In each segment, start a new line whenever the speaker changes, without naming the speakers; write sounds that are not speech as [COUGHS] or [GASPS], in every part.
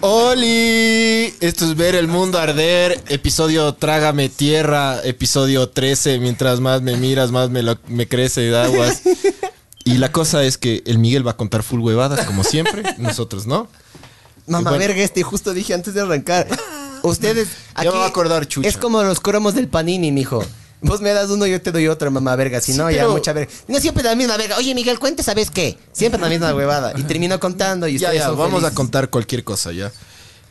¡Oli! Esto es Ver el Mundo Arder, episodio Trágame Tierra, episodio 13. Mientras más me miras, más me, lo- me crece de aguas. Y la cosa es que el Miguel va a contar full huevadas, como
[LAUGHS]
siempre. Nosotros no.
Mamá
Bueno.
verga este, justo dije antes
[LAUGHS]
de arrancar. Ustedes aquí
me voy a acordar, chucha.
Es como los cromos del panini, mijo. Vos me das uno, yo te doy otro, mamá verga. Si
Sí,
no,
pero-
ya mucha verga. No siempre la misma verga. Oye, Miguel, cuente, ¿sabes qué? Siempre la misma huevada. Y termino contando y
Ya,
ustedes
ya,
son
vamos a
felices.
contar cualquier cosa ya.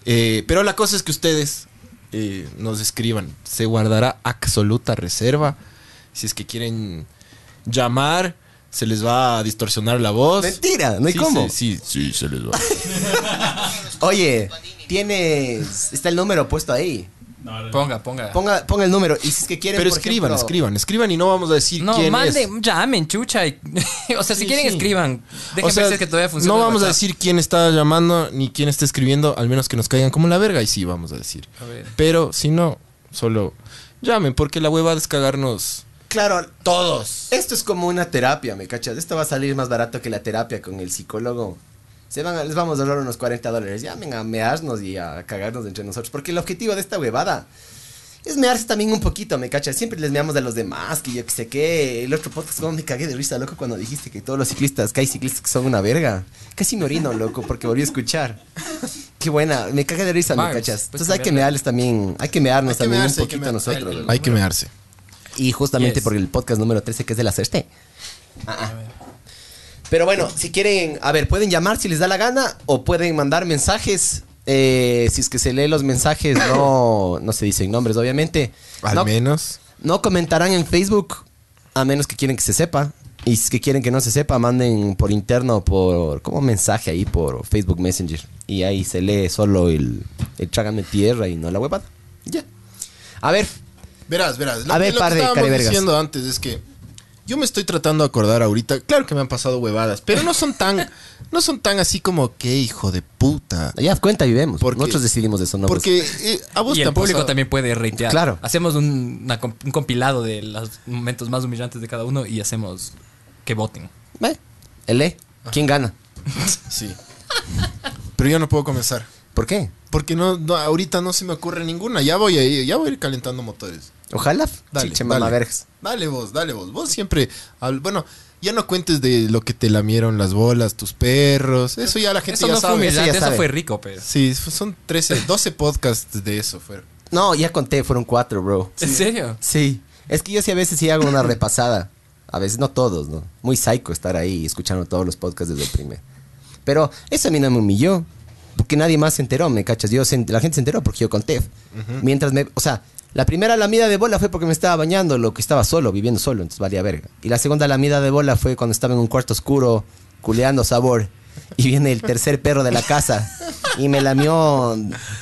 Eh, pero la cosa es que ustedes eh, nos escriban. Se guardará absoluta reserva. Si es que quieren llamar, se les va a distorsionar la voz.
Mentira, no hay
Sí,
cómo.
Sí, sí, sí, se les va.
Oye, tienes. Está el número puesto ahí.
Ponga, ponga.
Ponga, ponga el número. Y si es que [LAUGHS] quieren.
Pero
por
escriban,
ejemplo-
escriban, escriban y no vamos a decir
No,
quién es.
manden, llamen, chucha. y- [LAUGHS] o sea, si
Sí,
quieren,
sí.
escriban. Déjenme
O sea,
decir que todavía funciona.
no
el
vamos a
WhatsApp.
decir quién está llamando ni quién está escribiendo, al menos que nos caigan como la verga y sí vamos a decir.
A ver.
Pero si no, solo llamen porque la hueva es cagarnos
Claro,
todos.
Esto es como una terapia, ¿me cachas? Esto va a salir más barato que la terapia con el psicólogo. Se van a- les vamos a ahorrar unos 40 dólares. Ya vengan a mearnos y a cagarnos entre nosotros. Porque el objetivo de esta huevada es mearse también un poquito, ¿me cachas? Siempre les meamos de los demás, que yo que sé qué. El otro podcast, como me cagué de risa, loco, cuando dijiste que todos los ciclistas, que hay ciclistas que son una verga. Casi me orino, loco, porque volví a escuchar. Qué buena, me cagué de risa, ¿me
Vibes,
cachas?
pues,
Entonces hay que
cambiarla.
mearles también, hay que mearnos
Hay que
también
mearse,
un
hay que
poquito
mear-
nosotros. loco.
Hay que mearse.
Y justamente
Yes.
por el podcast número 13 que es de la Ceste.
Ah,
Pero bueno, si quieren, a ver, pueden llamar si les da la gana o pueden mandar mensajes. Eh, si es que se lee los mensajes, no,
[COUGHS]
no se dicen nombres, obviamente.
Al
no,
menos.
no comentarán en Facebook, a menos que quieren que se sepa. Y si es que quieren que no se sepa, manden por interno, o por como mensaje ahí, por Facebook Messenger. Y ahí se lee solo el, el trágame tierra y no la huevada. Ya. A ver,
Verás, verás. Lo,
A
que-
ver,
lo
par
que
de
estábamos
carevergas.
diciendo antes es que yo me estoy tratando de acordar ahorita. Claro que me han pasado huevadas, pero no son [LAUGHS] tan, no son tan así como que hijo de puta.
ya cuenta, vivemos.
Porque-
Nosotros decidimos eso, ¿no? Pues, vos.
Porque eh, a vos
Y
te
el
han
público
pasado.
también puede reitear.
Claro.
Hacemos un, una comp- un compilado de los momentos más humillantes de cada uno y hacemos que voten.
Ve, el E. ¿Quién gana?
Sí. Pero yo no puedo comenzar.
¿Por qué?
Porque no, no, ahorita no se me ocurre ninguna. Ya voy a ir, ya voy a ir calentando motores.
Ojalá.
Dale,
Chiche,
dale.
mamá vergas.
Dale vos, dale vos. Vos siempre. habl- Bueno, ya no cuentes de lo que te lamieron las bolas, tus perros. Eso ya la gente
Eso
ya
no fue
sabe.
humillante,
humillante,
ya
eso
sabe.
fue rico, pues. pero.
Sí, f- son 13, 12 podcasts de eso fueron.
No, ya conté, fueron cuatro, bro.
¿En serio?
Sí. Es que yo sí a veces sí hago una repasada. A veces, no todos, ¿no? Muy psycho estar ahí escuchando todos los podcasts desde el primer. Pero eso a mí no me humilló. Porque nadie más se enteró, ¿me cachas? Yo se- la gente se enteró porque yo conté. Mientras me... O sea, la primera lamida de bola fue porque me estaba bañando, lo que estaba solo, viviendo solo, entonces valía verga. Y la segunda lamida de bola fue cuando estaba en un cuarto oscuro, culeando sabor. Y viene el tercer perro de la casa y me lamió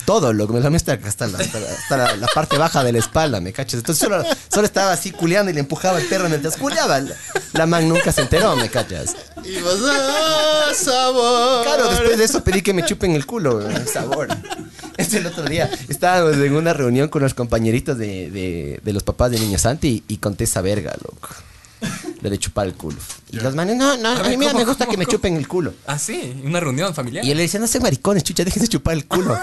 todo, lo que me lamió hasta, hasta la, hasta la- hasta la- la parte baja de la espalda, ¿me cachas? Entonces solo, solo estaba así culeando y le empujaba el perro mientras culeaba. La, la man nunca se enteró, ¿me cachas?
Y vas a sabor.
Claro, después de eso pedí que me chupen el culo, güey, el
[LAUGHS]
sabor. Es el otro día. Estábamos en una reunión con los compañeritos de, de- de los papás de Niño Santi y, y conté esa verga, loco. Lo de chupar el culo. Y los manes, no, no, a,
ver,
mí mira,
¿cómo,
me gusta
cómo,
que me
cómo?
chupen el culo.
Ah, sí, una reunión familiar.
Y él le decía, no sean maricones, chucha, déjense chupar el culo.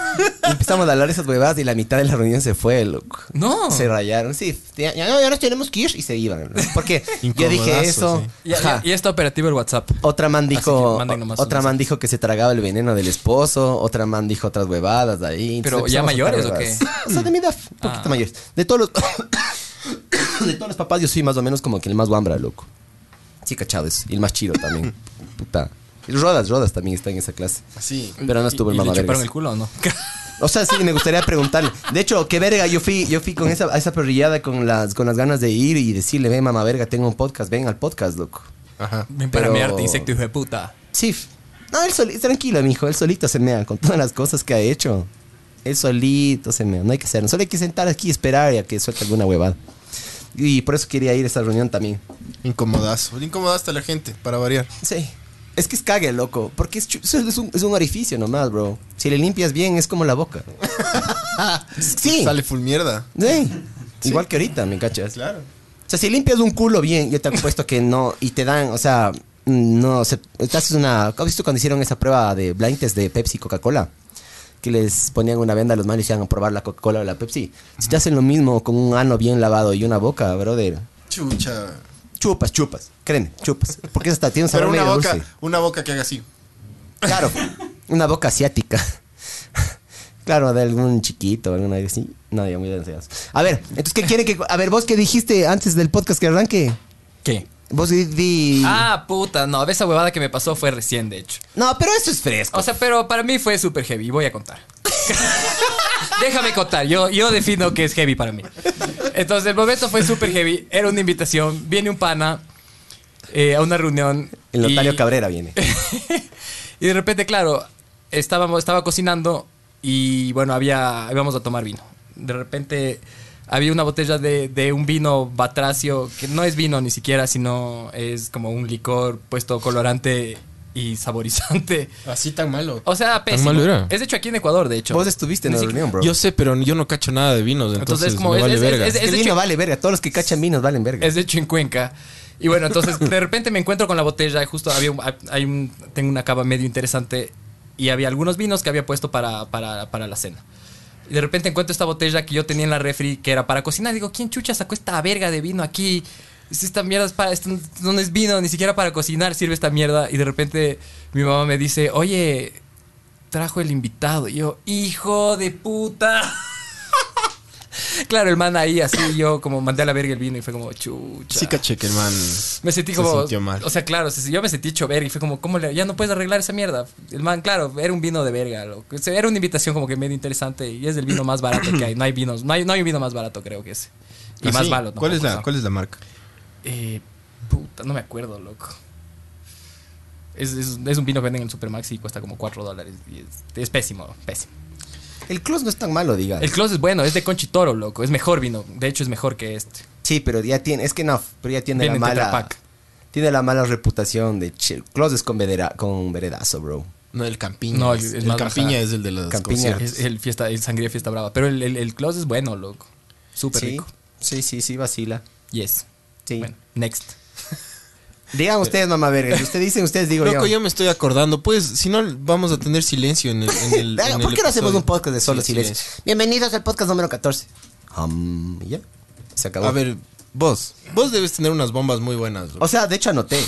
Y empezamos a hablar esas huevadas y la mitad de la reunión se fue, loco.
No.
Se rayaron, sí. Ya, ya, no, ya nos tenemos que ir y se iban. loco. Porque yo
Incomodazo,
dije eso.
sí.
Y, y-
ajá.
y está operativo el WhatsApp.
Otra man
Así
dijo,
que manden nomás
otra
un
man dijo que se tragaba el veneno del esposo, otra man dijo otras huevadas de ahí.
Pero,
Entonces
¿ya
empezamos a
mayores
sacar
o
huevadas.
qué? Ah.
O sea, de mi edad, un poquito mayores. De todos los, [COUGHS] de todos los papás yo soy más o menos como que el más guambra, loco. Sí, cachado eso. Y el más chido
[COUGHS]
también. Puta. Y Rodas, Rodas también está en esa clase.
Sí.
Pero no estuvo el
¿Y- y
mamá
le chuparon el culo
[LAUGHS]
o no? [LAUGHS]
o sea, sí, me gustaría preguntarle. De hecho, qué verga, yo fui, yo fui con esa, a esa perrillada con las, con las ganas de ir y decirle, ven mamá verga, tengo un podcast, ven al podcast, loco.
Ajá.
Ven para
Pero-
mearte, insecto hijo de puta.
Sí. No, él solito, tranquilo, mijo. Él solito se mea con todas las cosas que ha hecho. Él solito se me. No hay que hacerlo. Solo hay que sentar aquí y esperar a que suelte alguna huevada. Y por eso quería ir a esta reunión también.
Incomodazo. Le incomodaste a la gente, para variar.
Sí. Es que es cague, loco. Porque es, chu- es, un, es un orificio nomás, bro. Si le limpias bien, es como la boca. [LAUGHS] sí.
Sale full mierda.
Sí. Igual que ahorita, ¿me cachas?
Claro.
O sea, si limpias un culo bien, yo te apuesto que no. Y te dan, o sea, no. O sea, te haces una. ¿Has visto cuando hicieron esa prueba de blind test de Pepsi y Coca-Cola? Que les ponían una venda a los manos y se iban a probar la Coca-Cola o la Pepsi. Si te hacen lo mismo con un ano bien lavado y una boca, brother.
Chucha.
Chupas, chupas. Créeme, chupas. Porque esa hasta tiene un sabor
Pero una
medio
boca,
dulce.
una boca que haga así.
Claro, una boca asiática. Claro, de algún chiquito, alguna vez así. No, ya muy deseados. A ver, entonces, ¿qué quiere que.? A ver, vos qué dijiste antes del podcast que arranque.
¿Qué?
Vos di. di-
Ah, puta, no, esa huevada que me pasó fue recién, de hecho.
No, pero eso es fresco.
O sea, pero para mí fue súper heavy, voy a contar. [LAUGHS] Déjame contar, yo, yo defino que es heavy para mí. Entonces, el momento fue súper heavy, era una invitación, viene un pana eh, a una reunión.
El notario
y-
Cabrera viene.
Y de repente, claro, estábamos, estaba cocinando y bueno, había, íbamos a tomar vino. De repente había una botella de, de un vino batracio, que no es vino ni siquiera, sino es como un licor puesto colorante y saborizante.
Así tan malo.
O sea, pésimo.
malo era?
Es hecho aquí en Ecuador, de hecho.
Vos estuviste en
Ni
la
siquiera-
reunión, bro.
Yo sé, pero yo no cacho nada de vinos,
Entonces,
entonces,
como
me
es-
vale
es-
verga.
es-
el
de
vino
hecho-
vale verga. Todos los que cachan vinos valen verga.
Es de hecho en Cuenca. Y bueno, entonces de repente me encuentro con la botella. Justo había un- hay un- tengo una cava medio interesante y había algunos vinos que había puesto para, para, para la cena. Y de repente encuentro esta botella que yo tenía en la refri que era para cocinar. Digo, ¿quién chucha sacó esta verga de vino aquí? Si Esta mierda es para. Esto no es vino, ni siquiera para cocinar sirve esta mierda. Y de repente mi mamá me dice, Oye, trajo el invitado. Y yo, ¡hijo de puta! [LAUGHS] Claro, el man ahí así, yo como mandé a la verga el vino y fue como, chucha.
Sí caché que el man...
Me sentí
Se
como.
sintió mal.
O sea, claro, se- yo me sentí hecho verga y fue como, ¿cómo le- ya no puedes arreglar esa mierda? El man, claro, era un vino de verga. loco. O sea, era una invitación como que medio interesante y es el vino más barato que hay. No hay vinos, no hay, no hay un vino más barato, creo que ese. Y
¿Ah,
más
sí?
malo.
¿Cuál es, la,
tampoco,
¿Cuál es la marca?
¿no? Eh, puta, no me acuerdo, loco. Es, es- es un vino que venden en el Supermax y cuesta como 4 dólares. Y es, es pésimo, pésimo.
El close no es tan malo, diga.
El Clos es bueno, es de Conchitoro, loco. Es mejor vino. De hecho, es mejor que este.
Sí, pero ya tiene. Es que no. Pero ya tiene
Viene
la
en Tetra
mala.
Pak.
Tiene la mala reputación de. che- El close es con, vedera- con veredazo, bro.
No, el Campiña.
No,
es-
es
el
más
Campiña
bajada.
es el de los
Campiña.
conciertos.
Es el fiesta, el sangría fiesta brava. Pero el, el, el close es bueno, loco. Súper
sí.
rico.
Sí, sí, sí, vacila.
Yes.
Sí.
Bueno, next.
Digan ustedes, mamá verga. Si ustedes dicen, ustedes digo
Loco,
yo.
yo me estoy acordando. Pues, si no, vamos a tener silencio en el...
[LAUGHS]
en el-
Venga,
en
¿Por
el
qué no hacemos
episodio?
un podcast de solo
Sí,
silencio? Bienvenidos al podcast número 14. Um, ya. Se acabó.
A ver, vos. Vos debes tener unas bombas muy buenas. loco.
O sea, de hecho anoté.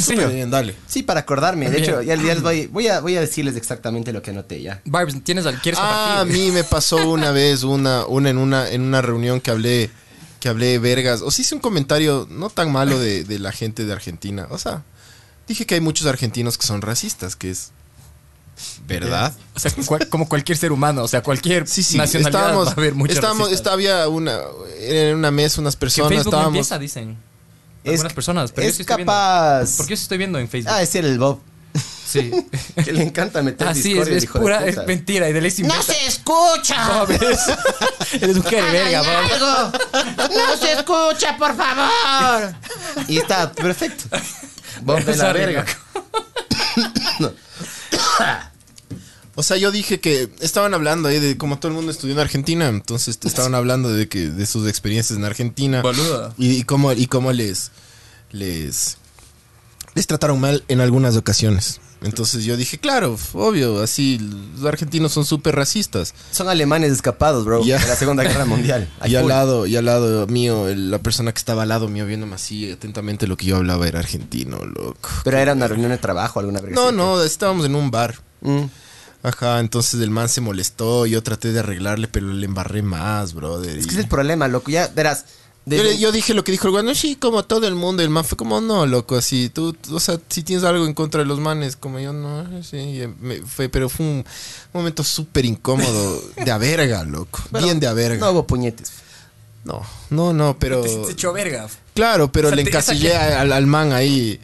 Súper bien, dale.
Sí, para acordarme. De
Bien.
hecho, ya, ya les voy, voy, a, voy a decirles exactamente lo que anoté ya.
Barbs, ¿tienes, al- ¿quieres
Ah, a
compartir?
mí me pasó una vez, una, una en una, en una reunión que hablé, que hablé vergas. O sea, hice un comentario no tan malo de, de la gente de Argentina. O sea, dije que hay muchos argentinos que son racistas, que es verdad.
O sea, cual- como cualquier ser humano, o sea, cualquier
Sí, sí.
nacionalidad
Estábamos,
va a haber muchas
estábamos,
racistas.
esta- había una, en una mesa unas
Que en
personas,
Facebook no
estábamos.
empieza, dicen. Algunas personas, pero yo
es
sí estoy
capaz.
viendo. Porque yo sí estoy viendo en Facebook.
Ah, es el Bob. [LAUGHS]
sí. [LAUGHS]
Que le encanta meter
Ah, sí,
discordia,
es,
el
es
hijo de
pura
puta.
es mentira. Y de ley se inventa.
escucha!
Pobres. [LAUGHS] Eres un cara de verga, Barb.
algo! ¡No se escucha, por favor!
Y está perfecto. Bob de la
Sorry,
verga.
loco.
O sea, yo dije que estaban hablando ahí de como todo el mundo estudió en Argentina, entonces te estaban hablando de que de sus experiencias en Argentina.
Boludo.
Y, y cómo y cómo les les les trataron mal en algunas ocasiones. Entonces yo dije, claro, obvio, así los argentinos son súper racistas.
Son alemanes escapados, bro.
Ya.
De la Segunda
[LAUGHS]
Guerra Mundial.
y al
Full.
lado, y al lado mío, el- la persona que estaba al lado mío viéndome así atentamente lo que yo hablaba era argentino, loco.
Pero era una reunión de trabajo, alguna verga.
No,
así.
no, estábamos en un bar.
Mm.
Ajá, entonces el man se molestó, yo traté de arreglarle, pero le embarré más, brother.
Es
y-
que es el problema, loco. Ya verás.
yo,
desde-
le- yo dije lo que dijo el guano, sí, como todo el mundo, y el man fue como, no, loco, así, tú, tú, o sea, si tienes algo en contra de los manes, como yo, no, sí, y me- fue, pero fue un momento súper incómodo, de a verga, loco,
Bueno,
bien de a
No
verga.
hubo puñetes.
No, no, no, pero,
Se echó verga.
claro, pero
O sea,
le
te- esa
encasillé
gente-
al, al man ahí,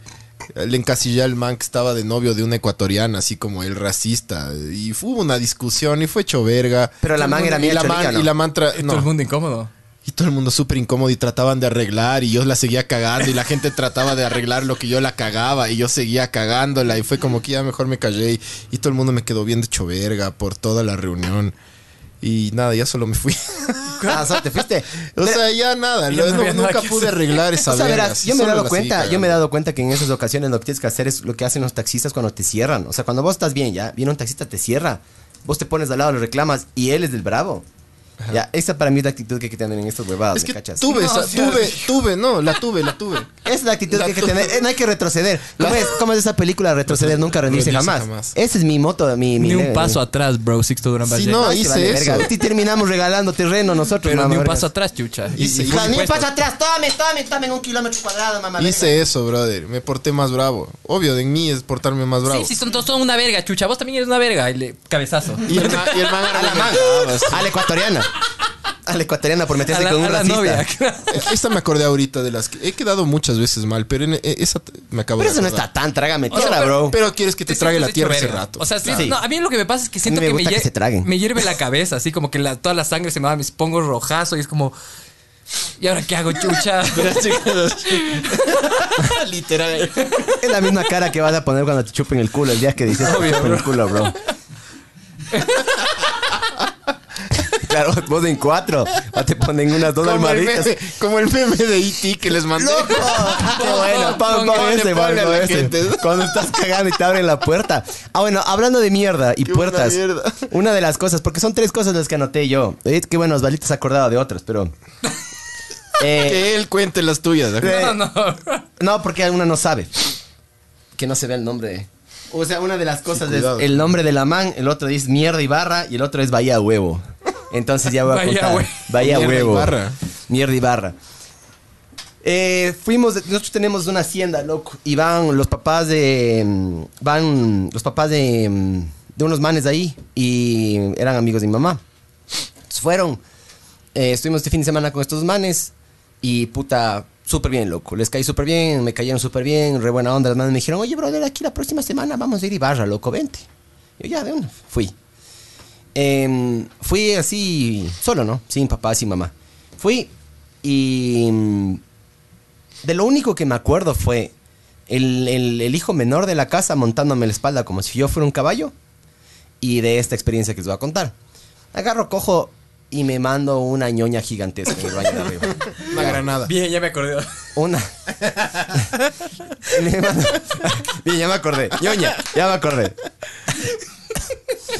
Le encasillé al man que estaba de novio de una ecuatoriana, así como el racista. Y fue una discusión y fue hecho verga.
Pero la man era
Y
media
la
chorica,
man,
¿no?
y la man tra- no.
Todo el mundo incómodo.
Y todo el mundo súper incómodo y trataban de arreglar y yo la seguía cagando y la gente trataba de arreglar lo que yo la cagaba y yo seguía cagándola y fue como que ya mejor me callé y, y todo el mundo me quedó viendo hecho verga por toda la reunión. Y nada, ya solo me fui. [LAUGHS]
Ah, solo te fuiste.
o sea, ya nada,
Ya
no-
no había nada
nunca
que
pude
hacer.
arreglar esa
O sea,
verga,
verás,
así,
yo me he
solo
dado
la
cuenta,
seguí
yo me he
cagando.
dado cuenta que en esas ocasiones lo que tienes que hacer es lo que hacen los taxistas cuando te cierran. O sea, cuando vos estás bien, ya, viene un taxista, te cierra, vos te pones al lado, le reclamas y él es del bravo. Ya, esa para mí es la actitud que hay que tener en estas huevadas,
Es
¿me
que
cachas?
tuve,
No,
esa-
o sea-
tuve, tuve, no, la tuve, la tuve.
Esa es la actitud
La
que hay que
tu-
tener. Eh, No hay que retroceder.
[LAUGHS]
¿Cómo es, cómo es esa película? Retroceder, nunca rendirse
Rendirse
jamás.
jamás.
Ese es mi moto, mi... mi
Ni un paso atrás, bro, Sixto Durán
Sí,
Valle.
no,
No, hice
hice
vale,
eso.
verga. Y terminamos regalando terreno nosotros,
pero
mamá,
ni un
vergas.
paso atrás, chucha.
Y- y-
por
Claro, ni un
supuesto.
paso atrás. Tomen, tomen, tomen un kilómetro cuadrado, mamá. verga.
Hice eso, brother. Me porté más bravo. Obvio, de mí es portarme más bravo.
Sí, sí, son todos son una verga, chucha. Vos también eres una verga. Y le- cabezazo.
Y [LAUGHS] el man, y el man
A la man.
argumentaba, sí.
A la ecuatoriana. A la ecuatoriana por meterse
A la-
con un
a la
racista. [LAUGHS]
novia.
Eh, Esta me acordé ahorita de las que he quedado muchas veces mal, pero en- eh, esa t- me acabo
Pero
de
eso no
acordar.
está tan trágame
O sea,
tierra,
pero-
bro.
Pero quieres que te trague la
sientes
tierra
hecho
ese
verga.
rato.
O sea, sí,
Claro.
no, a mí lo que me pasa es que siento
me
que, me,
gusta que
hie-
se traguen.
me hierve la cabeza, así como que la- toda la sangre se me va, me pongo rojazo y es como. ¿Y ahora qué hago, chucha? [LAUGHS]
Literal.
Es la misma cara que vas a poner cuando te chupen el culo el día que dices te chupen el culo,
[LAUGHS]
bro. claro, vos en cuatro. O te ponen unas dos
como, el
almohaditas.
meme, [LAUGHS] como el meme de E.T. que les mandé.
¡Loco! [LAUGHS] ¡Qué bueno! Pon, pon
Ponle,
ese, pon
ponle a la
ese.
gente.
Cuando estás cagando y te abren la puerta. Ah, bueno, hablando de mierda y
Qué buena
puertas.
mierda.
Una de las cosas, porque son tres cosas las que anoté yo. Es que bueno, Osvalito se ha acordado de otras,
[LAUGHS]
pero. Eh,
Que él cuente las tuyas. ¿de acuerdo?
No, no.
no, porque una no sabe. Que no se vea el nombre. O sea, una de las cosas es
cuidado.
el nombre de la man, el otro dice mierda y barra y el otro es bahía huevo. Entonces ya voy a
Bahía
contar.
Hue-
Bahía
Mierda y
huevo.
barra.
Mierda y barra. Eh, fuimos, nosotros tenemos una hacienda, loco, y van los papás de, mm, van los papás de, mm, de unos manes de ahí, y eran amigos de mi mamá. Entonces fueron, eh, estuvimos este fin de semana con estos manes, y puta, súper bien, loco, les caí súper bien, me cayeron súper bien, re buena onda, las manes me dijeron, oye, brother, aquí la próxima semana vamos a ir a Ibarra, loco, vente. Yo ya, de una, fui. Em, fui así, solo, ¿no? Sin papá, sin mamá. Fui y... mm, De lo único que me acuerdo fue el, el- el hijo menor de la casa montándome la espalda como si yo fuera un caballo. Y de esta experiencia que les voy a contar. Agarro, cojo y me mando una ñoña gigantesca en el baño de arriba.
Una granada.
Bien, ya me acordé.
Una. [LAUGHS] Me mando- [LAUGHS] Bien, ya me acordé. ñoña, ya me acordé.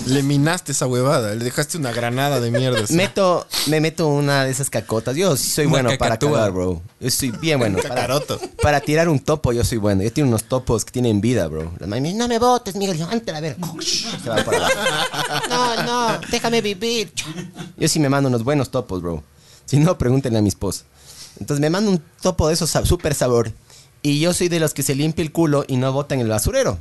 Le minaste esa huevada. Le dejaste una granada de mierda. así.
Meto, me meto una de esas cacotas. Yo sí soy
Una
bueno
cacatúa.
para cagar, bro. Yo soy bien bueno. Para,
Cacaroto.
para tirar un topo, yo soy bueno. Yo tengo unos topos que tienen vida, bro. La mami, no me botes, Miguel. Yo, antes, a ver. [LAUGHS] Se va para abajo.
No, no, déjame vivir.
Yo sí me mando unos buenos topos, bro. Si no, pregúntenle a mi esposa. Entonces me mando un topo de esos sab- súper sabor. Y yo soy de los que se limpia el culo y no bota en el basurero.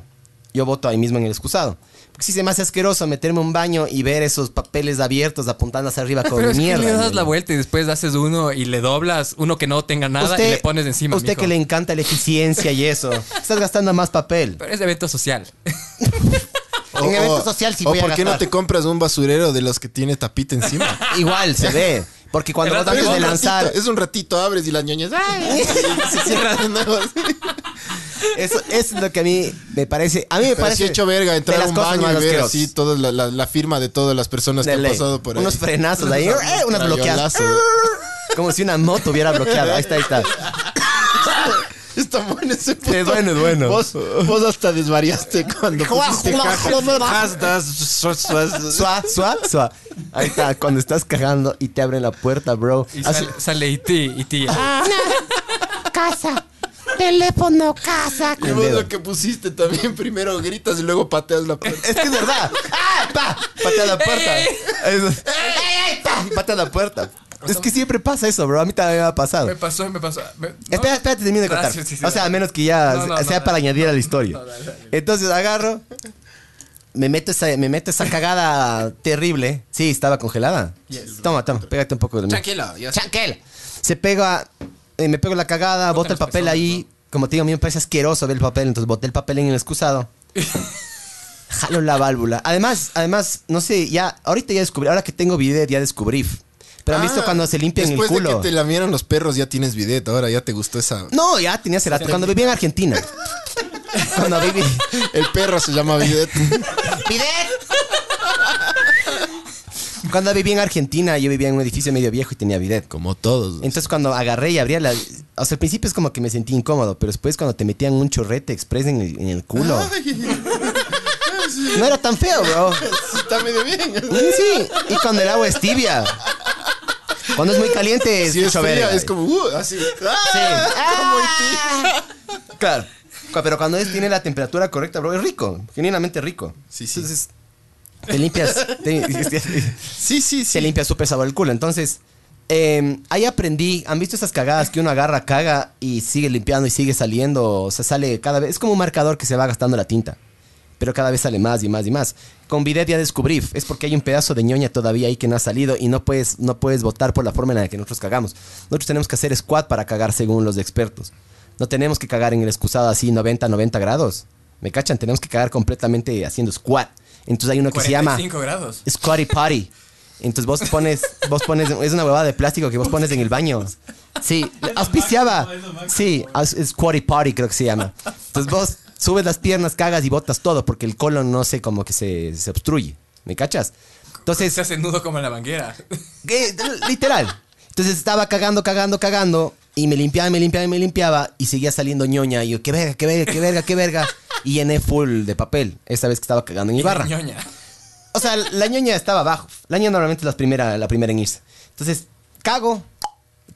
Yo voto ahí mismo en el excusado. Porque si se me hace asqueroso meterme a un baño y ver esos papeles abiertos apuntando hacia arriba con
[LAUGHS] Pero es
mierda.
que le das
ñoño.
la vuelta y después haces uno y le doblas uno que no tenga nada y le pones encima.
Usted
mijo.
que le encanta la eficiencia y eso. Estás gastando más papel.
Pero es de evento social.
[LAUGHS]
O-
en evento
o-
social sí
o
voy a
¿por qué no
gastar.
te compras un basurero de los que tiene tapita encima?
Igual se ve. Porque cuando
Pero
vos antes
Es
de
un
lanzar.
ratito, es un ratito, abres y las ñoñas. ¡ay! Y se cierran de nuevo.
[LAUGHS]
así.
Eso, eso es lo que a mí me parece. A mí me
Pero
parece.
sí hecho verga entrar
de
a
las
un
cosas
baño
más
y ver
asquerosas.
así toda la, la- la firma de todas las personas
De
que han
ley.
pasado por ahí.
Unos frenazos ahí. eh, unas bloqueadas.
Crayolazo.
Como si una moto hubiera bloqueado. Ahí está,
[LAUGHS]
ahí está.
[LAUGHS] Está bueno ese puto.
Es bueno, es bueno.
Vos, vos hasta
[LAUGHS]
desvariaste cuando pusiste hashtag.
Suá, suá, suá. Ahí está. Cuando estás cagando y te abren la puerta, bro.
Y
Así- Ah.
sale, sale E y ti, y ti.
Casa, teléfono, casa.
Y vos lo que pusiste también, [LAUGHS] primero gritas y luego pateas la
[LAUGHS]
puerta.
Es que es verdad. ¡Ah! ¡Pa! Patea la puerta.
¡Ey!
Eso. Patea la puerta. Es que siempre pasa eso, bro. A mí también me ha pasado.
Me pasó, me pasó. Me- no.
Espera, espérate, termino de
Ah,
contar.
sí, sí, sí,
o sea, a menos que ya
No, no,
sea
no,
para
no,
añadir a la historia.
no, dale, dale.
Entonces agarro, me meto, esa, me meto esa cagada terrible. Sí, estaba congelada. Toma, toma, pégate un poco de mí.
Tranquila, ya
Chanquel. Se pega, eh, me pego la cagada, bota el
los
papel
pezones,
ahí, Como te digo, a mí me parece asqueroso ver el papel, entonces boté el papel en el
[LAUGHS]
excusado. Jalo la válvula. Además, además, no sé, ya, ahorita ya descubrí, ahora que tengo bidet ya descubrí. Pero han visto
Ah,
cuando se limpian el culo.
Después de que te lamieron los perros, ya tienes bidet. Ahora ya te gustó esa.
No, ya tenía cerato. Cuando viví en Argentina.
[LAUGHS]
Cuando viví.
El perro se llama bidet.
[LAUGHS] Cuando viví en Argentina, yo vivía en un edificio medio viejo y tenía bidet.
Como todos.
Entonces cuando agarré y abría la. O sea, al principio es como que me sentí incómodo, pero después cuando te metían un chorrete express en el, en
[LAUGHS]
el culo. No era tan feo, bro.
Está medio
[LAUGHS]
bien.
Sí, y cuando el agua es tibia. Cuando es muy caliente es
Si es
mucho
fría,
verga.
es como, uh, así.
eh. Sí.
¡Ah!
Claro. Cu- Pero cuando es, tiene la temperatura correcta, bro, es rico. Genuinamente rico.
Sí, sí.
Entonces, te limpias. te-
Sí, sí,
se
sí.
limpia súper sabor el culo. Entonces, eh, ahí aprendí. ¿Han visto esas cagadas que uno agarra, caga y sigue limpiando y sigue saliendo? O sea, sale cada vez. Es como un marcador que se va gastando la tinta. Pero cada vez sale más y más y más. Con bidet ya descubrí. Es porque hay un pedazo de ñoña todavía ahí que no ha salido y no puedes, no puedes votar por la forma en la que nosotros cagamos. Nosotros tenemos que hacer squat para cagar según los expertos. No tenemos que cagar en el excusado así 90, 90 grados. ¿Me cachan? Tenemos que cagar completamente haciendo squat. Entonces hay uno que se llama
45 grados.
Squatty Potty. Entonces vos pones, vos pones, es una huevada de plástico que vos pones en el baño. Sí, auspiciaba. Sí, as- Squatty Potty creo que se llama. Entonces vos subes las piernas, cagas y botas todo porque el colon no sé como que se, se obstruye. ¿Me cachas? Entonces,
Se hace nudo como en la manguera.
que- literal. Entonces estaba cagando, cagando, cagando. Y me limpiaba, me limpiaba, me limpiaba. Y seguía saliendo ñoña. Y yo, qué verga, qué verga, qué verga, qué verga. Y llené full de papel. Esta vez que estaba cagando en mi barra. [LAUGHS]
Ñoña.
O sea, la ñoña estaba abajo. La ñoña normalmente es la primera, la primera en irse. Entonces, cago.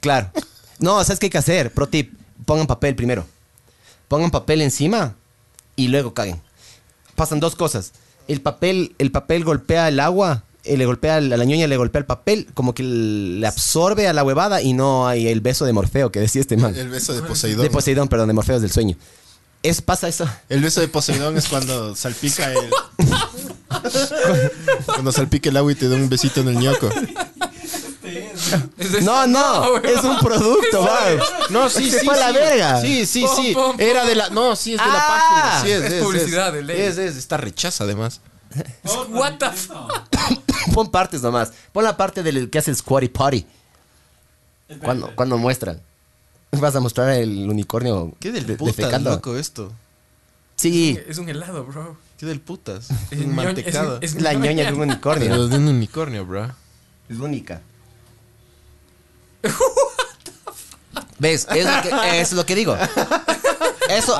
Claro. No, ¿sabes qué hay que hacer? Pro tip, pongan papel primero. Pongan papel encima y luego caguen. Pasan dos cosas. El papel, el papel golpea el agua, eh, le golpea a la ñoña, le golpea el papel, como que le absorbe a la huevada y no hay el beso de Morfeo que decía este man.
El beso de
De
Poseidón.
Poseidón, perdón, de Morfeo es del sueño. Es, pasa
[LAUGHS]
eso.
El beso de Poseidón es cuando salpica el. cuando salpica el agua y te da un besito en el ñoco.
Es-
No, no, es un
[LAUGHS]
[LAUGHS]
producto, man.
No, sí,
Se
sí.
fue a la
sí.
verga.
Sí, sí,
Pom,
sí.
pom, pom.
Era de la. No, sí, es de
Ah.
la página. Sí, es,
Es
es,
publicidad,
es.
de ley.
Es, es, Está rechaza, además.
What the fuck?
Pon partes nomás. Pon la parte del que hace el squatty potty. Cuando, cuando muestran. Vas a mostrar el unicornio.
¿Qué del
de-
putas,
defecando.
loco,
[LAUGHS]
esto?
Sí,
Es un helado, bro.
¿Qué del putas?
Es
Un
ñoña-
mantecado.
es- es
la ñoña de un
Pero [LAUGHS]
unicornio.
de un unicornio, bro.
Es única. ¿Ves? Es lo que, eso es lo que digo. Eso,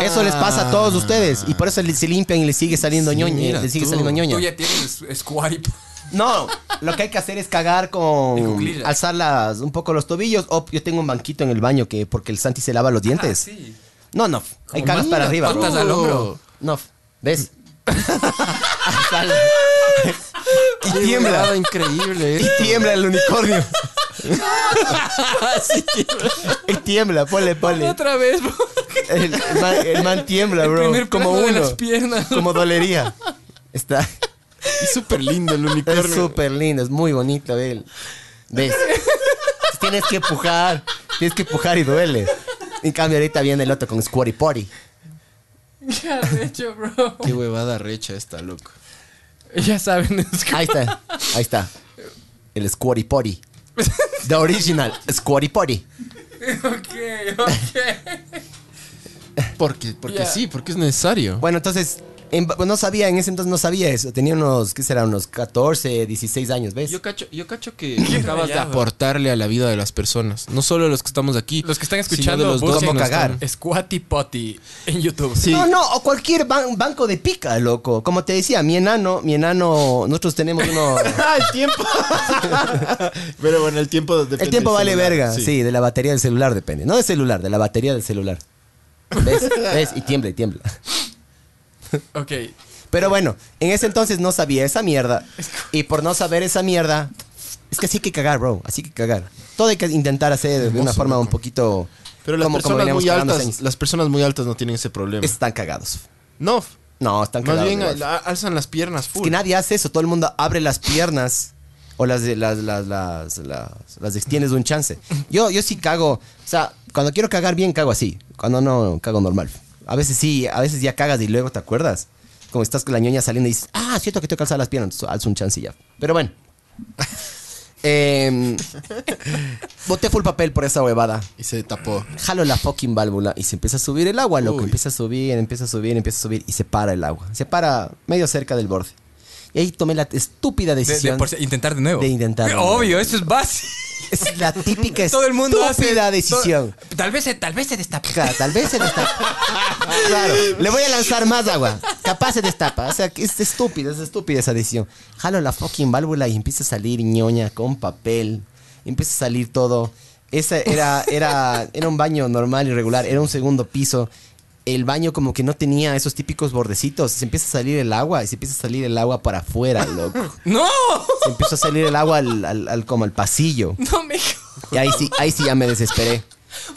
eso les pasa a todos ustedes. Y por eso le- se limpian y les sigue saliendo
Sí,
ñoña.
mira
Les sigue
tú.
saliendo ñoña.
Tú ya tienes
[LAUGHS]
swipe.
No, lo que hay que hacer es cagar
En
con
cuclillas.
alzar las, un poco los tobillos. O yo tengo un banquito en el baño que porque el Santi se lava los dientes.
Ah, sí.
No, no. Hay cagas para arriba. bro.
patas al hombro.
No,
[LAUGHS]
¿ves? Alzar- y tiembla.
Tiembla. increíble.
eh.
Y tiembla el unicornio. [LAUGHS] Y tiembla, ponle, ponle.
Ah, [LAUGHS] Otra vez, [LAUGHS] bro.
El, el man, el man tiembla,
El
bro.
primer
como
plano de
uno.
las piernas.
Como dolería. Está.
Es súper lindo el unicornio.
[LAUGHS] Es súper lindo, es muy bonito él.
[LAUGHS]
¿Ves? tienes que empujar, tienes que empujar y duele. En cambio, ahorita viene el otro con Squatty Potty.
¿Qué has hecho, bro?
Qué huevada recha esta, loco.
Ya saben, [LAUGHS] es que-
Ahí está, ahí está. El Squatty Potty. The original Squatty Potty.
Ok, ok.
Porque, porque
Ya.
sí, porque es necesario.
Bueno, entonces, en- no sabía, en ese entonces no sabía eso. Tenía unos, ¿qué será? Unos 14, 16 años, ¿ves?
Yo cacho, yo cacho que acabas de
rayado.
aportarle a la vida de las personas. No solo los que estamos aquí.
Los que están
sino de
escuchando,
los dos
busquen
que nos
cagar.
[LAUGHS]
están-
Squatty Potty en YouTube.
Sí.
No, no, o cualquier ban- banco de pica, loco. Como te decía, mi enano, mi enano, nosotros tenemos uno...
Ah, el tiempo. [LAUGHS] Pero bueno, el tiempo depende
El tiempo
del
vale
celular,
verga, sí. de la batería del celular depende. No del celular, de la batería del celular.
[LAUGHS]
¿Ves? ¿Ves? Y tiembla, y tiembla.
Ok.
Pero bueno, en ese entonces no sabía esa mierda. Y por no saber esa mierda, es que así hay que cagar, bro. Así hay que cagar. Todo hay que intentar hacer de una
Hermoso,
forma un
loco.
poquito.
Pero las
como- como
personas
veníamos
muy
cagando hace
altas, las personas muy altas no tienen ese problema.
años. Están cagados.
No,
No, están
más
cagados.
bien
igual.
al- alzan las piernas
Es
full.
que nadie hace eso. Todo el mundo abre las piernas o las, de- las, las, las, las, las extiendes un chance. Yo, yo sí cago, o sea, cuando quiero cagar bien, cago así. Cuando no, cago normal. A veces sí, a veces ya cagas y luego te acuerdas. Como estás con la ñoña saliendo y dices, ah, cierto que tengo que alzar las piernas, Entonces, alzo un chance y ya. Pero bueno. [LAUGHS] Em, boté full papel por esa huevada
Y se tapó.
jalo la fucking válvula y se empieza a subir el agua, loco.
Uy.
Empieza a subir, empieza a subir, empieza a subir y se para el agua. Se para medio cerca del borde. Y ahí tomé la estúpida
De- de
decisión.
por- intentar de nuevo.
De intentar de nuevo.
Obvio, eso es
[LAUGHS]
básico.
es la típica
[LAUGHS] Todo el mundo hace.
estúpida decisión.
to- Tal vez, se- tal vez se destapa.
Claro, tal vez se destapa. Claro, le voy a lanzar más agua. Capaz se destapa. O sea, que es estúpida, es estúpida esa decisión. Jalo la fucking válvula y empieza a salir ñoña con papel. Empieza a salir todo. Esa era, era, era un baño normal y regular. Era un segundo piso. El baño como que no tenía esos típicos bordecitos. Se empieza a salir el agua y se empieza a salir el agua para afuera, loco.
¡No! [LAUGHS]
Se empieza a salir el agua al, al- al- como al pasillo.
No me.
Y ahí sí, ahí sí ya me desesperé.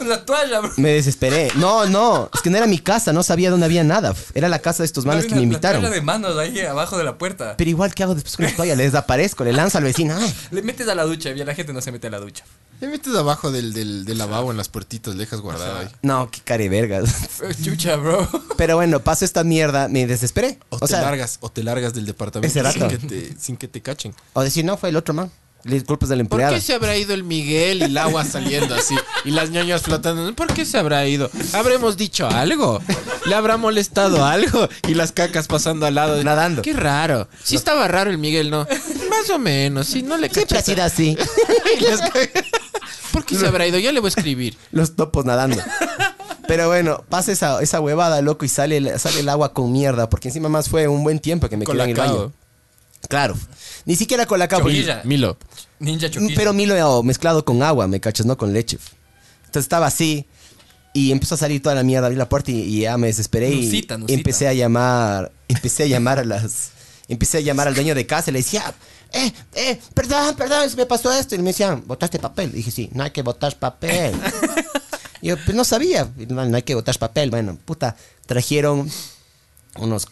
Una toalla, bro.
Me desesperé. No, no. Es que no era mi casa. No sabía dónde había nada. Era la casa de estos manos
Había
que me
una- una
invitaron.
toalla de manos ahí abajo de la puerta.
Pero igual, ¿qué hago después con la toalla? Le desaparezco, le lanzo al vecino. Ay,
Le metes a la ducha y a la gente no se mete a la ducha.
Le metes abajo del, del, del lavabo en las puertitas, le dejas guardado ahí.
no, qué carevergas.
Eh, Chucha, bro.
[LAUGHS] Pero bueno, paso esta mierda, me desesperé.
O,
O,
te
sea,
largas, o te largas del departamento
Ese
sin,
rato.
que te, sin que te cachen.
o decir, no, fue el otro man. Le culpas del
¿Por
empleado.
qué se habrá ido el Miguel y el agua saliendo así? Y las ñoñas flotando. ¿Por qué se habrá ido? ¿Habremos dicho algo? ¿Le habrá molestado algo? Y las cacas pasando al lado.
Nadando.
Qué raro. Sí estaba raro el Miguel, ¿no? Más o menos. Sí, no
[LAUGHS]
le
Siempre ha
cachaste.
sido así.
Y las cacas- ¿Por qué se habrá ido? Ya le voy a escribir.
Los topos nadando. Pero bueno, pasa esa, esa huevada, loco, y sale, el- sale el agua con mierda. Porque encima más fue un buen tiempo que me quedé en el baño.
Colacao.
Claro. Ni siquiera con la capa.
Chorilla.
Milo.
Ninja chuquilla.
Mm, Pero Milo mezclado con agua, me cachas, no con leche. Entonces estaba así y empezó a salir toda la mierda, abrí la puerta y, y ya me desesperé y
Nusita, nusita.
empecé a llamar, empecé a llamar a las, empecé a llamar al dueño de casa y le decía, eh, eh, perdón, perdón, me pasó esto y me decían, botaste papel. Y dije, sí, no hay que botar
[LAUGHS]
papel. Y yo pues no sabía, Y, no, no hay que botar papel, bueno, puta, trajeron unos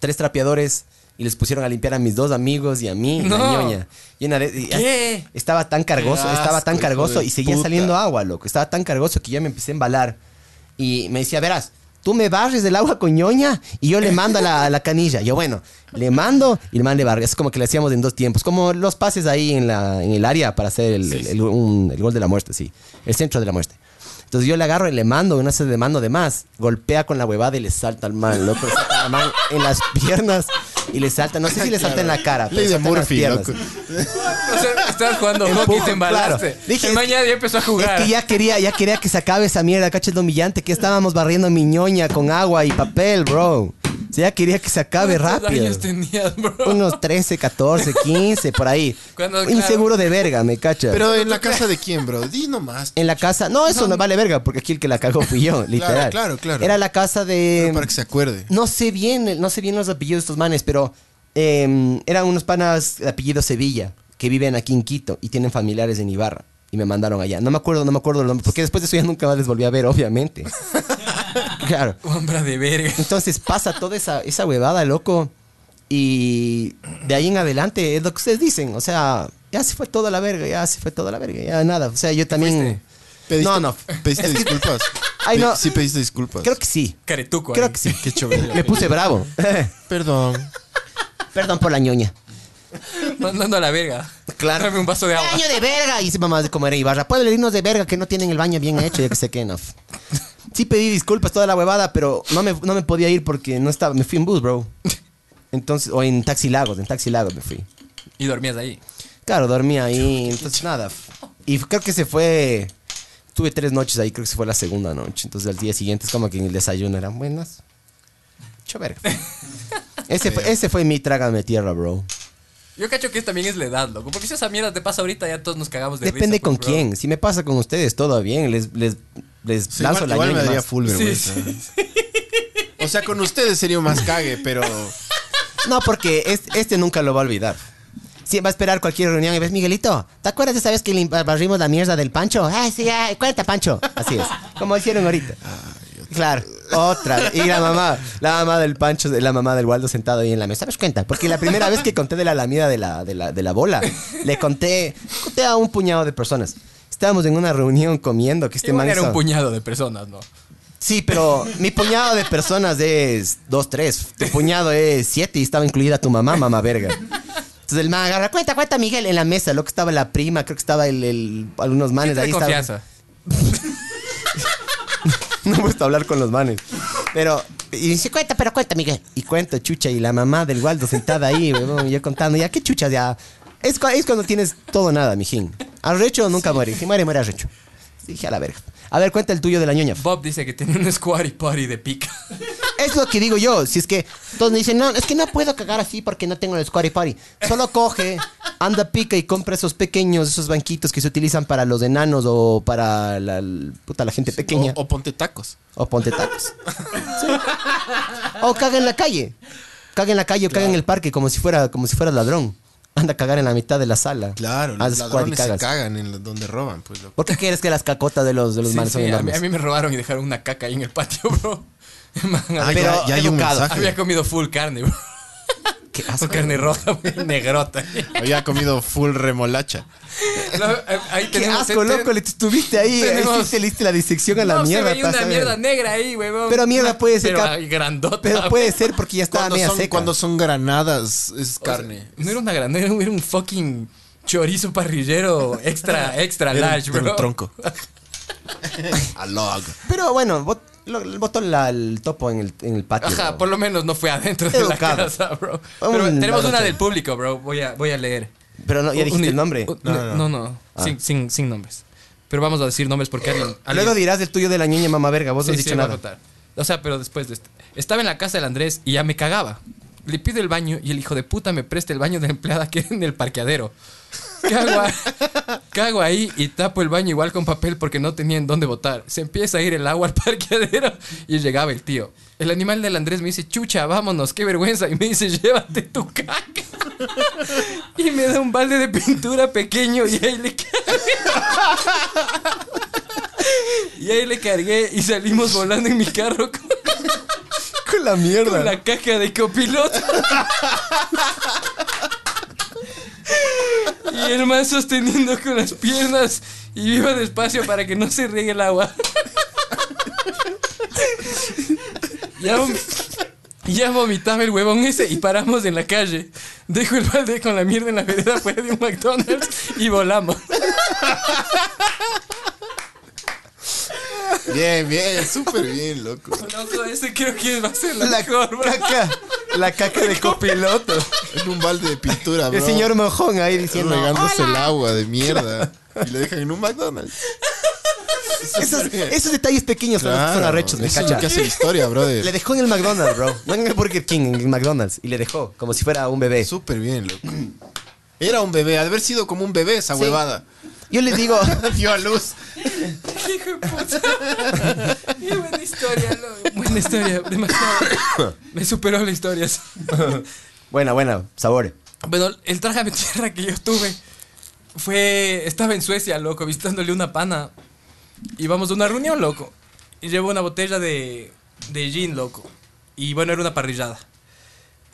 tres trapeadores y les pusieron a limpiar a mis dos amigos y a mí y a
No.
la ñoña. Y una vez- y-
¿Qué?
estaba tan cargoso,
Qué
estaba
asco,
tan
hijo
cargoso
de
y seguía
puta.
saliendo agua, loco. Estaba tan cargoso que ya me empecé a embalar. Y me decía, verás, tú me barres del agua con ñoña y yo le mando a la, a la canilla. Yo, bueno, le mando y el man le barre. Es como que le hacíamos en dos tiempos. Como los pases ahí en, la, en el área para hacer el, el- el- un- el gol de la muerte, sí. El centro de la muerte. Entonces yo le agarro y le mando, una se de mando de más. Golpea con la huevada y le salta al man, loco. Le salta al man en las piernas y le salta. No
[LAUGHS]
sé si le salta en la cara, pero
Ley de
salta en las
Murphy,
piernas.
loco.
O sea, estabas
[LAUGHS]
jugando hockey y
Empujo,
te embalaste.
claro. Dije,
el
es
mañana ya empezó a jugar.
Es que ya quería, ya quería que se acabe esa mierda, cacho, es lo humillante que estábamos barriendo mi ñoña con agua y papel, bro. O sea, ya quería que se acabe
¿Cuántos
rápido.
años tenías, bro?
Unos 13, 14, 15, por ahí.
Cuando, claro.
Inseguro de verga, me cacha.
Pero en la casa de quién, bro? Di nomás.
[LAUGHS] en la casa, no, eso no, vale verga, porque aquí el que la cagó fui yo, literal.
claro, claro.
Era la casa de.
Pero Para que se acuerde.
Eh, No sé bien, no sé bien los apellidos de estos manes, pero eh, eran unos panas de apellido Sevilla que viven aquí en Quito y tienen familiares en Ibarra. Y me mandaron allá. No me acuerdo, no me acuerdo el nombre, porque después de eso ya nunca más les volví a ver, obviamente. claro.
Hombre de verga.
Entonces pasa toda esa, esa huevada, loco. Y de ahí en adelante es lo que ustedes dicen. O sea, ya se fue toda la verga, ya se fue toda la verga, ya nada. O sea, yo también.
¿Pediste-
No, no.
¿Pediste disculpas?
Ay, no.
Sí, pediste disculpas.
Creo que sí.
Caretuco.
Creo
ahí.
que sí.
Qué chévere.
Me puse bravo. [LAUGHS]
Perdón.
Perdón por la ñoña.
[LAUGHS] Mandando a la verga.
Claro.
Dame un vaso de agua.
baño de verga. Y dice mamá de comer Ibarra. Pueblerinos de verga que no tienen el baño bien hecho, ya que sé que no. Sí pedí disculpas toda la huevada, pero no me, no me podía ir porque no estaba. Me fui en bus, bro. Entonces, o en Taxi Lagos, en Taxi Lagos me fui.
Y dormías ahí.
Claro, dormía ahí, entonces pues, nada. Y creo que se fue. Tuve tres noches ahí, creo que se fue la segunda noche. Entonces al día siguiente es como que en el desayuno eran buenas. Cho [LAUGHS] verga. Ese fue, ese fue mi trágame tierra, bro.
Yo cacho que también es la edad, loco. Porque si esa mierda te pasa ahorita, ya todos nos cagamos de
Depende
risa,
con
pues, bro.
quién. Si me pasa con ustedes, todo bien. Les, les, les
Sí,
lanzo
igual,
la
igual me
ñoña
daría
más.
full vergüenza. O sea, con ustedes sería un más cague, [LAUGHS] pero
No, porque es- este nunca lo va a olvidar. Sí, va a esperar cualquier reunión y ves, Miguelito, ¿te acuerdas de esa vez que le barrimos la mierda del Pancho? Ah, sí, ah, cuenta, Pancho. Así es, como hicieron ahorita. Claro. Otra. vez. Y la mamá, la mamá del Pancho, la mamá del Waldo sentado ahí en la mesa. ¿Sabes cuenta? Porque la primera vez que conté de la alameda de la, de la, de la bola, le conté, conté a un puñado de personas. Estábamos en una reunión comiendo que este
Igual
man
era
hizo-
un puñado de personas, ¿no?
Sí, pero mi puñado de personas es dos, tres. Tu puñado es siete y estaba incluida tu mamá, mamá verga. Entonces el man agarra, cuenta, cuenta, Miguel, en la mesa. Luego estaba la prima, creo que estaba el, el- algunos manes
Gente
ahí.
de
estaba-
confianza.
[LAUGHS] no me gusta hablar con los manes. Pero, y dice, cuenta, pero cuenta, Miguel. Y cuento, chucha, y la mamá del Waldo sentada ahí, weón, y yo contando, ya, qué chucha, ya. Es, cua- es cuando tienes todo nada, mijín. Arrecho nunca muere. Si muere, muere arrecho. Dije a la verga. A ver, cuenta el tuyo de la ñoña.
Bob dice que tenía un squatty party de pica.
Es lo que digo yo. Si es que todos me dicen, no, es que no puedo cagar así porque no tengo el squatty party. Solo coge, anda, pica y compra esos pequeños, esos banquitos que se utilizan para los enanos o para la, puta, la gente pequeña.
O, o ponte tacos.
O ponte tacos. Sí. O caga en la calle. Caga en la calle o caga en el parque como si fuera, como si fuera ladrón. Anda a cagar en la mitad de la sala.
Claro,
Haz
los
squad y
ladrones se
cagas.
cagan en la- donde roban, pues loco.
¿Por qué quieres que las cacotas de los, de los
Sí,
manes son
sí, a, mí,
enormes?
a mí me robaron y dejaron una caca ahí en el patio, [LAUGHS] bro. Man,
Ah,
había-
ya, ya hay un
educado.
mensaje.
había
Había,
comido full carne, bro.
Qué
Con
asco.
carne roja, güey, negrota.
comido full remolacha.
No, eh, ahí
Qué
tenemos-
asco,
ten-
loco. Le estuviste ahí. ahí
tenemos-
sí te le diste la disección a la
no,
mierda.
se veía una
pasa,
mierda
verga.
negra ahí, huevón.
Pero mierda puede ser
Pero
cap-
ah, grandota. [LAUGHS]
Pero puede ser porque ya estaba
Cuando
media
son,
seca.
cuando son granadas, es
O sea,
carne.
no era una grande, era un, era un fucking chorizo parrillero extra, extra
Era un-
large,
era un
bro.
tronco. [LAUGHS] A log.
Pero bueno, bot- lo- botó la- el topo en el, en el patio.
Ajá,
bro.
por lo menos no fue adentro de
Educado.
la casa, bro. Pero
Un
tenemos una
ladrote.
del público, bro. Voy a, voy a leer.
Pero no, ya
Un-
dijiste el nombre.
un-
No,
no,
no,
no.
no.
Sin, sin, sin nombres. Pero vamos a decir nombres porque alguien. alguien-
Luego dirás el tuyo de la ñoña mamá verga. Vos no has
Sí, sí,
dicho
voy a
nada.
contar. O sea, pero después de esto. Estaba en la casa del Andrés y ya me cagaba. Le pido el baño y el hijo de puta me presta el baño de la empleada que era en el parqueadero. Cago, a- cago ahí y tapo el baño igual con papel porque no tenía en dónde botar. Se empieza a ir el agua al parqueadero y llegaba el tío. El animal del Andrés me dice, chucha, vámonos, qué vergüenza. Y me dice, llévate tu caca. Y me da un balde de pintura pequeño y ahí le Y ahí le cargué y salimos volando en mi carro con,
Con la mierda.
con la caja de copiloto. Y el man sosteniendo con las piernas y viva despacio para que no se riegue el agua. Ya, vom- ya vomitaba el huevón ese y paramos en la calle. Dejo el balde con la mierda en la vereda fuera de un McDonald's y volamos.
Bien, bien, súper bien, loco.
Loco, ese creo que va a ser la,
La
mejor, bro.
caca, la caca de copiloto.
En un balde de pintura, bro.
El señor mojón ahí diciendo. "Ah,
regándose el agua de mierda. Y le dejan en un McDonald's.
Esos, esos detalles pequeños son los que son arrechos, me
eso es
cacha.
lo que hace la historia,
Le
brother.
dejó en el McDonald's, bro. No en el Burger King, en el McDonald's. Y le dejó, como si fuera un bebé.
Súper bien, loco. Era un bebé, ha de haber sido como un bebé esa huevada.
Yo les digo, [LAUGHS]
Dio a luz.
Hijo de puta. [LAUGHS] Qué buena historia, loco. Buena historia, demasiado. Me superó la historia.
buena, buena, sabor. [LAUGHS]
Bueno, el trágame tierra que yo tuve fue. Estaba en Suecia, loco, visitándole una pana. Íbamos a una reunión, loco. Y llevo una botella de, de gin, loco. Y bueno, era una parrillada.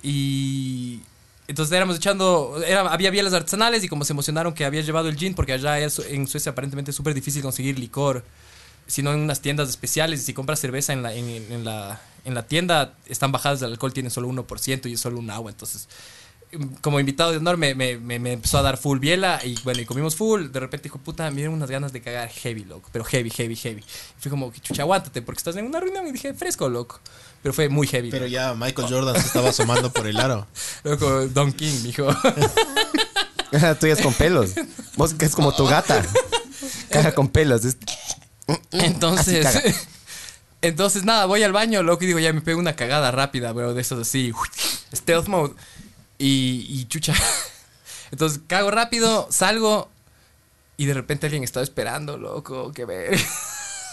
Y. Entonces éramos echando. Era, había bielas artesanales y como se emocionaron que había llevado el gin, porque allá es- en Suecia aparentemente es súper difícil conseguir licor, sino en unas tiendas especiales. Y si compras cerveza en la, en, en la, en la tienda, están bajadas del alcohol, tienen solo 1% y es solo un agua. Entonces, mm, como invitado de honor, me, me- me- me empezó a dar full biela y bueno, y comimos full. De repente dijo, puta, me dieron unas ganas de cagar heavy, loco, pero heavy, heavy, heavy. Y fui como, chucha, aguántate, porque estás en una reunión y dije, fresco, loco. Pero fue muy heavy.
Pero ya Michael Jordan se estaba asomando por el aro.
Loco, Don King, mijo.
Tú ya es con pelos. Vos que es como tu
[LAUGHS]
gata. Caja con pelos. es- Así
Entonces, entonces nada, voy al baño, loco, y digo, ya me pego una cagada rápida, bro, de esos así, stealth mode. Y, y chucha. [LAUGHS] Entonces cago rápido, salgo, y de repente alguien estaba esperando, loco, que ver.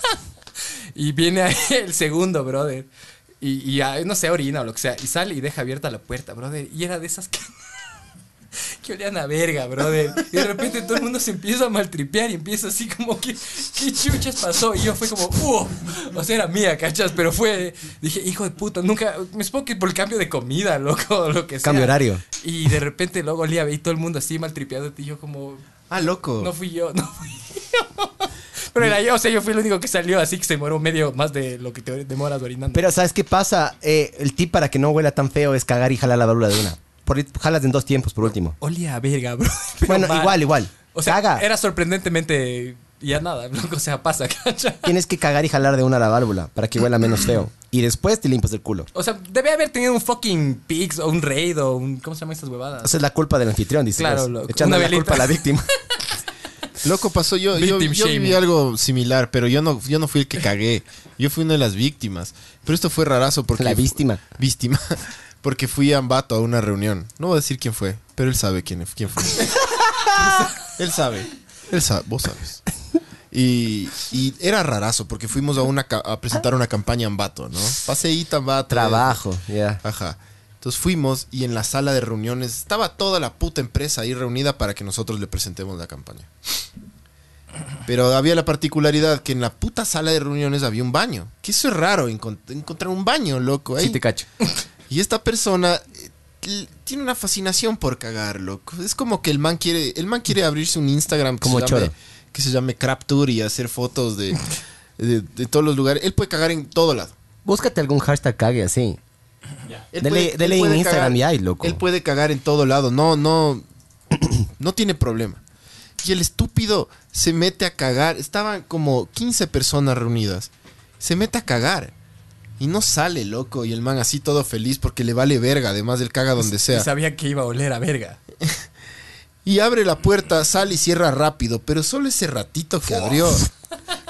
[LAUGHS] y viene ahí el segundo, brother. Y, y, ah, no sé, orina o lo que sea. Y sale y deja abierta la puerta, brother. Y era de esas que, [LAUGHS] que olían a verga, brother. Y de repente todo el mundo se empieza a maltripear y empieza así como que, ¿qué chuchas pasó? Y yo fue como, ¡uh! O sea, era mía, ¿cachas? Pero fue, dije, hijo de puta, nunca, me supongo que por el cambio de comida, loco, o lo que sea.
Cambio horario.
Y de repente luego olía y todo el mundo así maltripeado y yo como,
Ah, loco.
no fui yo, no fui
[LAUGHS]
yo. Pero era yo, o sea, yo fui el único que salió así que se demoró medio más de lo que te demoras orinando.
Pero ¿sabes qué pasa? Eh, el tip para que no huela tan feo es cagar y jalar la válvula de una. Por, jalas en dos tiempos, por último.
Olía a verga, bro. [LAUGHS] Pero
Bueno,
mal.
igual, igual.
O sea,
Caga.
era sorprendentemente ya nada, [LAUGHS] loco, o sea, pasa, cacha.
Tienes que cagar y jalar de una la válvula para que huela menos feo. Y después te limpias el culo.
O sea, debe haber tenido un fucking Pix o un Raid o un. ¿Cómo se llaman estas huevadas?
O sea, es la culpa del anfitrión, dice.
Claro,
pues,
loco.
Echando
Una
la
velita.
culpa a la víctima.
[LAUGHS]
[LAUGHS]
Loco, pasó yo. Yo,
Victim
yo viví
shaming.
algo similar, pero yo no, yo no fui el que cagué. Yo fui una de las víctimas. Pero esto fue rarazo porque.
La víctima.
Víctima. [LAUGHS] Porque fui a Ambato a una reunión. No voy a decir quién fue, pero él sabe quién, quién
[LAUGHS]
fue. él sabe. Él sabe, vos sabes. Y, y era rarazo porque fuimos a, una, ca- a presentar una campaña Ambato, ¿no? Paseíta Ambato.
Trabajo, ya.
Ajá. Entonces fuimos y en la sala de reuniones estaba toda la puta empresa ahí reunida para que nosotros le presentemos la campaña. Pero había la particularidad que en la puta sala de reuniones había un baño. Que eso es raro, encon- encontrar un baño, loco. ahí.
Sí te cacho.
Y esta persona eh, l- tiene una fascinación por cagar, loco. Es como que el man quiere, el man quiere abrirse un Instagram que
Como
se llame,
Choro.
que se llame Crap Tour y hacer fotos de, de- de todos los lugares. Él puede cagar en todo lado.
Búscate algún hashtag cague así.
Él
Dele-
él
dele en Instagram
cagar-
y ahí, loco.
Él puede cagar en todo lado. No, no. [CLEARS THROAT] No tiene problema. Y el estúpido se mete a cagar. Estaban como 15 personas reunidas. Se mete a cagar. Y no sale, loco. Y el man así todo feliz porque le vale verga. Además, él caga donde
Y
sea.
sabía que iba a oler a verga.
Y abre la puerta, sale y cierra rápido, pero solo ese ratito que abrió.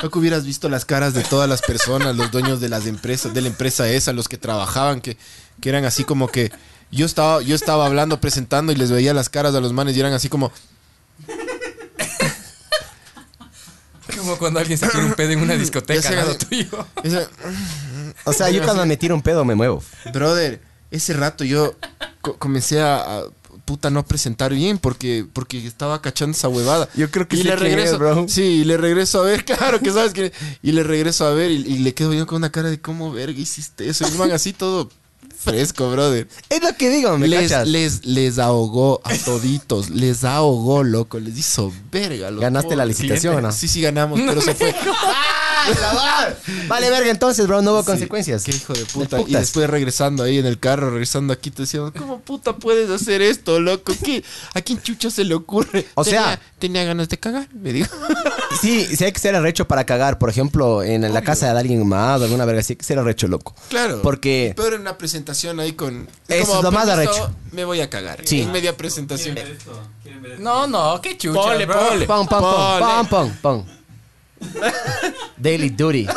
No que hubieras visto las caras de todas las personas, los dueños de las empresas, de la empresa esa, los que trabajaban, que, que eran así como que yo estaba, yo estaba hablando, presentando y les veía las caras a los manes y eran así como,
Como cuando alguien se tira un pedo en una discoteca
[CLEARS THROAT] Ya sé,
al
eh.
lado
ya sé.
tuyo.
esa-
O sea, yo cuando me tiro un pedo me muevo.
brother, ese rato yo co- comencé a, a, puta no presentar bien porque, porque estaba cachando esa huevada.
Yo creo que
y
sé
le
quién es,
regreso,
bro.
Sí, y le regreso a ver, [LAUGHS] claro que sabes que. Y le regreso a ver y, y le quedo yo con una cara de cómo verga hiciste eso. Y el man así todo fresco, brother.
Es lo que digo, me
Les,
cachas.
les, les ahogó a toditos, les ahogó, loco, les hizo verga, loco.
Ganaste la licitación, ¿o ¿no? ¡Ah,
Sí, sí, ganamos, pero se
[LAUGHS]
fue.
Vale, verga, entonces, bro, no hubo consecuencias.
Qué hijo de puta. y
putas.
después regresando ahí en el carro, regresando aquí, te decían, ¿cómo puta puedes hacer esto, loco? ¿Qué? ¿A quién chucha se le ocurre?
O
Tenía-
sea-
Tenía ganas de cagar, me dijo.
Sí, sí hay que ser arrecho para cagar. Por ejemplo, en la casa de alguien más o alguna verga, sí hay que ser arrecho loco.
Claro.
Porque
Peor en una presentación ahí con...
Eso es lo más
permiso,
arrecho.
Me voy a cagar.
Sí.
En media presentación.
No, no, qué chucha.
Ponle,
bro.
ponle.
Pon, pon, pon, pon, pon, pon.
[LAUGHS]
Daily duty.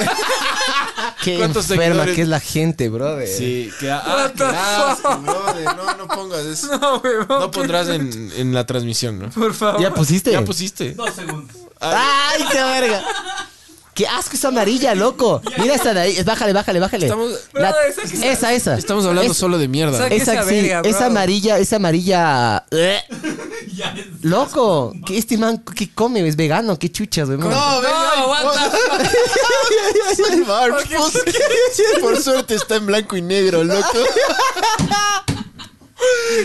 Qué enferma
¿Cuántos seguidores?
que es la gente, brother.
Sí, que... Ah, qué asco, brother. No, no pongas eso.
[LAUGHS] No, weón.
No
[LAUGHS]
pondrás en, en la transmisión, ¿no?
Por favor.
¿Ya pusiste?
Ya pusiste.
¡Ay, qué verga! ¡Qué asco esa amarilla, loco! Mira esa de ahí. Bájale, bájale, bájale.
Estamos-
La-
Brother, esa que-
esa, esa.
Estamos hablando
Es-
solo de mierda.
Saca-
Esa,
Esa
sí,
verga, bro.
esa amarilla, esa amarilla. eh. [LAUGHS] Loco, que este man que come es vegano, qué chuchas, weón.
No, venga,
No, what the fuck.
Soy Barb. [LAUGHS] Por suerte está en blanco y negro, loco.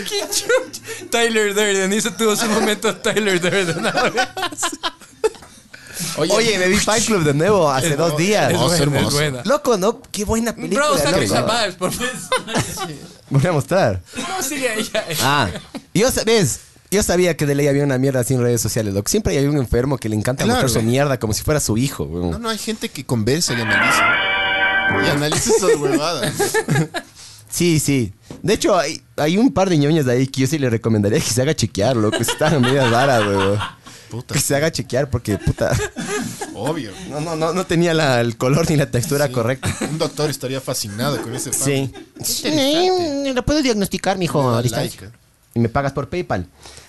Qué chucha. Tyler Durden, eso tuvo su momento Tyler Durden.
[LAUGHS] Oye, me vi Fight Club de nuevo hace dos días.
[LAUGHS] Es buena,
hermoso.
es buena.
Loco, ¿no? Qué buena película.
Bro, saca
loco.
esa vibes, por favor. [LAUGHS]
Voy a mostrar.
No, sigue ahí. eh. ahí.
Ah, yo sabes, yo sabía que de ley había una mierda así en redes sociales, loco. Siempre hay un enfermo que le encanta
Claro,
mostrar su
güey.
mierda como si fuera su hijo, weón.
No, no, hay gente que conversa y analiza. Y analiza esas huevadas.
Sí, sí. De hecho, hay, hay un par de ñoñas de ahí que yo sí le recomendaría que se haga chequear, loco. Están [LAUGHS] medias raras, weón.
Puta,
Que se haga chequear porque, puta, [LAUGHS]
obvio.
no, no, no, no tenía la- el color ni la textura correcta.
Un doctor estaría fascinado con ese fan.
Sí.
interesante.
Eh, Lo puedo diagnosticar, mijo.
Le da
a distancia.
like. ¿eh?
Y me pagas por PayPal.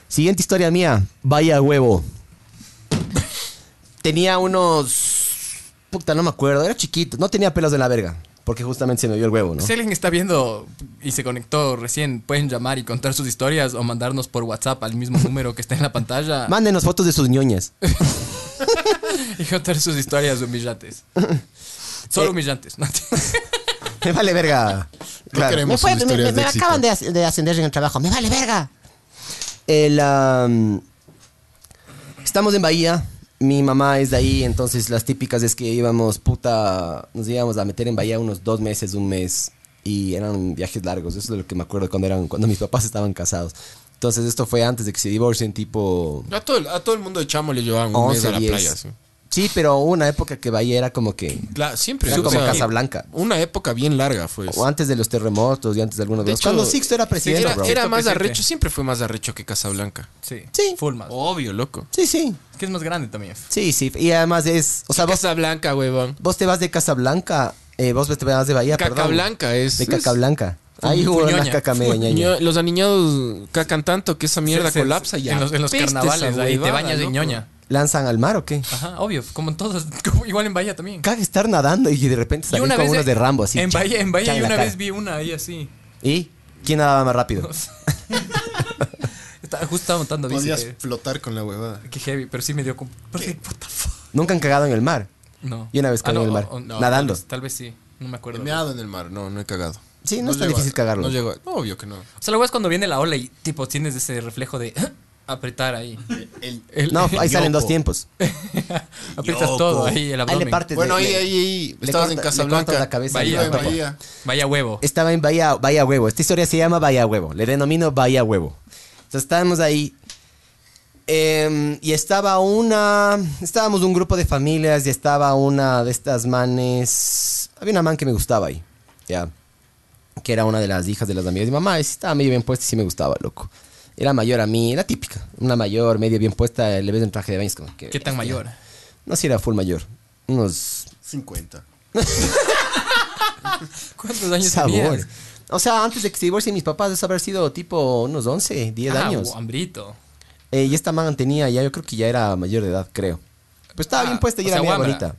Siguiente historia mía. Vaya huevo. Tenía unos. Puta, no me acuerdo. Era chiquito. No tenía pelos de la verga. Porque justamente se me vio el huevo, ¿no?
Si alguien está viendo y se conectó recién, pueden llamar y contar sus historias o mandarnos por WhatsApp al mismo número que está en la pantalla
Mándenos fotos de sus ñoñas.
y contar sus historias humillantes. Solo humillantes. ¿no? [LAUGHS]
Me vale verga. Claro.
queremos
Me fue-
sus
me,
historias
me-
de
me
éxito.
acaban de, as- de ascender en el trabajo. Me vale verga.
El, am, estamos en Bahía. Mi mamá es de ahí, entonces las típicas es que íbamos puta, nos íbamos a meter en Bahía unos dos meses, un mes, y eran viajes largos. Eso es lo que me acuerdo cuando eran, cuando mis papás estaban casados. Entonces esto fue antes de que se divorcien, tipo
A todo, el- a todo el mundo de chamo le llevaban un mes
11,
a la
10.
playa. sí.
Sí, pero hubo una época que Bahía era como que
Claro, siempre.
Era
sí, pues,
como Casablanca.
Una época bien larga fue.
Pues
o antes de los terremotos y antes de algunos de,
De
los-
hecho,
cuando Sixto era presidente,
era,
bro.
era más
Presidente.
arrecho, siempre fue más arrecho que Casablanca.
Sí.
Sí.
Full más.
Obvio, loco.
Sí, sí.
Es que es más grande también.
Sí, sí, y además es, o sea, vos,
Casablanca, huevón.
vos te vas de Casablanca, eh, vos te vas de Bahía, perdón.
Cacablanca es.
De
es-
Cacablanca. Ahí hubo
Fuñoña.
una caca media ñoña.
Ño- los aniñados cacan tanto que esa mierda
Se- se-
colapsa ya.
En los, en los
Peste
carnavales
esa
ahí te
huevada,
bañas de
loco.
ñoña.
¿Lanzan al mar o qué?
Ajá, obvio. Como en todos. [LAUGHS] como igual en Bahía también.
Caga estar nadando y de repente
Yo
salir con unos de Rambo así.
En
cha-
Bahía, en
cha
Bahía
en
yo
la
una
cara.
vez vi una ahí así.
¿Y? ¿Quién nadaba más rápido?
Estaba justo estaba montando bici.
Podías
Que,
flotar con la huevada.
que heavy, pero sí me dio como. porque, what the fuck?
Nunca han cagado en el mar.
No.
Yo una vez caí en el mar, nadando.
Tal vez, tal vez sí. No me acuerdo.
He meado en el mar, no, no he cagado.
Sí, no es tan
llego a-
difícil cagarlo.
No llego, a- obvio que no.
O sea, luego es cuando viene la ola y tipo tienes ese reflejo de ¿eh? apretar ahí. El-
No,
el
ahí salen dos
yopo.
tiempos.
Aprietas todo ahí
Ahí
el abdomen.
le partes.
bueno, ahí,
le-
ahí, ahí.
le
Estabas
corta-
en
le
Casablanca.
cortas la cabeza
Bahía,
en
Bahía.
Bahía.
Vaya huevo.
Estaba en Bahía, Bahía Huevo. Esta historia se llama Bahía Huevo. Le denomino Bahía Huevo. Entonces estábamos ahí. em, y estaba una. Estábamos un grupo de familias y estaba una de estas manes. Había una man que me gustaba ahí. Ya. Que era una de las hijas de las amigas de mi mamá. Y sí estaba medio bien puesta y sí me gustaba, loco. Era mayor a mí, era típica. Una mayor, medio bien puesta. Le ves en traje de baño. es como que- "Este,
¿Qué tan mayor?
No, si era full mayor. Unos
50.
¿Cuántos años
sabor.
tenías?
O sea, antes de que se divorcien mis papás, eso haber sido tipo unos 11, 10
Ah,
años.
hambrito.
Eh, y esta man tenía ya, yo creo que ya era mayor de edad, creo. Pues estaba
Ah,
bien puesta y
o
era
sea,
muy
guambra.
bonita.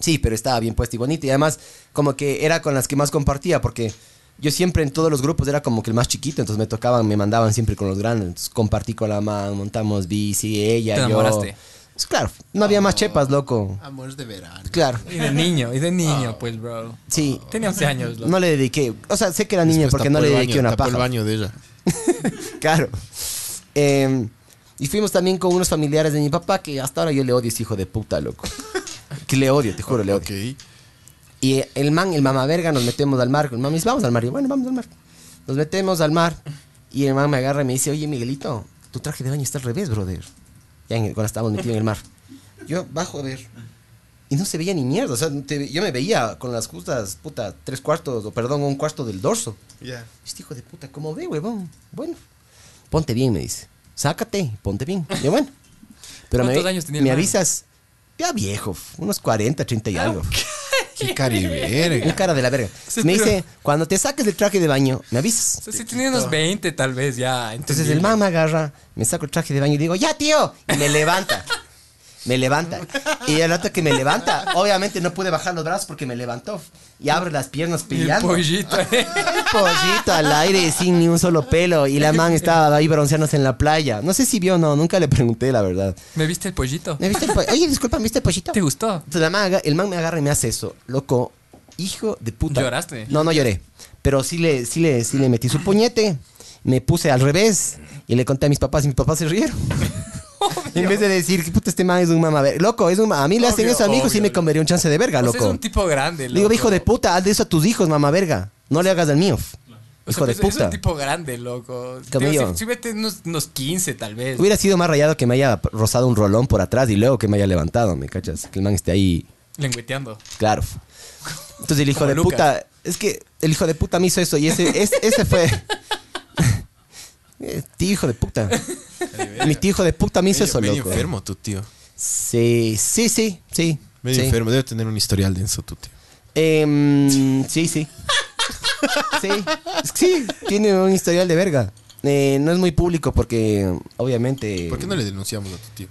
Sí, pero estaba bien puesta y bonita. Y además, como que era con las que más compartía, porque yo siempre en todos los grupos era como que el más chiquito, entonces me tocaban, me mandaban siempre con los grandes. Entonces compartí con la man, montamos bici, ella,
Te
yo.
enamoraste.
Pues claro, no había más chepas, loco.
Amor de verano.
Claro,
Y de niño, y de niño, pues, bro.
sí.
Tenía 11 años, loco.
No le dediqué, o sea, sé que era niña
Después
porque no
tapó
le
el
dediqué
baño,
una
tapó el
paja.
baño de ella.
Claro. Eh, y fuimos también con unos familiares de mi papá que hasta ahora yo le odio a ese hijo de puta, loco. Que le odio, te juro, le odio.
Ok.
Y eh, el man, el mamá verga, nos metemos al mar. El man me dice, vamos al mar. Y yo, bueno, vamos al mar. Nos metemos al mar. Y el man me agarra y me dice, oye, Miguelito, tu traje de baño está al revés, brother. Ya en el- cuando estábamos metidos en el mar. Yo bajo a ver. Y no se veía ni mierda. O sea, te- yo me veía con las justas, puta, tres cuartos, o perdón, un cuarto del dorso.
Ya.
Este hijo de puta, ¿cómo ve, huevón? Bueno, ponte bien, me dice. Sácate, ponte
[LAUGHS]
bien. Yo, bueno. Pero me,
¿Cuántos años tenía el
me
man? Ah,
avisas. Ya viejo, unos 40, 30 y algo.
Qué
Una
cariberga.
cara de la verga.
[LAUGHS] Sí,
me
pero-
dice, cuando te saques del traje de baño, me
O
avisas.
sea, sí tenía unos 20 tal vez ya.
Entonces el man me agarra, me saco el traje de baño y digo, ya, tío. Y me levanta. Me levanta. Y el rato que me levanta, obviamente no pude bajar los brazos porque me levantó. Y abro las piernas
Y el
pillando.
pollito. eh.
El pollito al aire sin ni un solo pelo y la man estaba ahí bronceándose en la playa. No sé si vio o no, nunca le pregunté la verdad.
¿Me viste
[LAUGHS]
el pollito?
¿Me viste el po- Oye, disculpa, ¿me viste el pollito?
¿Te gustó?
Entonces la man aga- el man me agarra y me hace eso, loco, hijo de puta.
¿Lloraste?
No, no lloré, pero sí le, sí le, sí le metí su puñete, me puse al revés y le conté a mis papás y mis papás se
[LAUGHS]
rieron. En vez de decir, que puta, este man es un mamá Loco, es un ma- a mí le hacen
Obvio,
eso a mi hijo, sí
obvio,
me
loco.
comería un chance de verga,
O
loco.
sea, Pues es un tipo grande,
Le digo,
loco.
hijo de puta, haz de eso a tus hijos, mamá verga. No le hagas al mío.
O
Hijo
sea,
de
pues, Es
puta.
un tipo grande, loco.
Camello.
Tío, si, si vete unos, unos 15 tal vez.
Hubiera sido más rayado que me haya rozado un rolón por atrás y luego que me haya levantado, ¿me cachas? Que el man esté ahí,
Lengüeteando.
claro. Entonces el hijo
Como
de
Lucas.
puta, es que el hijo de puta me hizo eso y ese, es- ese fue... [LAUGHS] Eh, Tío hijo
[LAUGHS]
de puta. Mi tío hijo de puta me hizo
Medio,
eso,
medio
loco.
enfermo tu tío.
Sí, sí, sí, sí.
Medio
sí.
enfermo. Debe tener un historial denso tu tío.
Em, sí, sí. [LAUGHS] Sí, es que sí, tiene un historial de verga. Eh, no es muy público porque, obviamente.
¿Por qué no le denunciamos a tu tío?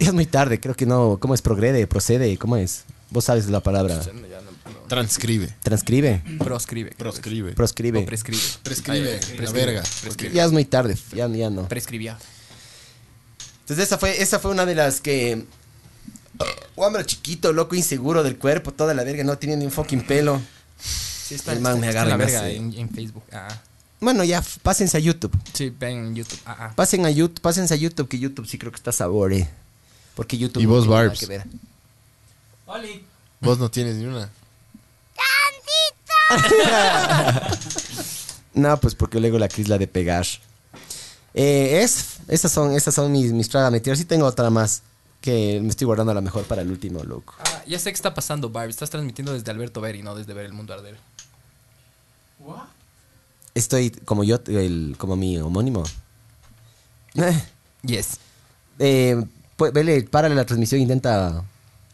Es muy tarde, creo que no. ¿Cómo es? Progrede, procede, ¿cómo es? Vos sabes la palabra.
weón.
Transcribe.
Transcribe,
Proscribe. creo que es.
Proscribe.
O
proscribe.
prescribe.
Prescribe. La verga. Porque-
Ya es muy tarde, ya, ya no.
Prescribía.
Entonces esa fue, esa fue una de las que... eh, Hombre chiquito, loco, inseguro del cuerpo, toda la verga, no tiene ni un fucking pelo.
Sí, está,
El man me
está-
agarra
está
y
en la
me
verga
hace-
en, en Facebook. Ah.
Bueno, ya, f- pásense a YouTube.
Sí, ven en YouTube. Ah, ah.
Pasen a YouTube, pásense a YouTube, que YouTube sí creo que está sabor, eh. Porque YouTube
Y
no
vos,
tiene nada
Barbs.
que ver.
Oli.
Vos no tienes ni una.
No, pues porque luego la Cris la de pegar. Eh, es, esas son, esas son mis, mis tragas metidas. Sí tengo otra más. Que me estoy guardando a la mejor para el último, loco.
Ah, ya sé qué está pasando, Barb. Estás transmitiendo desde Alberto Berry, no desde Ver el Mundo Arder.
Estoy como yo, el, como mi homónimo. Eh,
Yes.
eh, pues, vele, párale la transmisión, intenta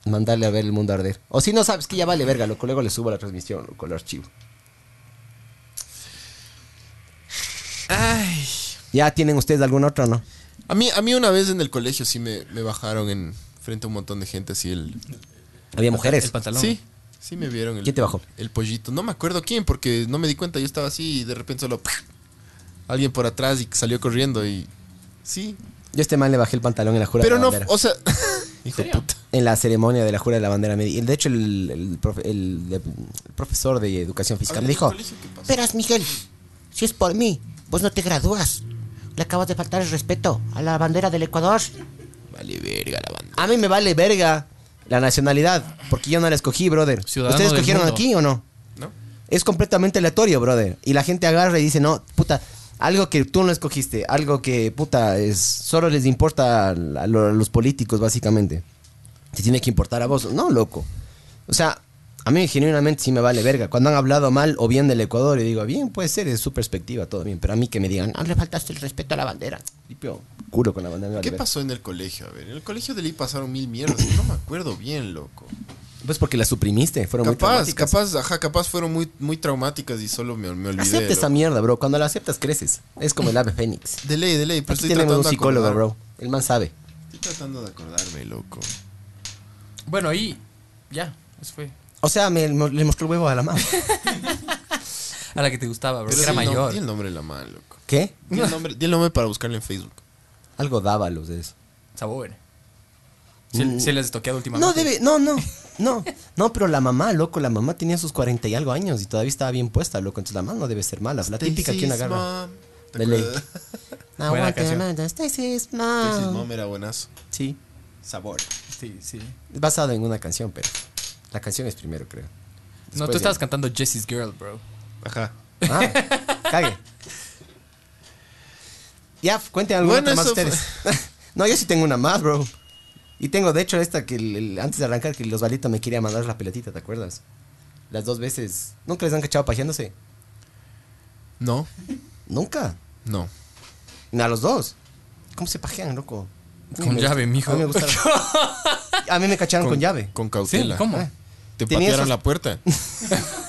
mandarle a ver el mundo arder. O si no sabes que ya vale verga, loco. Luego le subo la transmisión, loco, el archivo.
Ay.
¿Ya tienen ustedes alguna otra o no?
A mí, a mí una vez en el colegio sí me, me bajaron en frente a un montón de gente así el.
Había
El
mujeres.
pantalón.
Sí, sí me vieron el.
¿Quién te bajó?
El pollito. No me acuerdo quién, porque no me di cuenta, yo estaba así y de repente solo. Alguien por atrás y salió corriendo y. Sí.
Yo a este man le bajé el pantalón en la jura
Pero
de la
no,
bandera.
o sea. Hijo de puta.
En la ceremonia de la jura de la bandera. me di- De hecho, el, el profe- el- el profesor de educación física me dijo...
Verás, Miguel, si es por mí, vos no te gradúas. Le acabas de faltar el respeto a la bandera del Ecuador.
Vale, verga la banda.
A mí me vale verga la nacionalidad, porque yo no la escogí, brother.
Ciudadano
¿Ustedes
del
escogieron
mundo.
aquí o no?
¿No?
Es completamente aleatorio, brother. Y la gente agarra y dice, no, puta, algo que tú no escogiste, algo que, puta, es, solo les importa a, lo- a los políticos, básicamente. Te tiene que importar a vos. No, loco. O sea, a mí genuinamente sí me vale verga. Cuando han hablado mal o bien del Ecuador, y digo, bien, puede ser, es su perspectiva, todo bien. Pero a mí que me digan,
No le faltaste el respeto a la bandera.
limpio, culo con la bandera. me vale
¿Qué
verga".
pasó en el colegio? A ver, en el colegio de Lee pasaron mil mierdas. No me acuerdo bien, loco.
Pues porque la suprimiste, fueron muy
Capaz,
traumáticas.
capaz, ajá, capaz fueron muy, muy traumáticas y solo me, me olvidé.
Acepta esa
loco.
mierda, bro. Cuando la aceptas, creces. Es como el ave fénix.
De ley, de ley, pero
Aquí
estoy
tenemos
tratando
un
de
psicólogo,
acordar-
bro. El man sabe.
Estoy tratando de acordarme, loco.
Bueno, y ya. Eso fue.
O sea, me, mo- le mostró el huevo a la mano.
A la que te gustaba, bro.
Pero
que era
di el nom-
mayor.
Di el nombre de la man, loco.
[LAUGHS] ¿Qué?
Di el nombre, di el nombre para buscarle en Facebook.
Algo dábalos de eso.
Sabor. Se, se les toqueado últimamente.
Uh. No, debe, no, no, no. No, pero la mamá, loco, la mamá tenía sus cuarenta y algo años y todavía estaba bien puesta, loco. Entonces la mamá no debe ser mala. La típica que una
Stacy's
agarra.
Mom. ¿Te [LAUGHS]
De ley.
acuerdas?
No
Buena
aguante,
canción.
Amanda. This is
Ah.
Stacy's
mom.
Mom era buenazo.
Sí.
Sabor.
Sí, sí.
Es basado en una canción, pero. La canción es primero, creo.
no,
Después
tú
ya.
estabas cantando Jessie's Girl, bro.
Ajá.
Ah, cague. Ya, f- cuenten alguna
Bueno,
otra más
eso fue-
ustedes. [LAUGHS] no, yo sí tengo una más, bro. Y tengo, de hecho, esta que el- el- antes de arrancar, que los balitos me quería mandar la pelotita, ¿te acuerdas? Las dos veces. ¿Nunca les han cachado pajeándose?
No,
Nunca.
no.
A los dos. ¿Cómo se pajean, loco? A mí
Con
me
llave,
gusta-
mijo.
A mí me, gustaron. A mí me cacharon con, llave.
Con
Sí,
cautela.
¿cómo?
Ah.
Te
Tenía
patearon
esos-
la puerta.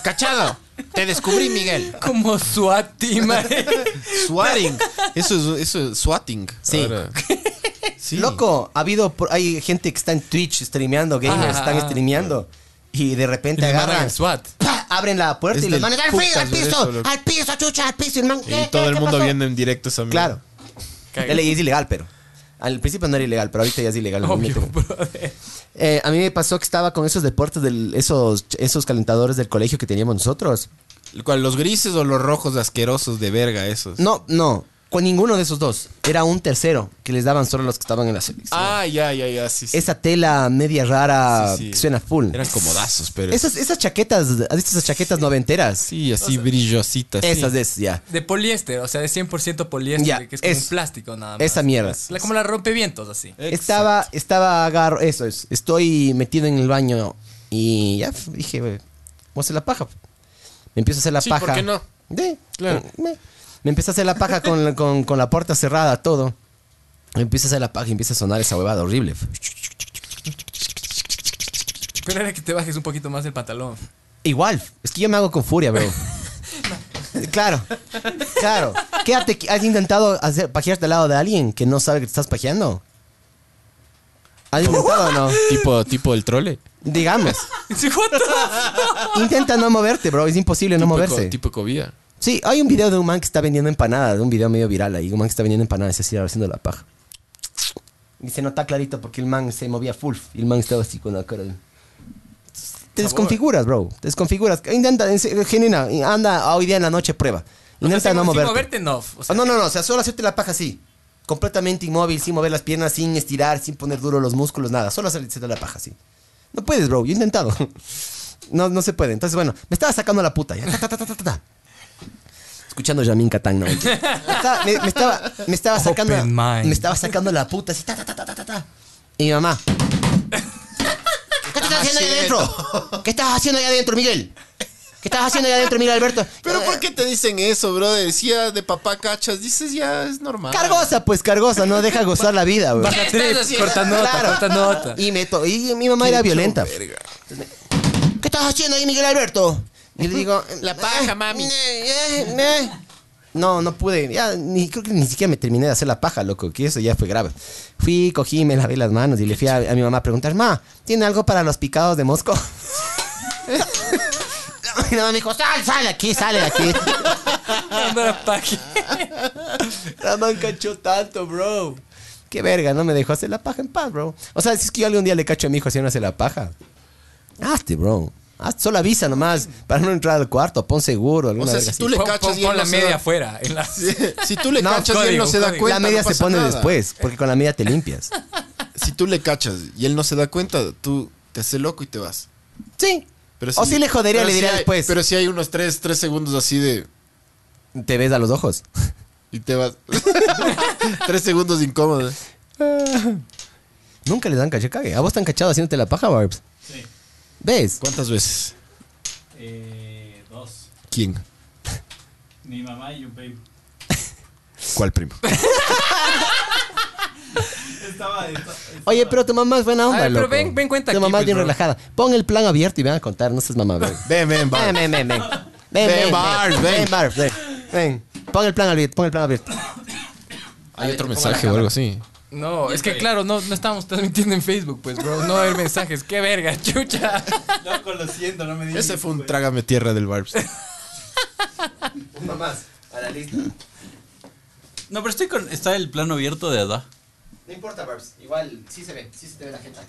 ¡Cachado! Te descubrí, Miguel.
Como SWAT team, eh.
[LAUGHS]
Swatting. Eso es, eso es swatting.
Sí.
Ahora. Sí.
Loco, ha habido, por- hay gente que está en Twitch streameando, gamers,
Ah,
están
ah,
streameando. Y de repente
Te agarran
agarran,
el SWAT.
¡pa! abren la puerta
Es
y les
del
mandan
Manes, al, piso, al
Putas, ver
piso,
eso, loco.
al piso, chucha, al piso. el man, ¿qué,
[LAUGHS]
Y todo
qué,
el
qué
mundo
pasó?
viendo en directo esa mierda.
Claro.
Cague.
Ya leí, es ilegal, pero. Al principio no era ilegal, pero ahorita ya es ilegal.
Obvio,
obviamente.
brother.
Eh, a mí me pasó que estaba con esos deportes, del, esos, esos calentadores del colegio que teníamos nosotros.
¿Lo cual, ¿Los grises o los rojos asquerosos de verga esos?
No, no, con ninguno de esos dos. Era un tercero que les daban solo los que estaban en la selección.
Ah, ya, ya, ya, sí, sí.
Esa tela media rara
Sí, sí.
que suena full.
Eran comodazos, pero...
Esas, esas chaquetas, ¿has visto esas chaquetas noventeras?
Sí, así brillositas. sí.
Esas de esas, ya.
De poliéster, o sea, de 100% poliéster,
Ya,
que es como
es-
un plástico nada más.
Esa mierda.
La- como la rompevientos, así.
Estaba, estaba agarro, eso es. Estoy metido en el baño y ya f- dije, "Ve, vamos a hacer la paja. Me empiezo a hacer la
Sí, ¿por
paja.
qué no?
De-
Claro.
con- me, me empiezo a hacer la paja con,
[LAUGHS]
la- con- con la puerta cerrada, todo. Me empiezo a hacer la paja y empieza a sonar esa huevada horrible.
Pero era que te bajes un poquito más el pantalón. [LAUGHS]
Igual, es que yo me hago con
[LAUGHS]
furia, bro. claro, claro. Quédate, que- ¿has intentado hacer pajearte al lado de alguien que no sabe que te estás pajeando? ¿Has intentado o no?
[LAUGHS]
Tipo, tipo el trole.
Digamos.
What the-
Intenta no moverte, bro. Es imposible no moverse.
Tipo comida.
Sí, hay un video de un man que está vendiendo empanadas, un video medio viral ahí, un man que está vendiendo empanadas y así haciendo la paja. Y se nota clarito porque el man se movía full y el man estaba así con la cara. de- Te desconfiguras, bro. Te desconfiguras. Intenta, en serio, genuina, anda hoy día en la noche prueba.
O sea,
Intenta
sin-
no
sin
moverte.
moverte, no. O
Ah,
sea,
no, no, no, o sea, solo hacerte la paja así. Completamente inmóvil, sin mover las piernas, sin estirar, sin poner duro los músculos, nada. Solo hacerte la paja así. No puedes, bro, yo he intentado. [LAUGHS] No, no se puede. Entonces, bueno, me estaba sacando la puta. ya, ta, ta, ta, ta, ta, ta. Escuchando Yamin Katang,
[LAUGHS]
no. mentira. Me estaba, me, me estaba, me estaba sacando.
Open mind.
Me estaba sacando la puta así. ta, ta, ta, ta, ta, ta, ta. Y mi
[LAUGHS]
mamá. ¿Qué
Ah,
estás haciendo ahí adentro? ¿Qué estás haciendo ahí adentro, Miguel? ¿Qué estás haciendo ahí adentro, Miguel
[LAUGHS]
Alberto?
Pero ¿por qué te dicen eso, brother? Decía de papá cachas, dices ya es normal.
Cargosa, pues cargosa, no deja gozar la vida, güey.
Baja trips, corta nota,
Claro. [LAUGHS]
corta nota.
Y, me to- y mi mamá era violenta. ¿Qué estás haciendo ahí, Miguel Alberto? Y le digo, "Eh, la paja, mami. eh". No, no pude. Ya, ni, creo que ni siquiera me terminé de hacer la paja, loco, que eso ya fue grave. Fui, cogí, me lavé las manos y le fui a, a mi mamá a preguntar, ma, ¿tiene algo para los picados de mosco? [LAUGHS] Y mi mamá me dijo, sal, sal de aquí, sal de aquí.
Ando a la página.
La man cachó Ah, tanto, bro. Qué verga, no me dejó hacer la paja en paz, bro. O sea, si es que yo algún día le cacho a mi hijo haciéndose la paja. Hazte, bro. Hazte, solo avisa nomás para no entrar al cuarto, pon seguro,
O
alguna
sea,
verga
si
así.
tú le
Pon-
cachas
pon-
y él
pon la
no se
media
da-
afuera. en la-
[LAUGHS] Si tú le
No,
cachas y él
código,
no se da
código.
cuenta.
La media
no
se
pasa
pone
nada.
después, porque con la media
[LAUGHS]
te limpias.
Si tú le cachas y él no se da cuenta, tú te haces loco y te vas.
Sí.
Pero
o sí le jodería,
pero
le
sí
diría
hay-
después.
Pero si hay unos 3 tres segundos así de.
Te ves a los ojos.
Y te vas. [LAUGHS] tres segundos incómodos.
Nunca les dan caché cague. ¿A vos te han cachado haciéndote la paja, Barbs?
Sí.
¿Ves?
¿Cuántas veces?
Eh, dos.
¿Quién?
Mi mamá y un primo.
¿Cuál primo?
Estaba de to-
Oye, pero tu mamá es buena onda,
A ver, pero
loco.
ven- ven cuenta
Tu
aquí,
mamá es
pues,
bien
bro.
relajada. Pon el plan abierto y ven a contar, no seas mamá, bro.
Ven, ven, va.
Ven, ven, ven, ven. Ven, ven,
Barb,
ven.
ven.
Ven, Barb, ven. Ven. Pon el plan abierto, pon el plan abierto.
Hay otro mensaje o algo así.
No, es que claro, no, no estábamos transmitiendo en Facebook, pues, bro. No hay mensajes. ¡Qué verga, [LAUGHS] chucha!
Loco, lo siento, [LAUGHS] no me di.
Ese fue un trágame tierra del Barbs.
Una más, a la lista.
No, pero estoy con. Está el plano abierto de Adá.
No importa, Barbs. Igual, sí se ve, sí se te ve la gente.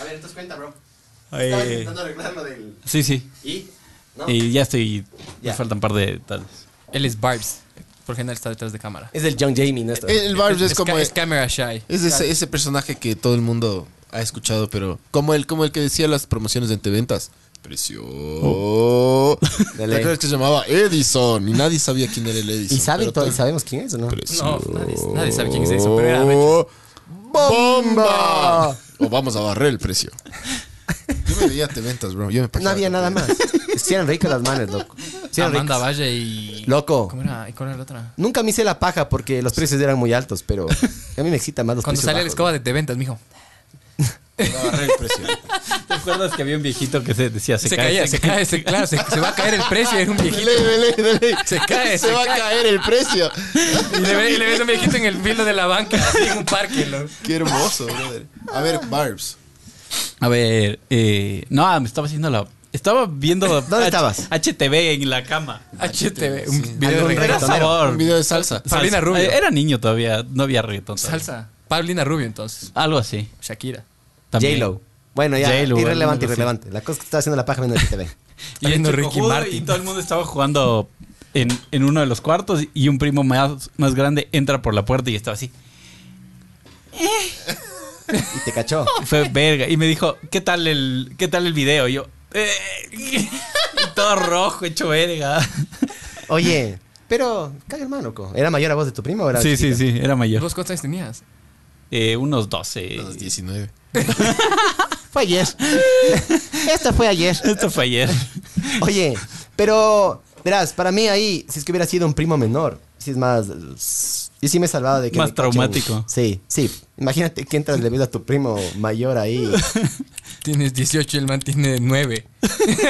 A ver, entonces cuenta, bro.
Eh,
arreglar lo del...
sí, sí.
¿Y?
Y ya estoy.
Ya.
Me faltan un par de tales.
Él es Barbs. Por general está detrás de cámara.
Es el John Jamie, ¿no?
El, el Barbs Pues es como.
ca- es camera shy.
Es ese, ese personaje que todo el mundo ha escuchado, pero como el, como el que decía las promociones de Enteventas. Precioso. [LAUGHS] ¿Te
Dale.
acuerdas que se llamaba Edison? Y nadie sabía quién era el Edison.
¿Y saben
pero
todo-
todo-
sabemos quién es o no?
No,
Precioso.
nadie, nadie sabe quién es eso, pero era recho.
¡Bomba! O vamos a barrer el precio. Yo me veía Enteventas, bro. Yo me
No
pajeaba
había
con
nada
todo.
más. Si eran ricas las manos, loco. Si eran
Amanda
ricas.
Valle y...
Loco.
¿Cómo era? ¿Y cuál era la otra?
Nunca me hice la paja porque los precios eran muy altos, pero a mí me excitan más los
Cuando
precios
sale la
bajos,
escoba de, de ventas, mijo.
Para barrer el precio.
¿Te acuerdas que había un viejito que se decía
Se, caía, se cae, se, claro, se, se va a caer el precio. Era un viejito.
Dele, dele, dele.
[LAUGHS] Se
[LAUGHS]
cae,
Se,
se
va a
cae.
caer el precio.
Y le, ve- y le ves a un viejito en el filo de la banca, así en un parque, loco. [LAUGHS]
Qué hermoso, brother. A ver, Barbs.
A ver, eh, no, me estaba haciendo la. Estaba viendo.
¿Dónde
H-
estabas?
HTV en la cama.
HTV, un video
Algún
de reggaetón.
Por favor.
Un video de salsa.
Salsa.
Paulina Rubio.
Eh, Era niño todavía, no había reggaetón. todavía.
Salsa. Paulina Rubio, entonces.
Algo así.
Shakira.
también.
J-Lo. Bueno, ya,
J-Lo,
irrelevante,
algo así.
irrelevante. La cosa es que estaba haciendo la paja viendo el TV.
Está viendo
Chico
Ricky
Judo,
Martin.
Y todo el mundo estaba jugando en, en uno de los cuartos y un primo más, más grande entra por la puerta y estaba así.
Y te cachó.
[LAUGHS]
Fue verga. Y me dijo, ¿qué tal el, qué tal el video? Y yo, "Eh". [LAUGHS] Y todo rojo, hecho verga.
Oye, pero, caga hermano, loco. ¿Era mayor a voz de tu primo o era
Sí, sí,
chiquita?
sí, era mayor.
¿Vos cuántos años tenías?
Eh, unos 12.
A las 19.
Fue [LAUGHS] ayer. Esto fue ayer.
Esto fue ayer.
Oye, pero, verás, para mí ahí, si es que hubiera sido un primo menor, si es más. Yo sí me salvaba de que.
Más
me cachen.
traumático.
Sí, sí. Imagínate que entras y le ves a tu primo mayor ahí.
Tienes 18 y el man tiene 9.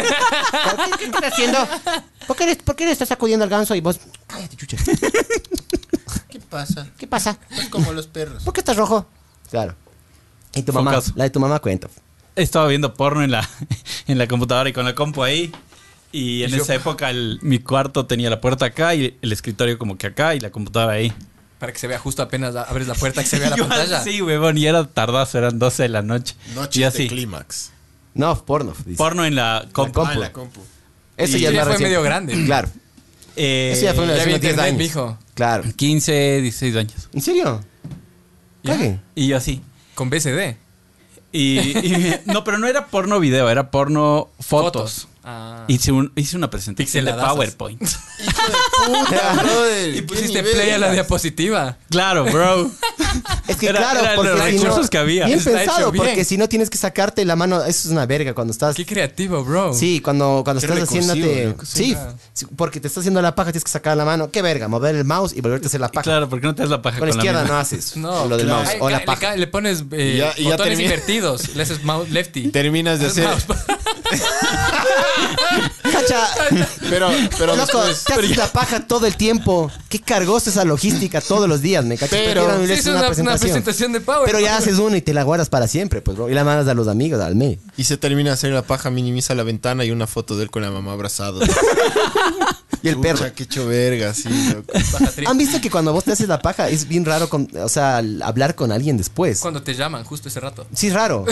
¿Qué, qué estás haciendo? ¿Por qué, le- ¿Por qué le estás sacudiendo al ganso y vos?
¿Qué pasa?
¿Qué pasa?
Es como los perros.
¿Por qué estás rojo?
Claro. Y tu mamá,
Focazo.
la de tu mamá cuenta.
Estaba viendo porno en la, en la computadora y con la compu ahí. Y en
Y yo-
esa época el- mi cuarto tenía la puerta acá y el escritorio como que acá y la computadora ahí.
Para que se vea justo apenas a- abres la puerta, que se [LAUGHS]
[LAUGHS]
vea la
Yo
pantalla.
así, huevón, y era tardazo, eran 12 de la noche. y
Noches de
así,
clímax.
No, porno. dice.
porno en la compu.
Ah, en la compu.
Eso
Y
ya es
ya
más
fue
reciente.
medio grande.
Claro.
Eh,
Eso ya fue una
ya
versión
vi
de 10
internet,
años.
mijo.
Claro.
15, 16 años.
¿En serio?
Ya.
Cague.
Y yo así.
Con BCD.
Y, y- no, pero no era porno video, era porno fotos.
Ah.
Hice, un- hice una presentación de
Pixeladazas.
PowerPoint.
Y
pues
pusiste play a la diapositiva.
Claro, bro.
Es que
Era-
claro,
eran
porque
los
si no-
recursos que había.
Bien
Está hecho
pensado,
bien.
porque si no tienes que sacarte la mano, eso es una verga cuando estás.
Qué creativo, bro.
Sí, cuando, cuando
Qué
estás
recursivo,
haciéndote.
loco,
Sí, sí, porque te estás haciendo la paja, tienes que sacar la mano. Qué verga, mover el mouse y volverte a hacer la paja.
Claro, porque no te das la paja
con la izquierda no
misma?
haces.
No,
lo del
claro.
mouse.
Ay,
O
ca-
la
le
paja.
ca- Le, pones eh,
Y ya- y ya
botones
termina-
invertidos. Le haces mouse lefty.
Terminas de hacer.
Mouse-
[LAUGHS] Cacha,
Pero, pero
loco,
después.
te haces la paja todo el tiempo. Qué cargosa esa logística todos los días, me cachas.
Pero-
Prefiero mil
Sí,
veces
es una, una presentación de Power.
Pero ya haces una y te la guardas para siempre, pues, bro. Y la mandas a los amigos, al mail.
Y se termina de hacer la paja, minimiza la ventana y una foto de él con la mamá
[LAUGHS]
abrazado.
Y el perro.
Pucha, qué hecho verga, sí, [LAUGHS] loco.
Baja tri-
¿Han visto que cuando vos te haces la paja es bien raro, con- o sea, al hablar con alguien después?
Cuando te llaman, justo ese rato.
Sí, es raro.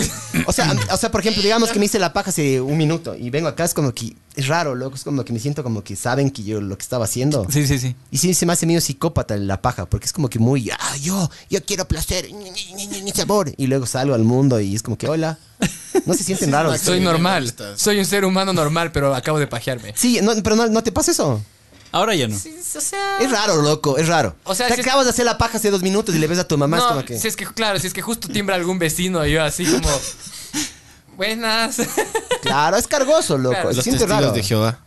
O sea, am- o sea, por ejemplo, digamos que me hice la paja hace un minuto y vengo acá, es como que es raro, loco. Es como que me siento como que saben que yo lo que estaba haciendo.
Sí, sí, sí.
Y sí, se me hace medio psicópata la paja, porque es como que muy, ah, yo, yo quiero placer, ñe, ñe, ñe, ñe, ñe, sabor. Y luego salgo al mundo y es como que, hola. No se sienten raros.
Soy
Sí,
normal.
estás.
Soy un ser humano normal, pero acabo de pajearme.
Sí, no, pero no, no te pasa eso.
Ahora ya no.
O sea.
Es raro, loco, es raro.
O sea,
te
si es-
acabas de hacer la paja hace dos minutos y le ves a tu mamá, es
No,
como que.
si es que, claro, si es que justo timbra algún vecino, yo así como. Buenas.
Claro, es cargoso, loco.
Claro.
Se
Los
siente
testigos
raro.
de Jehová.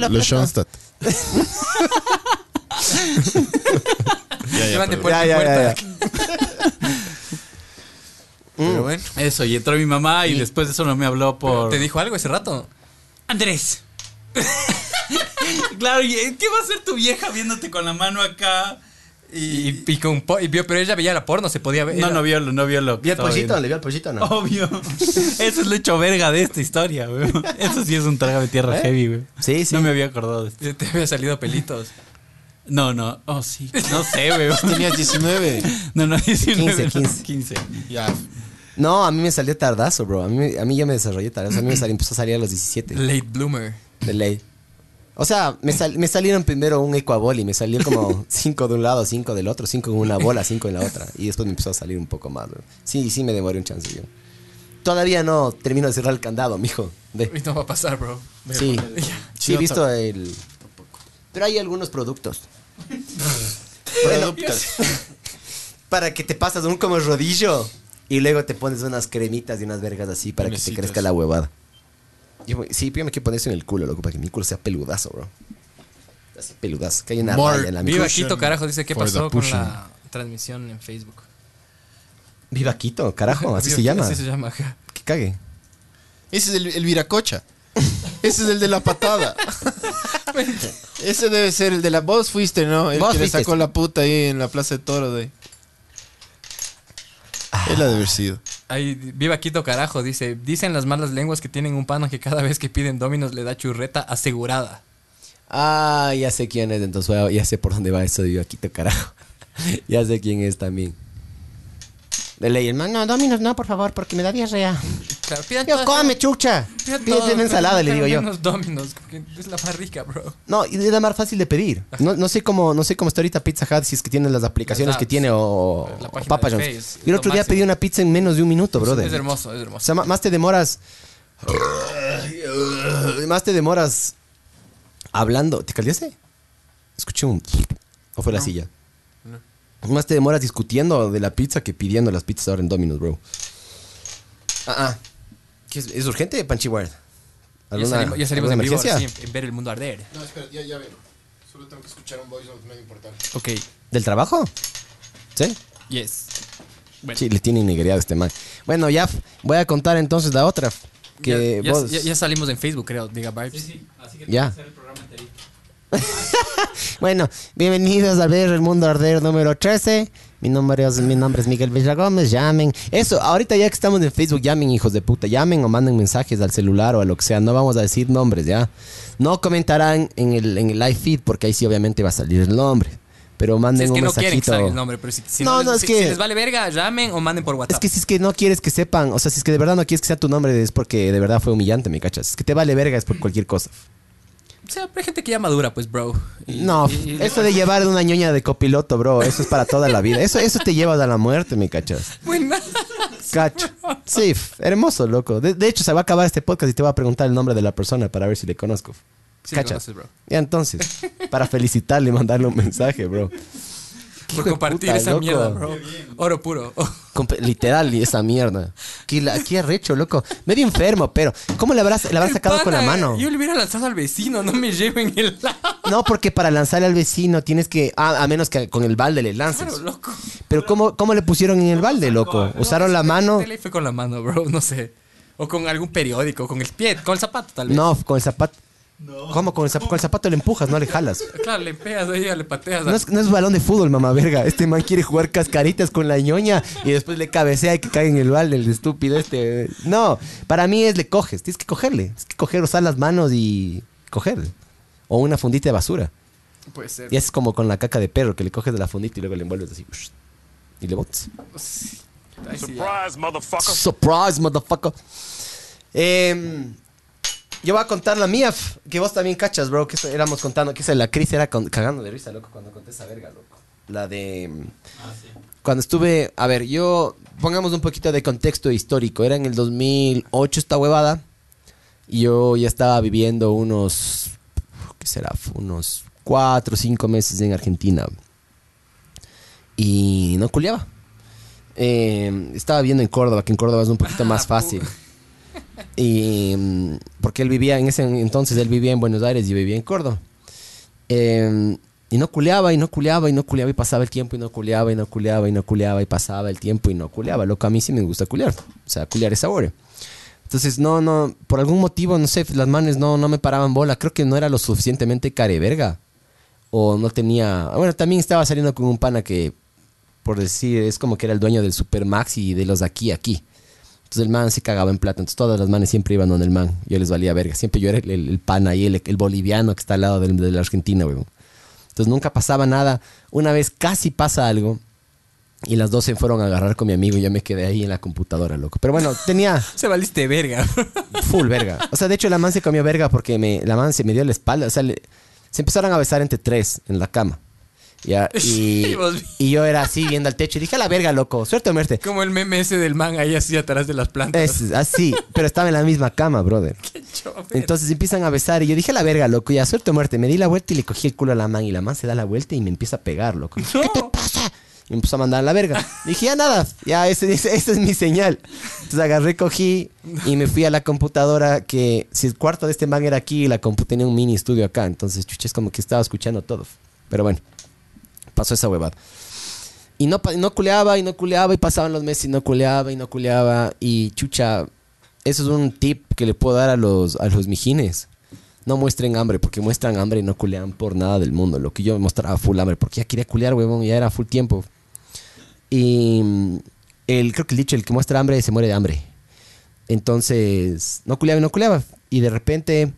Los los [LAUGHS] Schoenstatt. ya, ya,
[LAUGHS] Llevan de
perdón.
puerta
Ya,
en
ya, ya,
puerta.
Mm.
Pero bueno.
Eso, y entró mi mamá y después de eso no me habló por...
¿Te dijo algo ese rato?
Andrés. claro, y, eh, ¿qué va a hacer tu vieja viéndote con la mano acá?
Y,
Y...
y con po- y vio, pero ella veía la porno, se podía ver.
No,
era-
no vio, lo- no vio lo que
¿Vio el
estaba
pollito?
viendo.
¿Le vio el pollito o
Oh,
no?
Obvio. Eso es lo hecho verga de esta historia, güey. Eso sí es un trago de tierra
¿Eh?
heavy, güey.
Sí, sí.
No me había acordado de esto.
Te te había salido pelitos.
No, no. Oh, sí. No sé,
[LAUGHS]
güey.
Tenías 19.
No, no, 19,
15,
no,
15.
15.
Ya.
No, a mí me salió tardazo, bro. A mí, a mí ya me desarrollé tardazo. A mí me salió- empezó a salir a los 17
Late bloomer.
de ley. O sea, me, sal- me salieron primero un ecuabol y me salió como 5 de un lado, 5 del otro, 5 en una bola, 5 en la otra. Y después me empezó a salir un poco más, bro. Sí, sí me demoré un chance yo. Todavía no termino de cerrar el candado, mijo. Ve.
Y no va a pasar, bro. [LAUGHS]
Sí. Sí, he visto el... Pero hay algunos productos.
Productas.
Para que te pasas un como rodillo y luego te pones unas cremitas y unas vergas así para que te
Necesitas.
crezca la huevada. Yo, me- sí, yo me quiero poner eso en el culo, loco, para que mi culo sea peludazo, bro. Así peludazo, que hay una
More
raya en la mitad.
Viva
Cushion
Quito, carajo, dice qué
for
pasó
the
con
pushing.
la transmisión en Facebook.
Viva Quito, carajo, así
Viva
se
Quito,
llama.
Así se llama, ajá.
Que cague.
Ese es el, el viracocha. Ese es el de la patada. Ese debe ser el de la. Vos fuiste, ¿no? El
Vos
que
fuiste.
le sacó la puta ahí en la plaza de toros. De... Él ha de haber sido.
Ahí, viva Quito, carajo, dice. Dicen las malas lenguas que tienen un pana que cada vez que piden dominos le da churreta asegurada.
Ah, ya sé quién es, entonces voy a- ya sé por dónde va eso de Viva Quito, carajo. [LAUGHS] ya sé quién es también. De ley, hermano, no, Dominos, no, por favor, porque me da diarrea.
Claro, pidan
Yo,
todas-
come, chucha.
pidan
Pídete
todo,
una ensalada, le
pero
digo yo.
menos dominos, porque es la más rica, bro.
No, y era más fácil de pedir. No, no sé cómo no sé cómo está ahorita Pizza Hut, si es que tiene las aplicaciones
Las
que
apps.
tiene o, o
La página
Papa
de
John's.
Face, es
Yo el
lo
otro día
máximo.
pedí una pizza en menos de un minuto, brother.
Es hermoso, es
O
hermoso.
sea, ma- más te demoras. más te demoras hablando. ¿Te caldeaste? Escuché un. ¿O fue la silla? Más te demoras discutiendo de la pizza que pidiendo las pizzas ahora en Domino's, bro. Ah, ah. ¿Qué es, es urgente, Panchi Ward?
Ya salimos, ya salimos en
alguna
vivo
emergencia?
ahora sí, en ver el mundo arder.
No, espera, ya, ya veo. Solo tengo que escuchar un voice note medio importante.
Ok,
¿Del trabajo? ¿Sí?
yes. Bueno.
Sí, le tiene negreado este man. Bueno, ya f- voy a contar entonces la otra. f- Que
ya, ya-
vos.
ya- ya salimos en Facebook, creo, diga Vibes.
Ya. [LAUGHS] bueno, bienvenidos a ver el mundo arder número 13. Mi nombre es, mi nombre es Miguel Villa Gómez, llamen. Eso, ahorita ya que estamos en Facebook, llamen, hijos de puta, llamen o manden mensajes al celular o a lo que sea. No vamos a decir nombres, ya. No comentarán en el, en el live feed porque ahí sí obviamente va a salir el nombre. Pero
Si
manden
es que
un
no quieren que
mensajito.
salga el nombre, pero si, si
No,
les-
no, es
si-
que-
si les vale verga, llamen o manden por
Es
WhatsApp.
que si es que no quieres que sepan, o sea, si es que de verdad no quieres que sea tu nombre, es porque de verdad fue humillante, ¿me cachas? Es que te vale verga, es por cualquier cosa.
O sea, pero hay gente que ya madura, pues,
[LAUGHS]
bro. Y-
No,
y- y-
eso de llevar una ñoña de copiloto, bro, eso es para toda la vida. Eso, eso te lleva a la muerte, ¿me cachas?
Buena.
Cacho. Sí, f- hermoso, loco. De, de hecho, se va a acabar este podcast y te voy a preguntar el nombre de la persona para ver si le conozco.
Sí,
Cacha.
conoces, bro.
Ya entonces, para felicitarle y mandarle un mensaje, bro.
Por compartir
puta,
esa
loco.
mierda, bro. Oro puro.
Compa- Literal, y esa mierda. Qué, la- qué arrecho, loco. Medio enfermo, pero ¿cómo le habrás, le habrás
El
sacado con la
pana,
mano?
Yo le hubiera lanzado al vecino, no me lleven el lado.
No, porque para lanzarle al vecino tienes que. ah, a menos que con el balde le lances.
Claro, loco.
Pero ¿cómo, ¿cómo le pusieron en el balde, loco? ¿Usaron la mano?
Tele fue con la mano, bro, no sé. O con algún periódico, con el pie, con el zapato tal vez.
No, con el zapato. ¿Cómo? Con el, zap- con el zapato le empujas, no le jalas.
Claro, le pegas ahí, le pateas.
No es, no es balón de fútbol, mamá verga. Este man quiere jugar cascaritas con la ñoña y después le cabecea y que caiga en el balde, el estúpido este. No, para mí es le coges. Tienes que cogerle. Tienes que coger, usar las manos y cogerle. O una fundita de basura.
Puede ser.
Y es como con la caca de perro, que le coges de la fundita y luego le envuelves así. ush, Y le botas.
Ahí Pues sí, ya.
Surprise, motherfucker. Em, yo voy a contar la mía, f- que vos también cachas, bro, que eso éramos contando, que esa de la Cris era con- cagando de risa, loco, cuando conté esa verga, loco. La de... em, Cuando estuve, a ver, yo, pongamos un poquito de contexto histórico, era en el 2008 esta huevada, y yo ya estaba viviendo unos, ¿qué será? F- Unos cuatro o cinco meses en Argentina. Y no culiaba. Eh, estaba viviendo en Córdoba, que en Córdoba es un poquito más fácil. Y mm, porque él vivía en ese entonces, él vivía en Buenos Aires y yo vivía en Córdoba. Eh, y no culeaba, y no culeaba, y no culeaba, y pasaba el tiempo, y no culeaba, y no culeaba, y no culeaba, y pasaba el tiempo, y no culeaba. Loco, a mí sí me gusta culear. O sea, culear es sabor. Entonces, no, no, por algún motivo, no sé, las manes no, no me paraban bola. Creo que no era lo suficientemente careverga. O no tenía. Bueno, también estaba saliendo con un pana que, por decir, es como que era el dueño del Supermax y de los de aquí a aquí. Entonces el man se cagaba en plata. Entonces todas las manes siempre iban donde el man. Yo les valía verga. Siempre yo era el, el- el pan ahí, el, el boliviano que está al lado del, de la Argentina, weón. Entonces nunca pasaba nada. Una vez casi pasa algo. Y las dos se fueron a agarrar con mi amigo y yo me quedé ahí en la computadora, loco. Pero bueno, tenía
Se valiste verga. [LAUGHS]
full verga. O sea, de hecho la man se comió verga porque me, la man se me dio la espalda. O sea, le- se empezaron a besar entre tres en la cama. Ya, y,
Sí, vos-
y yo era así viendo al techo y dije, a la verga, loco, suerte o muerte.
Como el meme ese del man ahí así atrás de las plantas.
Es así, pero estaba en la misma cama, brother.
Chover.
Entonces empiezan a besar y yo dije, a la verga, loco, ya suerte o muerte. Me di la vuelta y le cogí el culo a la man y la man se da la vuelta y me empieza a pegar, loco. ¿Qué te pasa? Y me empezó a mandar a la verga. Dije, ya nada, ya ese- ese- esa es mi señal. Entonces agarré, cogí y me fui a la computadora que si el cuarto de este man era aquí, la compu tenía un mini estudio acá. Entonces, chuches, como que estaba escuchando todo. Pero bueno, pasó esa huevada. Y no, pa- y no culeaba, y no culeaba, y pasaban los meses, y no culeaba, y no culeaba. Y chucha, eso es un tip que le puedo dar a los, a los mijines. No muestren hambre, porque muestran hambre y no culean por nada del mundo. Lo que yo mostraba full hambre, porque ya quería culear, huevón, ya era full tiempo. Y mm, el, creo que el dicho, el que muestra hambre se muere de hambre. Entonces, no culeaba y no culeaba. Y de repente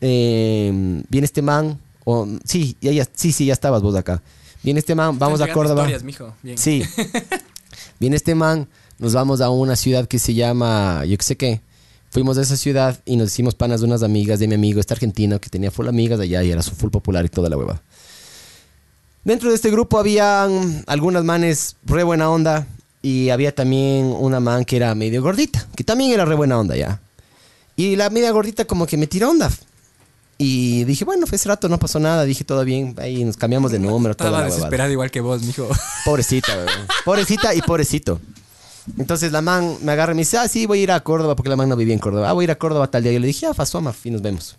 eh, viene este man, o, sí, ya, ya- sí, sí, ya estabas vos acá. Viene este man, vamos a
Están llegando
Córdoba.
historias, mijo. Bien.
Sí.
[LAUGHS]
Viene este man, nos vamos a una ciudad que se llama, yo qué sé qué. Fuimos a esa ciudad y nos hicimos panas de unas amigas de mi amigo, este argentino que tenía full amigas allá y era su full popular y toda la hueva. Dentro de este grupo habían algunas manes re buena onda y había también una man que era medio gordita, que también era re buena onda ya. Y la media gordita como que me tiró onda. Y dije, bueno, fue ese rato no pasó nada, dije todo bien, ahí nos cambiamos de número, toda
Estaba
la huevada.
desesperado igual que vos,
[LAUGHS]
mijo.
Pobrecita, weón. Pobrecita y pobrecito. Entonces la man me agarra y me dice, ah, sí, voy a ir a Córdoba, porque la man no vivía en Córdoba. Ah, voy a ir a Córdoba tal día. Yo le dije, ah, Fasoma, y nos vemos.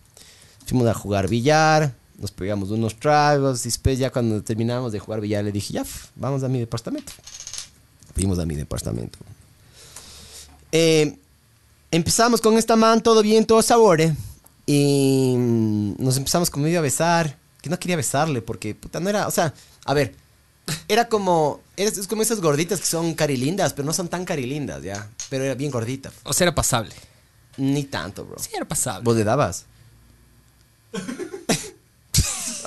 Fuimos a jugar billar, nos pegamos unos tragos, y después ya cuando terminamos de jugar billar le dije, ya, f, vamos a mi departamento. Fuimos a mi departamento. Eh, empezamos con esta man, todo bien, todo sabor, ¿eh? Y mm, nos empezamos como medio a besar. Que no quería besarle porque, puta, no era. O sea, a ver, Era como. Es, es como esas gorditas que son carilindas, pero no son tan carilindas, ya. Pero era bien gordita.
O sea, era pasable.
Ni tanto, bro.
Sí, era pasable.
¿Vos le dabas?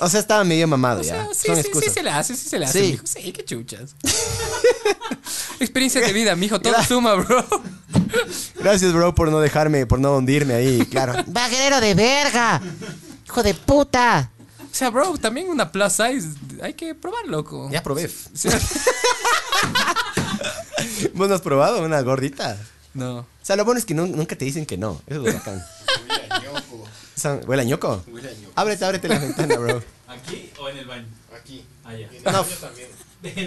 o sea, estaba medio mamado
O sea,
ya.
sí,
Son
sí, sí
excusas.
se le hace, sí se le hace,
Sí.
mijo. Sí, qué chuchas. [LAUGHS] Experiencia de vida, mijo, todo suma, bro.
Gracias, bro, por no dejarme, por no hundirme ahí,
[LAUGHS]
claro.
¡Vaguero de verga! ¡Hijo de puta!
O sea, bro, también una plus size, hay que probar, loco.
ya probé.
Sí. [LAUGHS]
¿Vos no has probado una gordita?
No.
O sea, lo bueno es que nun- nunca te dicen que no. Eso es lo bacán. Son- ¿Huele a ñoco?
Huele a ñoco.
Ábrete, ábrete la ventana, bro.
¿Aquí o en el baño? Ah,
Aquí.
Allá.
No.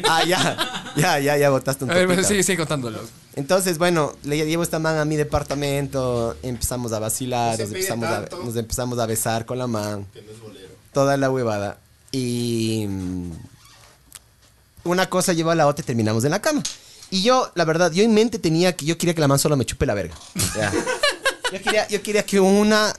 Ah, ya. Ya, ya, ya botaste un
A ver, pues,
topito.
bueno, sigue, sigue contando, loco.
Entonces, bueno, le llevo esta man a mi departamento, empezamos a vacilar,
No se
nos
pegue
empezamos, a,
tanto.
nos empezamos a besar con la man. Toda la huevada. Y mm, una cosa llevó a la otra y terminamos en la cama. Y yo, la verdad, yo en mente tenía que yo quería que la man solo me chupe la verga.
[LAUGHS]
Ya. Yo, quería, yo quería que una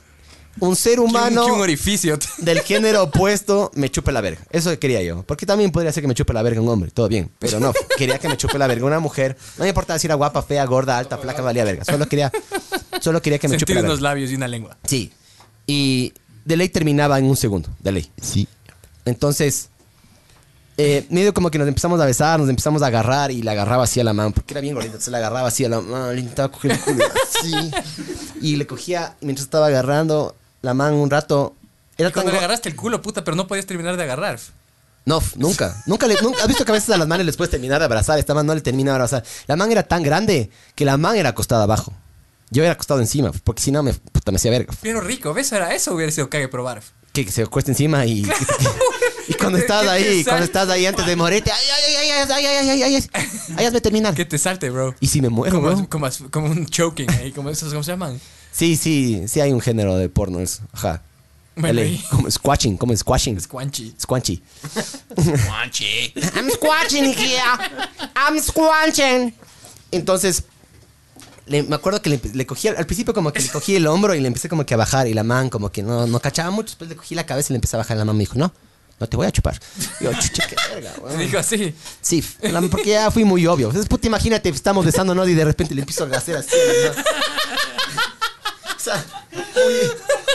un ser humano
Que un orificio. [LAUGHS]
del género opuesto me chupe la verga. Eso quería yo. Porque también podría ser que me chupe la verga un hombre, todo bien. Pero no, quería que me chupe la verga una mujer. No me importaba si era guapa, fea, gorda, alta, flaca, valía verga. Solo quería, solo quería que me chupe
Sentir
la
unos
verga.
labios y una lengua.
Sí. Y de ley terminaba en un segundo, de ley.
Sí.
Entonces, eh, medio como que nos empezamos a besar, nos empezamos a agarrar y la agarraba así a la mano, porque era bien gordita, se la agarraba así a la mano, le intentaba coger el culo
[LAUGHS]
así. Y le cogía, y mientras estaba agarrando la mano un rato, era
Y Cuando
tan
le
go-
agarraste el culo, puta, pero no podías terminar de agarrar.
No, f- nunca. Nunca le. Nunca, ¿Has visto que a veces a las manes les puedes terminar de abrazar? Esta man no le termina de abrazar. La man era tan grande que la man era acostada abajo. Yo era acostado encima, porque si no me, puta, me hacía verga.
Pero rico, ¿ves? Era eso hubiera sido cague probar.
Que se acueste encima y. y
[LAUGHS]
cuando
Que-
estás
que
ahí,
te
cuando
sal-
estás ahí antes de morirte. ¡Ay, ay, ay, ay, ay, ay, ay, ay, ay! ¡Ay, hazme terminar!
Que te salte, bro.
Y si me muero,
Como,
bro.
como, como un choking ahí, como esos, ¿cómo se llaman?
Sí, sí, sí hay un género de porno, eso. Ajá.
Bueno,
Dale,
y-
como squashing, como squashing.
Squanchy.
Squanchy.
I'm squatching here. I'm squatching.
Entonces, le- me acuerdo que le, empe- le cogí, al al principio como que le cogí el hombro y le empecé como que a bajar y la man como que no, no cachaba mucho, después le cogí la cabeza y le empecé a bajar la man me dijo, no, no te voy a chupar. Y yo, chucha, qué verga,
Te
weón".
digo así.
Sí, la- porque ya fui muy obvio. Entonces, puta, imagínate, estamos besándonos y de repente le empiezo a hacer así. ¿no? O sea, muy,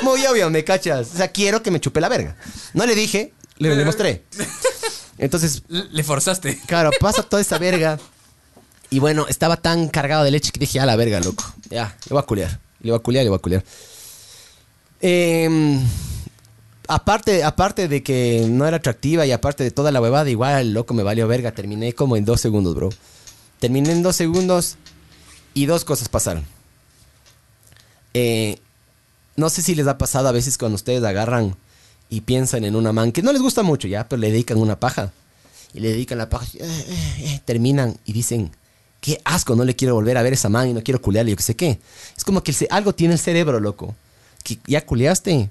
muy obvio, me cachas. O sea, quiero que me chupe la verga. No le dije, le le mostré. Entonces,
Le le forzaste.
Claro, pasa toda esa verga. Y bueno, estaba tan cargado de leche que dije, a la verga, loco. Ya, le voy a culear. Le voy a culear, le voy a culear. Em, aparte, aparte de que no era atractiva y aparte de toda la huevada, igual el loco me valió verga. Terminé como en dos segundos, bro. Terminé en dos segundos y dos cosas pasaron. Eh, no sé si les ha pasado a veces cuando ustedes agarran y piensan en una man que no les gusta mucho ya, pero le dedican una paja. Y le dedican la paja. eh, eh, eh, terminan y dicen, qué asco, no le quiero volver a ver a esa man y no quiero culearle, yo qué sé qué. Es como que el ce- algo tiene el cerebro, loco. Que ya culeaste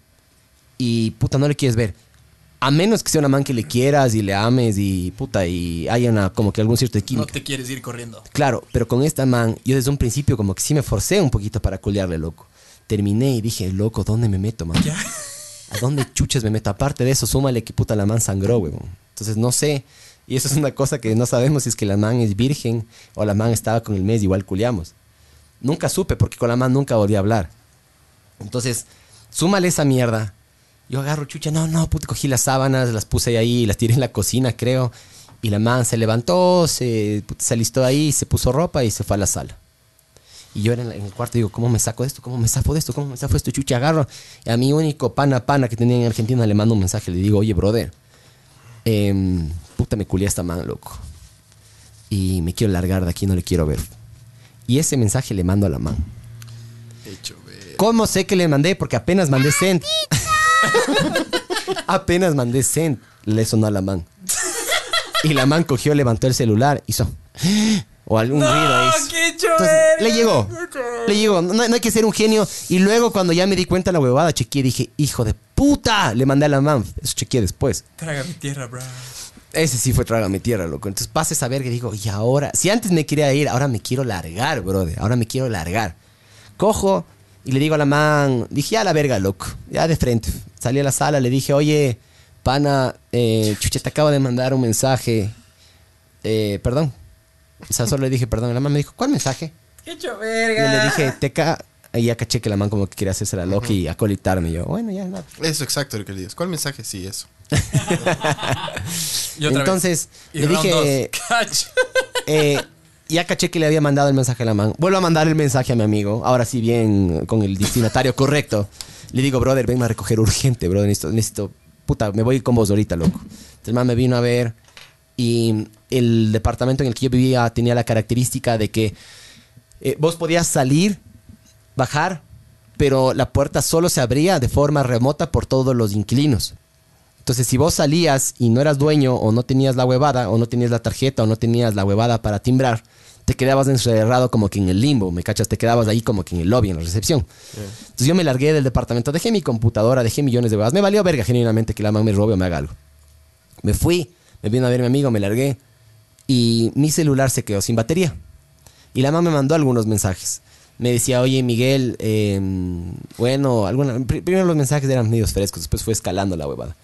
y puta, no le quieres ver. A menos que sea una man que le quieras y le ames y puta, y haya una, como que algún cierto de
No
química.
te quieres ir corriendo.
Claro, pero con esta man, yo desde un principio como que sí me forcé un poquito para culearle, loco. Terminé y dije, loco, ¿dónde me meto, man? ¿A dónde chuches me meto? Aparte de eso, súmale que puta la man sangró, weón. Entonces no sé. Y eso es una cosa que no sabemos si es que la man es virgen o la man estaba con el mes, igual culeamos. Nunca supe porque con la man nunca volví a hablar. Entonces, súmale esa mierda. Yo agarro chucha, no, no, puta, cogí las sábanas, las puse ahí, las tiré en la cocina, creo. Y la man se levantó, se, puta, se alistó ahí, se puso ropa y se fue a la sala. Y yo era en la- en el cuarto digo, ¿cómo me saco de esto? ¿Cómo me saco de esto? ¿Cómo me saco de esto? Chucha, agarro. Y a mi único pana pana que tenía en Argentina le mando un mensaje, le digo, oye, brother, em, puta, me culé a esta man, loco. Y me quiero largar de aquí, no le quiero ver. Y ese mensaje le mando a la man.
Hecho, ver.
¿Cómo sé que le mandé? Porque apenas mandé send. apenas mandé send. Le sonó a la man. Y la man cogió, levantó el celular, hizo. [GASPS] O algún ruido ahí. Entonces, le llegó. Le llegó. No, no hay que ser un genio. Y luego, cuando ya me di cuenta la huevada, chequeé dije, hijo de puta. Le mandé a la man. Eso chequeé después.
Traga mi tierra, bro.
Ese sí fue trágame tierra, loco. Entonces pases a ver que digo, y ahora, si antes me quería ir, ahora me quiero largar, brother. Ahora me quiero largar. Cojo y le digo a la man, dije, ya la verga, loco. Ya de frente. Salí a la sala, le dije, oye, pana, eh, chucha, te acabo de mandar un mensaje. eh, perdón. O sea, solo le dije perdón. Y la mamá me dijo, ¿cuál mensaje?
Hecho
Y yo
verga.
le dije, teca. Y ya caché que la mamá como que quería hacerse la loca y acolitarme. Y yo, bueno, ya nada.
Eso, exacto, lo que le digas. ¿Cuál mensaje? Sí, eso.
Y otra
Entonces,
vez. Y
le
round
dije,
dos. Cacho.
eh, ya caché que le había mandado el mensaje a la man. Vuelvo a mandar el mensaje a mi amigo. Ahora sí, bien, con el destinatario [LAUGHS] correcto. Le digo, brother, venme a recoger urgente, brother. Necesito, necesito- puta, me voy con vos ahorita, loco. Entonces, el man me vino a ver. Y el departamento en el que yo vivía tenía la característica de que eh, vos podías salir, bajar, pero la puerta solo se abría de forma remota por todos los inquilinos. Entonces, si vos salías y no eras dueño, o no tenías la huevada, o no tenías la tarjeta, o no tenías la huevada para timbrar, te quedabas encerrado como que en el limbo, ¿me cachas? Te quedabas ahí como que en el lobby, en la recepción. Entonces, yo me largué del departamento, dejé mi computadora, dejé millones de huevadas. Me valió verga genuinamente que la mamá me robe o me haga algo. Me fui, me vino a ver mi amigo, me largué, y mi celular se quedó sin batería. Y la mamá me mandó algunos mensajes. Me decía, oye Miguel, eh, bueno, alguna, pri- primero los mensajes eran medios frescos, después fue escalando la huevada.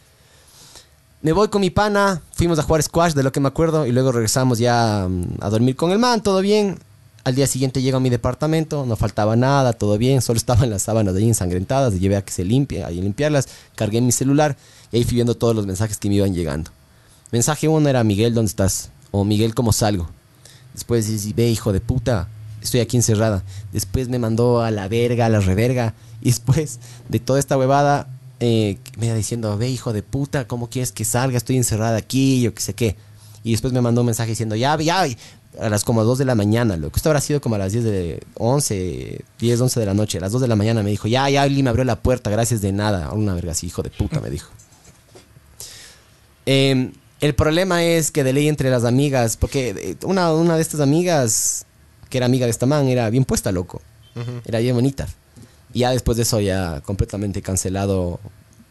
Me voy con mi pana, fuimos a jugar squash, de lo que me acuerdo, y luego regresamos ya mm, a dormir con el man, todo bien. Al día siguiente llego a mi departamento, no faltaba nada, todo bien, solo estaban las sábanas ahí ensangrentadas, y llevé a que se limpie, ahí a limpiarlas, cargué mi celular y ahí fui viendo todos los mensajes que me iban llegando. Mensaje uno era Miguel, ¿dónde estás? O Miguel, ¿cómo salgo? Después dice, ve hijo de puta, estoy aquí encerrada. Después me mandó a la verga, a la reverga. Y después de toda esta huevada, eh, me iba diciendo, ve hijo de puta, ¿cómo quieres que salga? Estoy encerrada aquí, yo qué sé qué. Y después me mandó un mensaje diciendo, ya, ya, a las como 2 de la mañana, lo que esto habrá sido como a las 10 de 11, 10, 11 de la noche. A las 2 de la mañana me dijo, ya, ya, Oli me abrió la puerta, gracias de nada. Una verga así, hijo de puta, me dijo. Eh, el problema es que de ley entre las amigas, porque eh, una, una de estas amigas, que era amiga de esta man, era bien puesta, loco. Era bien bonita. Y ya después de eso, ya completamente cancelado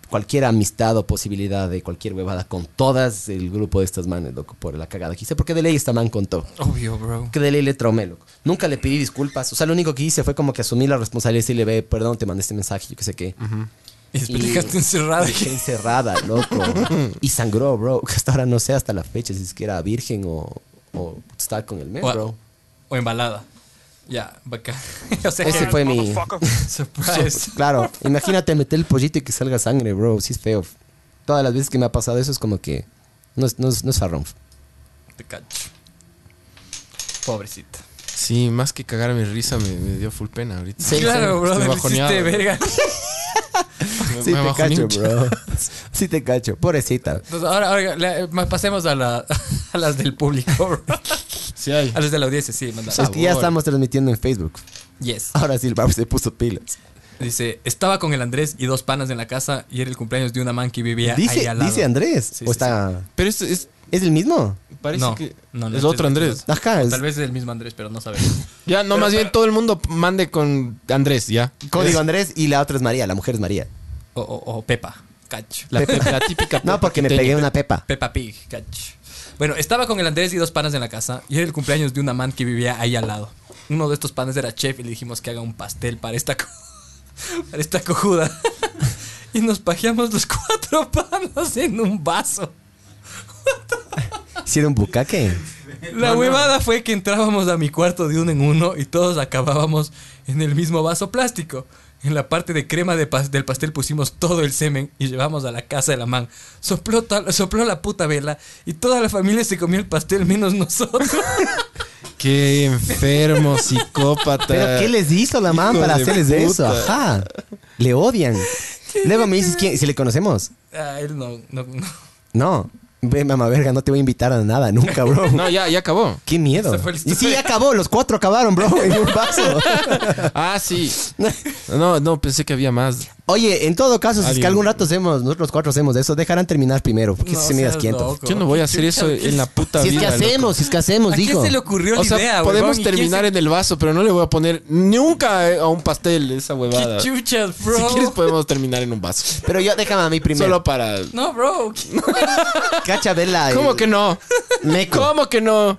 cualquier amistad o posibilidad de cualquier huevada con todas el grupo de estas manes, loco, por la cagada que hice. Porque de ley esta man contó.
Obvio, bro.
Que de ley le traumé, loco. Nunca le pedí disculpas. O sea, lo único que hice fue como que asumí la responsabilidad y le ve, perdón, te mandé este mensaje, yo qué sé qué.
Y después
Y-
dejaste encerrado.
Dejé encerrada,
[LAUGHS]
loco. y sangró, bro. [LAUGHS] Que hasta ahora no sé hasta la fecha si es que era virgen o, o está con el mes,
O-
bro.
O embalada. Ya, bacán. [LAUGHS] O sea,
Ese
que-
fue mi. [LAUGHS]
Surprise.
Claro, imagínate meter el pollito y que salga sangre, bro. Sí es feo. Todas las veces que me ha pasado eso es como que. No es, no es, no es farrón.
Te cacho. Pobrecita.
Sí, más que cagar mi risa, me, me dio full pena ahorita. [LAUGHS]
claro, bro.
Estoy
Me
bajoneado.
hiciste verga.
Me-
Sí
me
te
bajoneé
cacho,
mucho.
bro. [LAUGHS] Sí te cacho. Pobrecita.
Entonces, ahora, ahora la- ma- pasemos a, la- [LAUGHS] a las del público,
[LAUGHS]
bro.
Sí hay.
A las de la audiencia, sí, manda.
Es que ya estamos transmitiendo en Facebook.
Yes.
Ahora sí el Babo se puso pilas.
Dice, estaba con el Andrés y dos panas en la casa y era el cumpleaños de una man que vivía ahí
Dice,
al lado.
dice Andrés.
Sí,
o
sí,
está.
Pero esto es.
¿Es el mismo?
Parece
No,
que.
no, no,
es
este
otro
es-
Andrés.
Ajá. es-
Tal vez es el mismo Andrés, pero no
[LAUGHS]
sabemos.
Ya, no, más bien todo el mundo mande con Andrés, ya.
Código Andrés y la otra es María, la mujer es María.
O, o- o Pepa, cacho.
La, la típica.
No, porque me pegué una pepa.
Pepa Pig, cacho. Bueno, estaba con el Andrés y dos panas en la casa y era el cumpleaños de una man que vivía ahí al lado. Uno de estos panas era chef y le dijimos que haga un pastel para esta, co- [LAUGHS] para esta cojuda. [LAUGHS] Y nos pajeamos los cuatro [LAUGHS] panas en un vaso.
Hicieron bucaque.
La huevada fue que entrábamos a mi cuarto de uno en uno y todos acabábamos en el mismo vaso plástico. En la parte de crema de pas- del pastel pusimos todo el semen y llevamos a la casa de la man. Sopló, tal- sopló la puta vela y toda la familia se comió el pastel
[LAUGHS]
menos nosotros.
Qué [LAUGHS] enfermo, psicópata.
¿Pero qué les hizo la man
Hijo
para
de
hacerles
puta.
eso? Ajá. Le odian. Luego me dices, ¿quién? ¿si le conocemos?
Ah, él no, no, no.
No. Ve, mamá verga, no te voy a invitar a nada nunca,
[LAUGHS]
bro.
No, ya, ya acabó.
Qué miedo.
fue el
Y sí,
historia.
ya acabó. Los cuatro acabaron, bro, en un
[LAUGHS]
vaso.
Ah, sí. No, no, pensé que había más.
Oye, en todo caso, si es que
Alguien.
algún rato hacemos, nosotros cuatro hacemos eso, dejarán terminar primero. Porque
No
si se miras
seas
quieto.
loco.
Yo no voy a hacer eso en la puta
Si es que
vida. loco.
hacemos, si es que hacemos,
¿A quién
dijo.
se le ocurrió la
O sea,
idea, huevón?
podemos
¿Y quién
terminar
se-
en el vaso, pero no le voy a poner nunca eh, a un pastel esa huevada.
¿Qué
Si
chuchas, bro?
quieres podemos terminar en un vaso.
Pero yo, déjame a mí primero.
Solo para...
No, bro. ¿qué-
Cacha, vela.
¿Cómo que no?
Meco.
¿Cómo que no?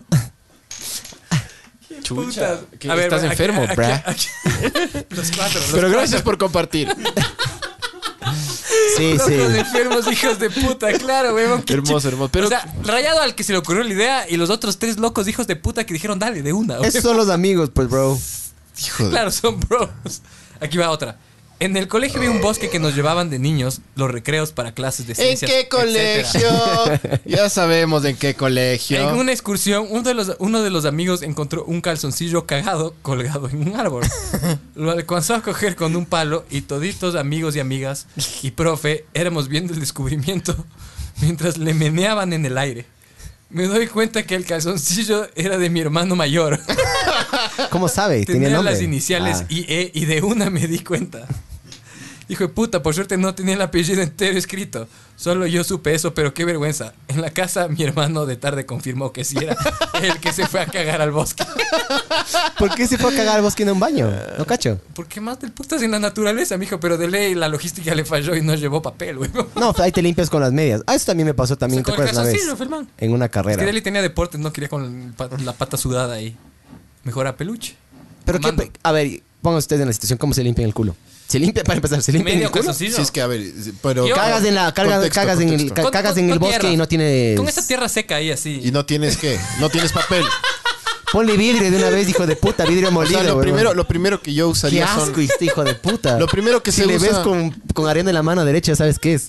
putas?
que estás
aquí-
enfermo,
aquí-
bra.
aquí- Los cuatro. los
Pero gracias por compartir.
Sí,
Locos
sí.
enfermos, hijos de puta, claro, weón. qué
Hermoso,
chi-
hermoso, pero-
O sea, rayado al que se le ocurrió la idea y los otros tres locos hijos de puta que dijeron, dale, de una, weón.
Esos son los amigos, pues, bro.
Hijo de...
[LAUGHS] Claro, son bros. Aquí va otra. En el colegio había un bosque que nos llevaban de niños los recreos para clases de
¿En
ciencias.
qué
etcétera.
colegio? [LAUGHS] ya sabemos en qué colegio.
En una excursión, uno de, los, uno de los amigos encontró un calzoncillo cagado colgado en un árbol. Lo alcanzó a coger con un palo y toditos amigos y amigas y profe éramos viendo el descubrimiento mientras le meneaban en el aire. Me doy cuenta que el calzoncillo era de mi hermano mayor.
¿Cómo
[LAUGHS]
sabe? Tenía
Tenía
nombre.
las iniciales
Ah.
IE y de una me di cuenta. [LAUGHS] Hijo de puta, por suerte no tenía el apellido entero escrito. Solo yo supe eso, pero qué vergüenza. En la casa, mi hermano de tarde confirmó que sí era [LAUGHS] el que se fue a cagar al bosque.
¿Por qué se fue a cagar al bosque en un
[LAUGHS]
baño? No cacho.
¿Por qué más del putas en la naturaleza, mijo? Pero de ley la logística le falló y no llevó papel, güey. [LAUGHS]
No, ahí te limpias con las medias. Ah, eso también me pasó también, ¿te
Sacó el
acuerdas una vez?
calzoncillo, Fermán.
En una
Es
carrera.
que de ley tenía deportes, no quería con el pa- la pata sudada ahí. Mejor a peluche.
Pero qué,
Mando.
pe- a ver, pongan ustedes en la situación, ¿cómo se limpian el culo? Se limpia para empezar, se limpia
Medio
el culo.
calzoncillo.
Si es que, a ver, pero...
Yo-
Cagas en la carga,
Contexto,
cagas en el
contexto.
ca-
Con-
cagas
con-
en el
con
bosque
tierra.
y no tienes
Con esa tierra seca ahí, así.
Y no tienes qué, no tienes [LAUGHS] papel.
Ponle vidrio de una vez, hijo de puta,
[LAUGHS]
vidrio
O
molido.
sea, lo
weón.
primero, lo primero que yo
Qué
usaría
asco,
son...
este hijo de
[LAUGHS]
puta.
Lo primero que
si
se
le
usa-
ves con, con arena en la mano derecha, ¿sabes qué es?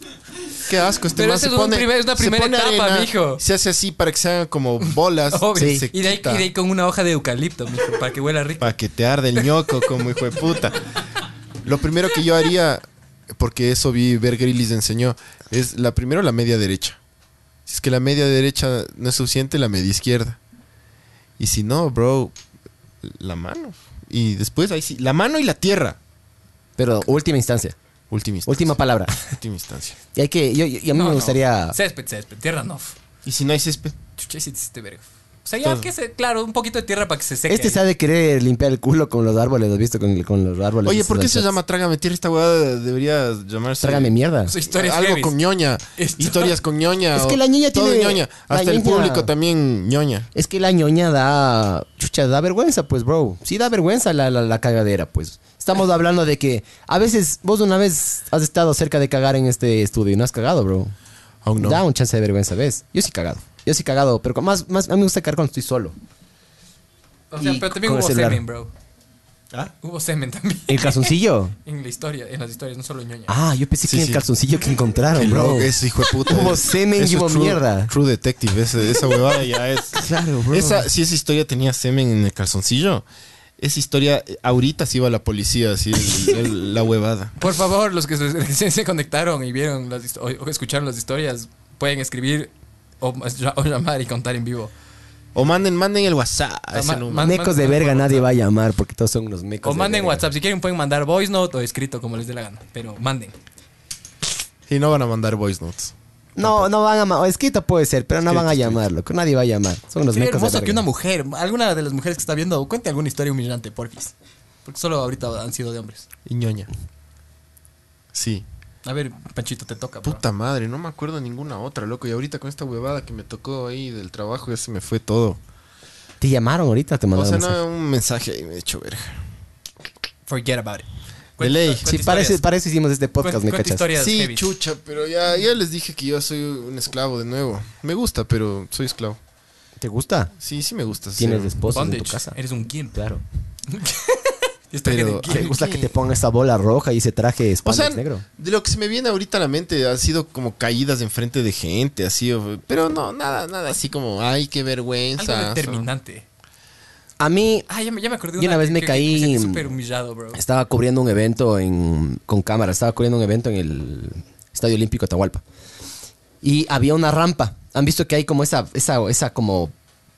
Qué asco, este
Pero
man
ese
se
es un
pone-
primer- es una
se
primera
pone
etapa,
arena,
mijo.
Se hace así para que se hagan como bolas.
[LAUGHS] Obvio.
se- se
Y, de ahí,
quita.
y de ahí con una hoja de eucalipto, mijo, para que
[LAUGHS]
huela rico.
Para que te arde el ñoco como hijo de puta. Lo primero que yo haría, porque eso vi Ver Grylls enseñó, es la primero la media derecha. Si es que la media derecha no es suficiente, la media izquierda. Y si no, bro, la mano. Y después ahí sí, la mano y la tierra.
Pero última instancia,
Última instancia.
última palabra.
Última
[LAUGHS]
instancia.
Y hay que, yo, yo- y a mí
No,
me
no.
gustaría...
Césped, césped, tierra no.
Y si no hay césped.
Chucha, si te hiciste verga. O sea, ya que se, claro, un poquito de tierra para que se seque.
Este
ahí.
sabe querer limpiar el culo con los árboles, ¿lo has visto? Con, con los árboles.
Oye,
esos
¿por qué
del
se
chat.
llama Trágame Tierra? Esta weá debería llamarse...
Trágame mierda.
Su historia es
algo
heavy.
con ñoña.
Esto-
Historias con ñoña.
Es
o
que la ñoña
todo
tiene-
ñoña.
la
Hasta el
ñoña-
público también ñoña.
Es que la ñoña da. Chucha, da vergüenza, pues, bro. Sí, da vergüenza la, la, la cagadera, pues. Estamos hablando de que a veces, vos una vez has estado cerca de cagar en este estudio y no has cagado, bro.
Oh,
Aún no.
Da un chance de vergüenza, ¿ves? Yo sí cagado. Yo sí cagado, pero con- más, más a mí me gusta cagar cuando estoy solo.
O sea,
y
pero también
con
hubo
el celular.
semen, bro. ¿Ah? Hubo semen también. [LAUGHS]
¿El calzoncillo?
En la historia, en las historias, no solo ñoña.
Ah, yo pensé
Sí,
que
sí.
el calzoncillo que encontraron, bro.
Es hijo de puta.
Hubo
eh.
semen y
Eso es
hubo
true-
mierda.
True Detective, ese- esa huevada ya es.
Claro, [LAUGHS] bro.
Esa, si esa historia tenía semen en el calzoncillo, esa historia eh, ahorita se iba a la policía, así el- el- la huevada.
Por favor, los que se, [LAUGHS] se- se conectaron y vieron las histo- o, o escucharon las historias, pueden escribir o, o llamar y contar en vivo.
O manden, manden el WhatsApp. a ese
Ah, ma-
número.
man-
Mecos de
man-
verga nadie va a llamar porque todos son unos mecos.
O
de
manden
verga.
WhatsApp. Si quieren, pueden mandar voice note o escrito, como les dé la gana. Pero manden.
y no van a mandar voice notes.
No, no van a llamar. Escrito puede ser, pero no van a llamar, loco. Nadie va a llamar. Son unos
Sería
mecos de
hermoso
verga.
que una mujer, alguna de las mujeres que está viendo, cuente alguna historia humillante, porfis. Porque solo ahorita han sido de hombres.
Y ñoña. Sí.
A ver, Panchito, te toca. bro.
Puta madre, no me acuerdo ninguna otra, loco. Y ahorita con esta huevada que me tocó ahí del trabajo, ya se me fue todo.
Te llamaron ahorita, te
O
mandaron.
sea,
mensaje.
no, un mensaje ahí me he hecho verga.
Forget about it.
De ley.
cuenta
Sí, para eso,
historias.
para eso hicimos este podcast,
Cuenta-
¿me
cuenta
cachas?
historias
Sí,
heavy.
chucha, pero ya, ya les dije que yo soy un esclavo de nuevo. Me gusta, pero soy esclavo.
¿Te gusta?
Sí, sí me gusta.
Tienes
ser-
esposos en tu
Bondage.
casa.
Eres un gimp.
Claro.
Historia
Pero-
de gimp.
¿Te gusta que te ponga esa bola roja y ese traje
O sea,
spandex negro?
de lo que se me viene ahorita a la mente ha sido como caídas enfrente de gente, así. o- Pero no, nada, nada, así como, ay, qué vergüenza.
Algo determinante.
A mí
Ah, ya me, ya me acordé.
Yo una vez me caí-
Súper humillado, bro.
estaba cubriendo un evento en, con cámara, estaba cubriendo un evento en el Estadio Olímpico de Atahualpa. Y había una rampa. Han visto que hay como esa, esa, esa como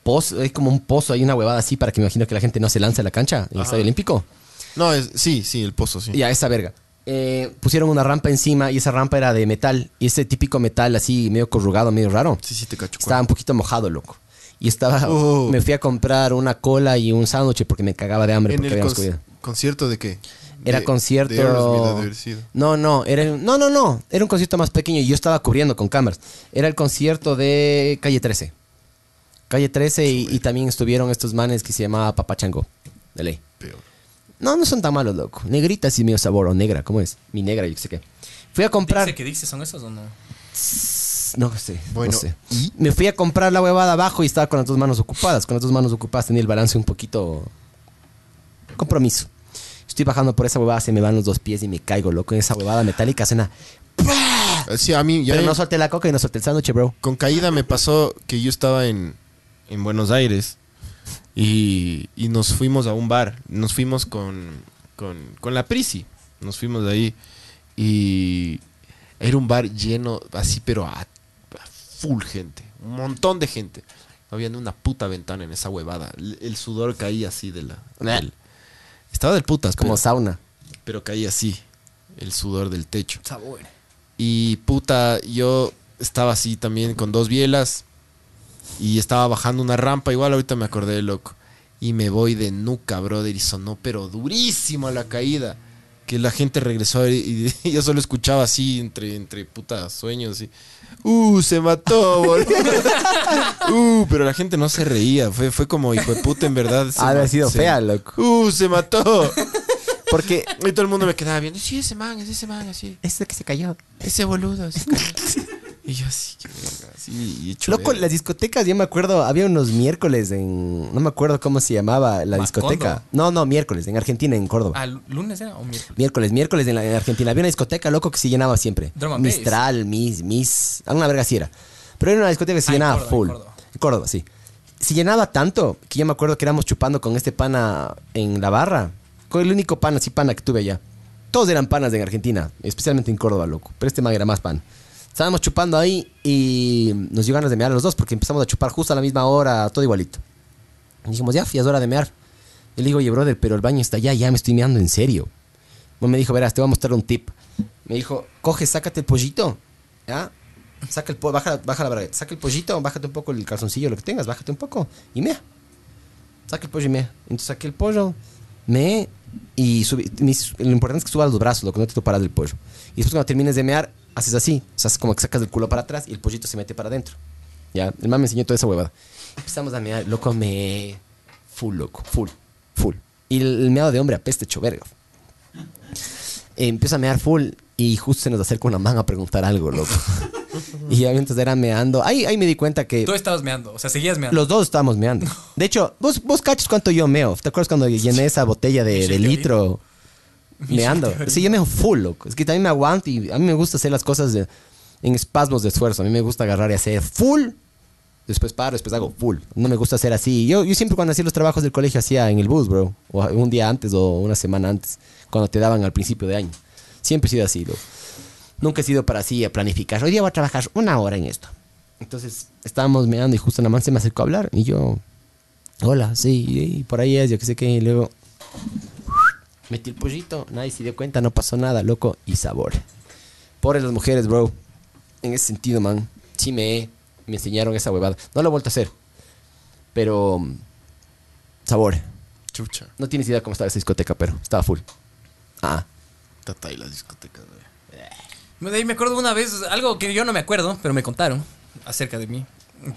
pozo, hay como un pozo, hay una huevada así para que me imagino que la gente no se lance a la cancha en el Estadio Olímpico.
No, es- sí, sí, el pozo, sí.
Ya, esa verga. Eh, pusieron una rampa encima y esa rampa era de metal. Y ese típico metal así, medio corrugado, medio raro.
Sí, sí, te cacho.
Estaba un poquito mojado, loco. Y estaba.
[LAUGHS] Oh.
Me fui a comprar una cola y un sándwich porque me cagaba de hambre
¿En
porque
el
habíamos
con-
comido.
concierto de qué?
Era
De-
concierto.
de Aerosmith ha de haber sido.
no, no, era no, no, no. Era un concierto más pequeño y yo estaba cubriendo con cámaras. Era el concierto de calle 13. Calle 13 y, y también estuvieron estos manes que se llamaba Papachango. De ley.
Peor.
No, no son tan malos, loco. Negrita sí medio sabor, o negra, ¿cómo es? Mi negra, yo qué sé qué. Fui a comprar.
¿Dice que dice son esos o no?
No sé.
Bueno,
no sé. Me fui a comprar la huevada abajo y estaba con las dos manos ocupadas. Con las dos manos ocupadas tenía el balance un poquito. Compromiso. Estoy bajando por esa huevada, se me van los dos pies y me caigo, loco. En esa huevada metálica suena.
Ah, Sí, a mí, ya
Pero no solté la coca y no solté el sándwich, bro.
con caída me pasó que yo estaba en, en Buenos Aires y, y nos fuimos a un bar. Nos fuimos con, con, con la Prisi. Nos fuimos de ahí y era un bar lleno, así, pero a, a full gente. Un montón de gente. No había ni una puta ventana en esa huevada. El, el sudor caía así de la. del- estaba del putas,
Como
pero-
sauna.
pero caía así. El sudor del techo.
Sabor.
Y puta, yo estaba así también con dos bielas. Y estaba bajando una rampa, igual ahorita me acordé, loco. Y me voy de nuca, brother. Y sonó, pero durísimo a la caída. Que la gente regresó y, y [LAUGHS] yo solo escuchaba así, entre, entre puta sueños. Y, uh, se mató, boludo. [LAUGHS] uh, pero la gente no se reía. Fue, fue como, hijo de puta, en verdad. se
Ha de haber
ma-
sido
se-
fea, loco.
Uh, se mató.
[LAUGHS] Porque
Y todo el mundo me quedaba viendo. Sí, ese man, es ese man, así.
este que se cayó.
Ese boludo. así [LAUGHS] como- y yo así, qué verga, así, y hecho
Loco,
verga.
las discotecas, yo me acuerdo, había unos miércoles en. No me acuerdo cómo se llamaba la
Macondo.
discoteca. No, no, miércoles, en Argentina, en Córdoba.
¿Ah, lunes era o miércoles?
Miércoles, miércoles en, la, en Argentina. Había una discoteca, loco, que se llenaba siempre.
Drum and bass.
Mistral, Miss, Miss. Una verga así era. Pero era una discoteca que se
Ah, en
llenaba
Córdoba, en
full.
Córdoba.
En Córdoba, sí. Se llenaba tanto que yo me acuerdo que éramos chupando con este pana en la barra. Con el único pana, sí, pana que tuve allá. Todos eran panas en Argentina, especialmente en Córdoba, loco. Pero este man era más pan. Estábamos chupando ahí y nos dio ganas de mear a los dos porque empezamos a chupar justo a la misma hora, todo igualito. Y dijimos, ya, ya es hora de mear. Y le digo, oye, brother, pero el baño está allá, ya me estoy meando en serio. Bueno, me dijo, verás, te voy a mostrar un tip. Me dijo, coge, sácate el pollito, ¿ya? Saca el po- baja, baja la bragueta, saca el pollito, bájate un poco el calzoncillo, lo que tengas, bájate un poco y mea. Saca el pollo y mea. Entonces saqué el pollo, me y subí- me hice- lo importante es que subas los brazos, lo que no te paras del pollo. Y después cuando termines de mear, haces así, o sea, es como que sacas el culo para atrás y el pollito se mete para adentro. Ya, el man me enseñó toda esa huevada. Empezamos a mear, loco, me... Full, loco, full, full. Y el, el meado de hombre apeste, hecho verga empiezo a mear full y justo se nos acerca una man a preguntar algo, loco. [LAUGHS] y ya mientras era meando, ahí, ahí me di cuenta que
Tú estabas meando, o sea, seguías meando.
los dos estábamos meando. De hecho, vos, vos cachas cuánto yo meo. ¿Te acuerdas cuando llené esa botella de, de litro meando? Sí, yo meo full, loco. Es que también me aguanto y a mí me gusta hacer las cosas de- en espasmos de esfuerzo. A mí me gusta agarrar y hacer full. Después paro, después hago full. No me gusta hacer así. Yo, yo siempre cuando hacía los trabajos del colegio hacía en el bus, bro. O un día antes o una semana antes. Cuando te daban al principio de año. Siempre he sido así, loco. Nunca he sido para así a planificar. Hoy día voy a trabajar una hora en esto. Entonces estábamos mirando y justo una man se me acercó a hablar y yo, hola, sí, y por ahí es, yo qué sé qué. Y luego metí el pollito, nadie se dio cuenta, no pasó nada, loco, y sabor. Pobres las mujeres, bro. En ese sentido, man. Sí me, me enseñaron esa huevada. No lo he vuelto a hacer. Pero... mm, Sabor.
Chucha,
No tienes idea cómo estaba esa discoteca, pero estaba full. Ah.
tata y las discotecas, güey.
De ahí me acuerdo una vez, algo que yo no me acuerdo, pero me contaron acerca de mí.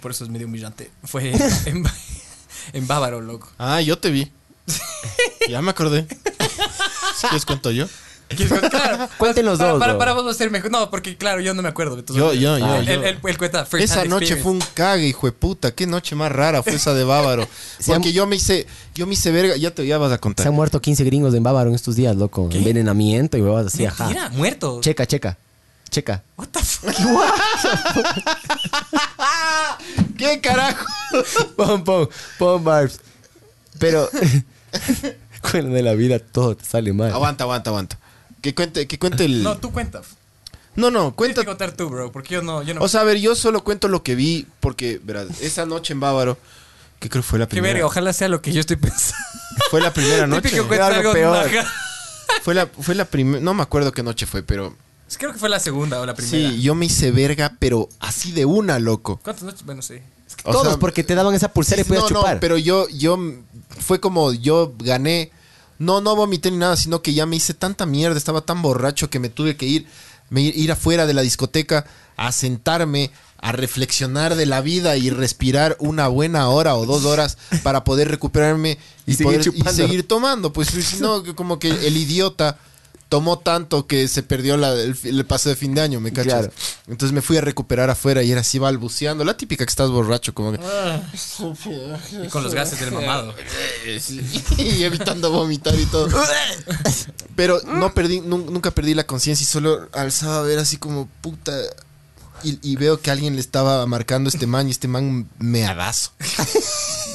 Por eso es medio humillante. Fue [LAUGHS] en, en, en Bávaro, loco.
Ah, yo te vi. ya me acordé. ¿Sí les cuento yo?
[LAUGHS]
Claro,
Cuéntenos
para,
dos,
para,
bro.
para vos va a ser mejor. No, porque claro, yo no me acuerdo. entonces-
Yo, yo, yo,
Ah, El,
yo.
el, el cuenta first
Esa
hand
noche
experience.
fue un cague, hijo de puta. Qué noche más rara fue esa de
[LAUGHS]
Bávaro.
Se
Porque
han-
yo me hice, yo me hice verga. Ya te ya vas a
Se han
contar.
muerto 15 gringos en Bávaro en estos días, loco. Envenenamiento y huevadas así, ajá.
Mentira, muerto.
Checa, checa. Checa.
What the fuck?
¿Qué carajo?
Pom, pom, pom, Barbs. Pero. [LAUGHS] Bueno, de la vida todo te sale mal.
Aguanta, aguanta, aguanta. Que cuente, que cuente el.
No, tú cuenta.
No, no,
Tienes
cuenta
que contar tú, bro, porque yo no. Yo no
O sea, a ver, yo solo cuento lo que vi, porque, verás, esa noche en Bávaro, que creo que fue la
Qué
primera.
verga, ojalá sea lo que yo estoy [LAUGHS] pensando.
Fue la primera noche.
[LAUGHS] Típico cuenta
Algo
algo,
peor.
[LAUGHS] ajá.
Fue la, fue la primera. No me acuerdo qué noche fue, pero.
Creo que fue la segunda o la primera.
Sí, yo me hice verga, pero así de una, loco.
¿Cuántas noches? Bueno, sí.
O
Todos,
sea,
porque te daban esa pulsera y
sí,
podías
no,
chupar.
No, pero yo, yo. Fue como yo gané. No, no vomité ni nada, sino que ya me hice tanta mierda, estaba tan borracho que me tuve que ir, me ir afuera de la discoteca a sentarme, a reflexionar de la vida y respirar una buena hora o dos horas para poder recuperarme y,
Y seguir
poder, y
chupando.
seguir tomando. Pues si
[LAUGHS]
no, como que el idiota tomó tanto que se perdió la- el, el paso de fin de año, ¿me cachas?
Claro.
Entonces me fui a recuperar afuera y era así balbuceando. La típica que estás borracho, como que...
Y con los gases del mamado.
[LAUGHS] y evitando vomitar y todo. Pero no perdí, nun- nunca perdí la conciencia y solo alzaba a ver así como puta. Y, y veo que alguien le estaba marcando a este man y este man meadazo.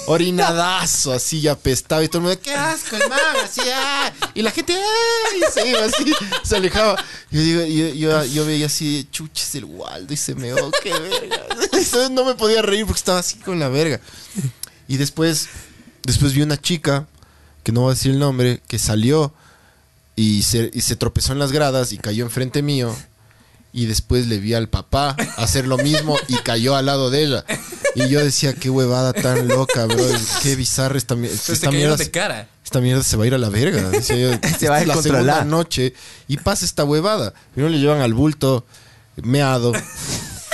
Orinadazo, así ya apestaba y todo el mundo, qué asco el man, así, ah. Y la gente, "Ah", y se iba así, se alejaba. Yo, digo, yo, yo- yo veía así, chuches el Waldo y se meó, qué verga. [LAUGHS] Entonces no me podía reír porque estaba así con la verga. Y después, después vi una chica, que no voy a decir el nombre, que salió y se, y se tropezó en las gradas y cayó enfrente mío. Y después le vi al papá hacer lo mismo y cayó al lado de ella. Y yo decía, qué huevada tan loca, bro. Qué bizarra esta, mi-
Entonces
esta
te
mierda.
cayeron de cara.
Esta mierda se va a ir a la
[LAUGHS]
verga. Decía yo,
Se va
"Esta
a
es la
descontrolar".
segunda noche y pasa esta huevada. Primero le llevan al bulto meado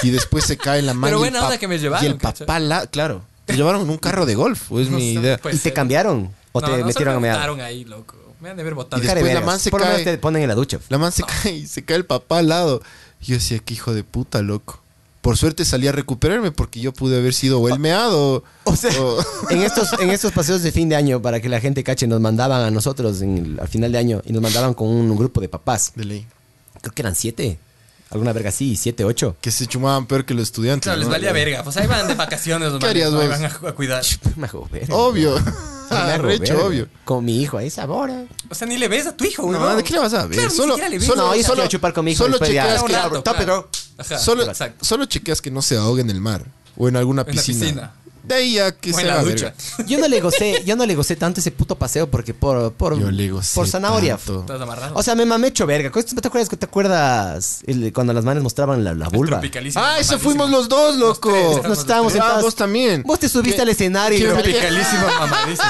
y después se cae en la mano.
Pero
y el
buena onda
pap-
que me llevaron,
Y el
cacho.
papá, la- claro. Te llevaron en un carro de golf, es mi
[LAUGHS] No,
idea.
puede
¿Y te
ser.
cambiaron? ¿O
No,
te
no,
metieron a
solo me
mear?
botaron ahí, loco. Me han de haber botado.
Y después la
Cara de
man
vergas.
se
Por lo menos
cae.
te ponen en
[LAUGHS]
la ducha.
La man se cae y se cae el papá al lado. Y yo decía, qué hijo de puta, loco. Por suerte salí a recuperarme porque yo pude haber sido o el meado.
Ah, O sea,
o-
en estos, en estos paseos de fin de año, para que la gente cache, nos mandaban a nosotros en el- al final de año y nos mandaban con un grupo de papás.
de ley.
Creo que eran siete. Alguna verga así, siete, ocho. [LAUGHS]
Que se chumaban peor que los estudiantes.
Claro, les
¿no?
valía verga. Pues ahí van de vacaciones, los manes,
harías
¿no? Ahí
vos?
van a, a cuidar.
Me hago verga.
Obvio. [LAUGHS]
Me hago
Arrecho,
Ah, verga.
obvio.
Con mi hijo, ahí sabor. eh.
O sea, ni le ves a tu hijo, güey.
No, ¿de qué le vas a ver?
Claro,
Solo-
ni siquiera le ves.
solo-
No, yo
solo-
solo, chupar con mi hijo.
solo
después ya-
chequeas
un
que-
rato,
Top it
claro.
up.
Ajá,
Solo,
exacto.
solo chequeas que no se ahogue en el mar o en alguna
En la
piscina.
piscina.
De ahí a que
O
se
en la
haga
ducha.
verga.
Yo no le gocé, yo no le gocé tanto ese puto paseo porque por por
Yo le gocé
por zanahoria.
tanto.
Estás amarrado.
O sea, me mamé hecho verga. ¿Cu- ¿Te acuerdas te acuerdas el- cuando las manes mostraban la, la vulva?
Tropicalísimo,
Ah, eso
mamadísimo.
fuimos los dos, loco.
tres, estábamos
Nos estábamos
Ah,
sentados.
vos también.
Vos te subiste al escenario. y
qué
lo-
verga.
Tropicalísimo, mamadísimo.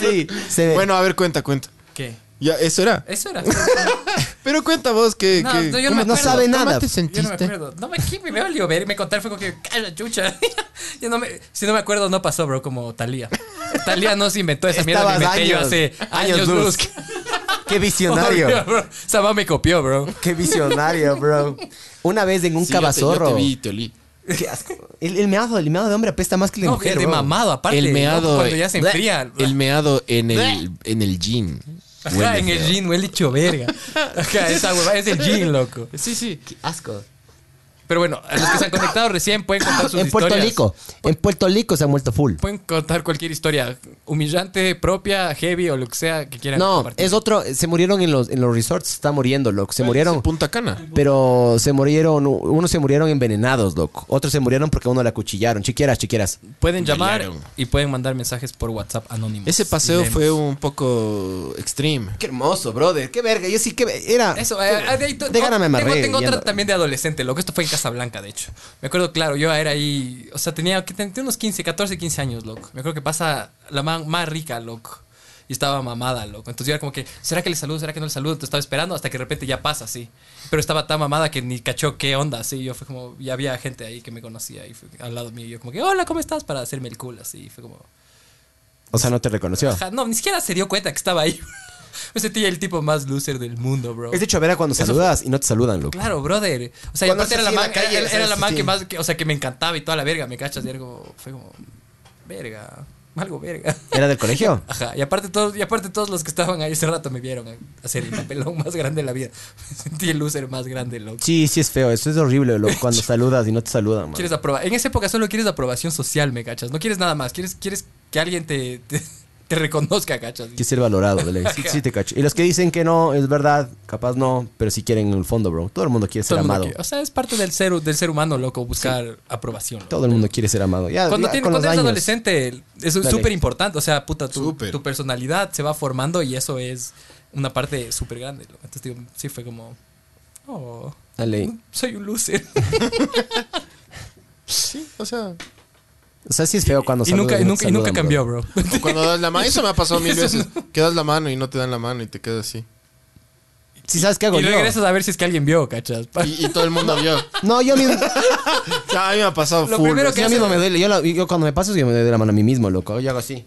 Sí, se-
Bueno, a ver, cuenta, cuenta.
¿Qué?
Ya, eso era.
Eso era.
Pero cuenta vos que.
No,
que-
yo no
¿cómo-
me acuerdo.
No sabe
¿Cómo
nada.
te
Yo no me
sentiste?
acuerdo. No me aquí me valió ver. Me contaron fue como que calla chucha. [LAUGHS] Yo no me, si no me acuerdo, no pasó, bro, como Talía. Talía no se inventó esa mierda, me
Estabas
inventé yo
años-
hace
años
años
luz.
luz.
qué visionario.
Obvio, bro. Esa mamá me copió, bro.
Qué visionario, bro. Una vez en un cabazorro. Qué asco. El, el meado, el meado de hombre apesta más que el de
No,
mujer.
el de
bro.
mamado, aparte.
El
¿no?
meado.
Cuando ya se enfría.
El meado en el, en el jean.
Ajá,
Huele
en el
feo.
jean huele hecho verga. Ajá, esa hueva es el jean, loco.
Sí, sí.
Qué asco.
Pero bueno, a los que se han conectado recién pueden contar sus
En Puerto
historias.
Rico. En Puerto Rico se ha muerto full.
Pueden contar cualquier historia humillante, propia, heavy o lo que sea que quieran.
No,
compartir.
es otro. Se murieron en los, en los resorts. Está muriendo, loco. Se murieron.
Punta Cana.
Pero se murieron. Unos se murieron envenenados, loco. Otros se murieron porque a uno la cuchillaron. Chiquieras, chiquieras.
Pueden llamar
Pelearon.
y pueden mandar mensajes por WhatsApp anónimos.
Ese paseo
Leemos.
fue un poco extreme.
Qué hermoso, brother. Qué verga. Yo sí que era.
Eso, eh, ah, de ahí to-
De gana me
tengo-
amarré
Tengo,
yendo.
otra también de adolescente, loco. Esto fue en Casablanca, de hecho. Me acuerdo, claro, yo era ahí. O sea, tenía, que tenía unos 15, 14, 15 años, loco. Me acuerdo que pasa la man más rica, loco. Y estaba mamada, loco. Entonces yo era como que, ¿será que le saludo? ¿Será que no le saludo? Te estaba esperando hasta que de repente ya pasa, sí. Pero estaba tan mamada que ni cachó qué onda, así. Yo fue como, y había gente ahí que me conocía y fue al lado mío. Y yo como que, hola, ¿cómo estás? Para hacerme el cool, así. Y fue como,
O sea, no te reconoció.
Ajá, no, ni siquiera se dio cuenta que estaba ahí. [LAUGHS] Me sentí el tipo más loser del mundo, bro.
Es de chovera cuando saludas y no te saludan, loco.
Claro, brother. O sea, y
Cuando
aparte
haces
era la
así en
man,
la calle,
era, era
¿sabes?
la man
Sí.
que más, que- o sea, que me encantaba y toda la verga, me cachas. Y era como, fue como, verga, algo verga.
¿Era del colegio?
Ajá, y aparte, todos, y aparte todos los que estaban ahí ese rato me vieron eh, hacer el papelón más grande de la vida. [LAUGHS] Me sentí el loser más grande, loco.
Sí, sí es feo. Eso es horrible, loco.
[LAUGHS]
Cuando saludas y no te saludan, man.
Quieres aproba- En esa época solo quieres aprobación social, me cachas. No quieres nada más. Quieres, quieres que alguien te, te, te reconozca, cachas.
Que ser valorado, de ley. Sí, sí te cacho. Y los que dicen que no, es verdad, capaz no, pero sí quieren en el fondo, bro. Todo el mundo quiere ser
Todo el mundo
amado.
quiere- o sea, es parte del ser, del ser humano, loco, buscar aprobación. loco.
Todo el mundo quiere ser amado. Ya,
Cuando,
Ah, ya
tiene-
con los
cuando eres
años.
adolescente, es
Dale.
súper importante. O sea, puta, tu,
Súper.
tu personalidad se va formando y eso es una parte súper grande. loco. Entonces, digo, sí fue como, oh,
Dale.
soy
[LAUGHS]
un loser.
Sí, o sea.
O sea, sí es feo cuando
y nunca,
saludas
y
no te
nunca, y
saludan,
nunca
[LAUGHS]
cambió, bro.
[LAUGHS] o cuando das la mano. Eso me ha pasado mil veces. Que das la mano y no te dan la mano y te quedas así.
Si sabes qué hago
Y
yo.
regresas a ver si es que alguien vio, [LAUGHS] cachas.
Y, y todo el mundo vio.
No, yo
[LAUGHS]
mismo,
O sea, a mí me ha pasado
Lo
full.
primero que
yo
hace-
mismo me doy. Yo, la- yo cuando me paso, yo me doy la mano a mí mismo, loco. Yo hago así.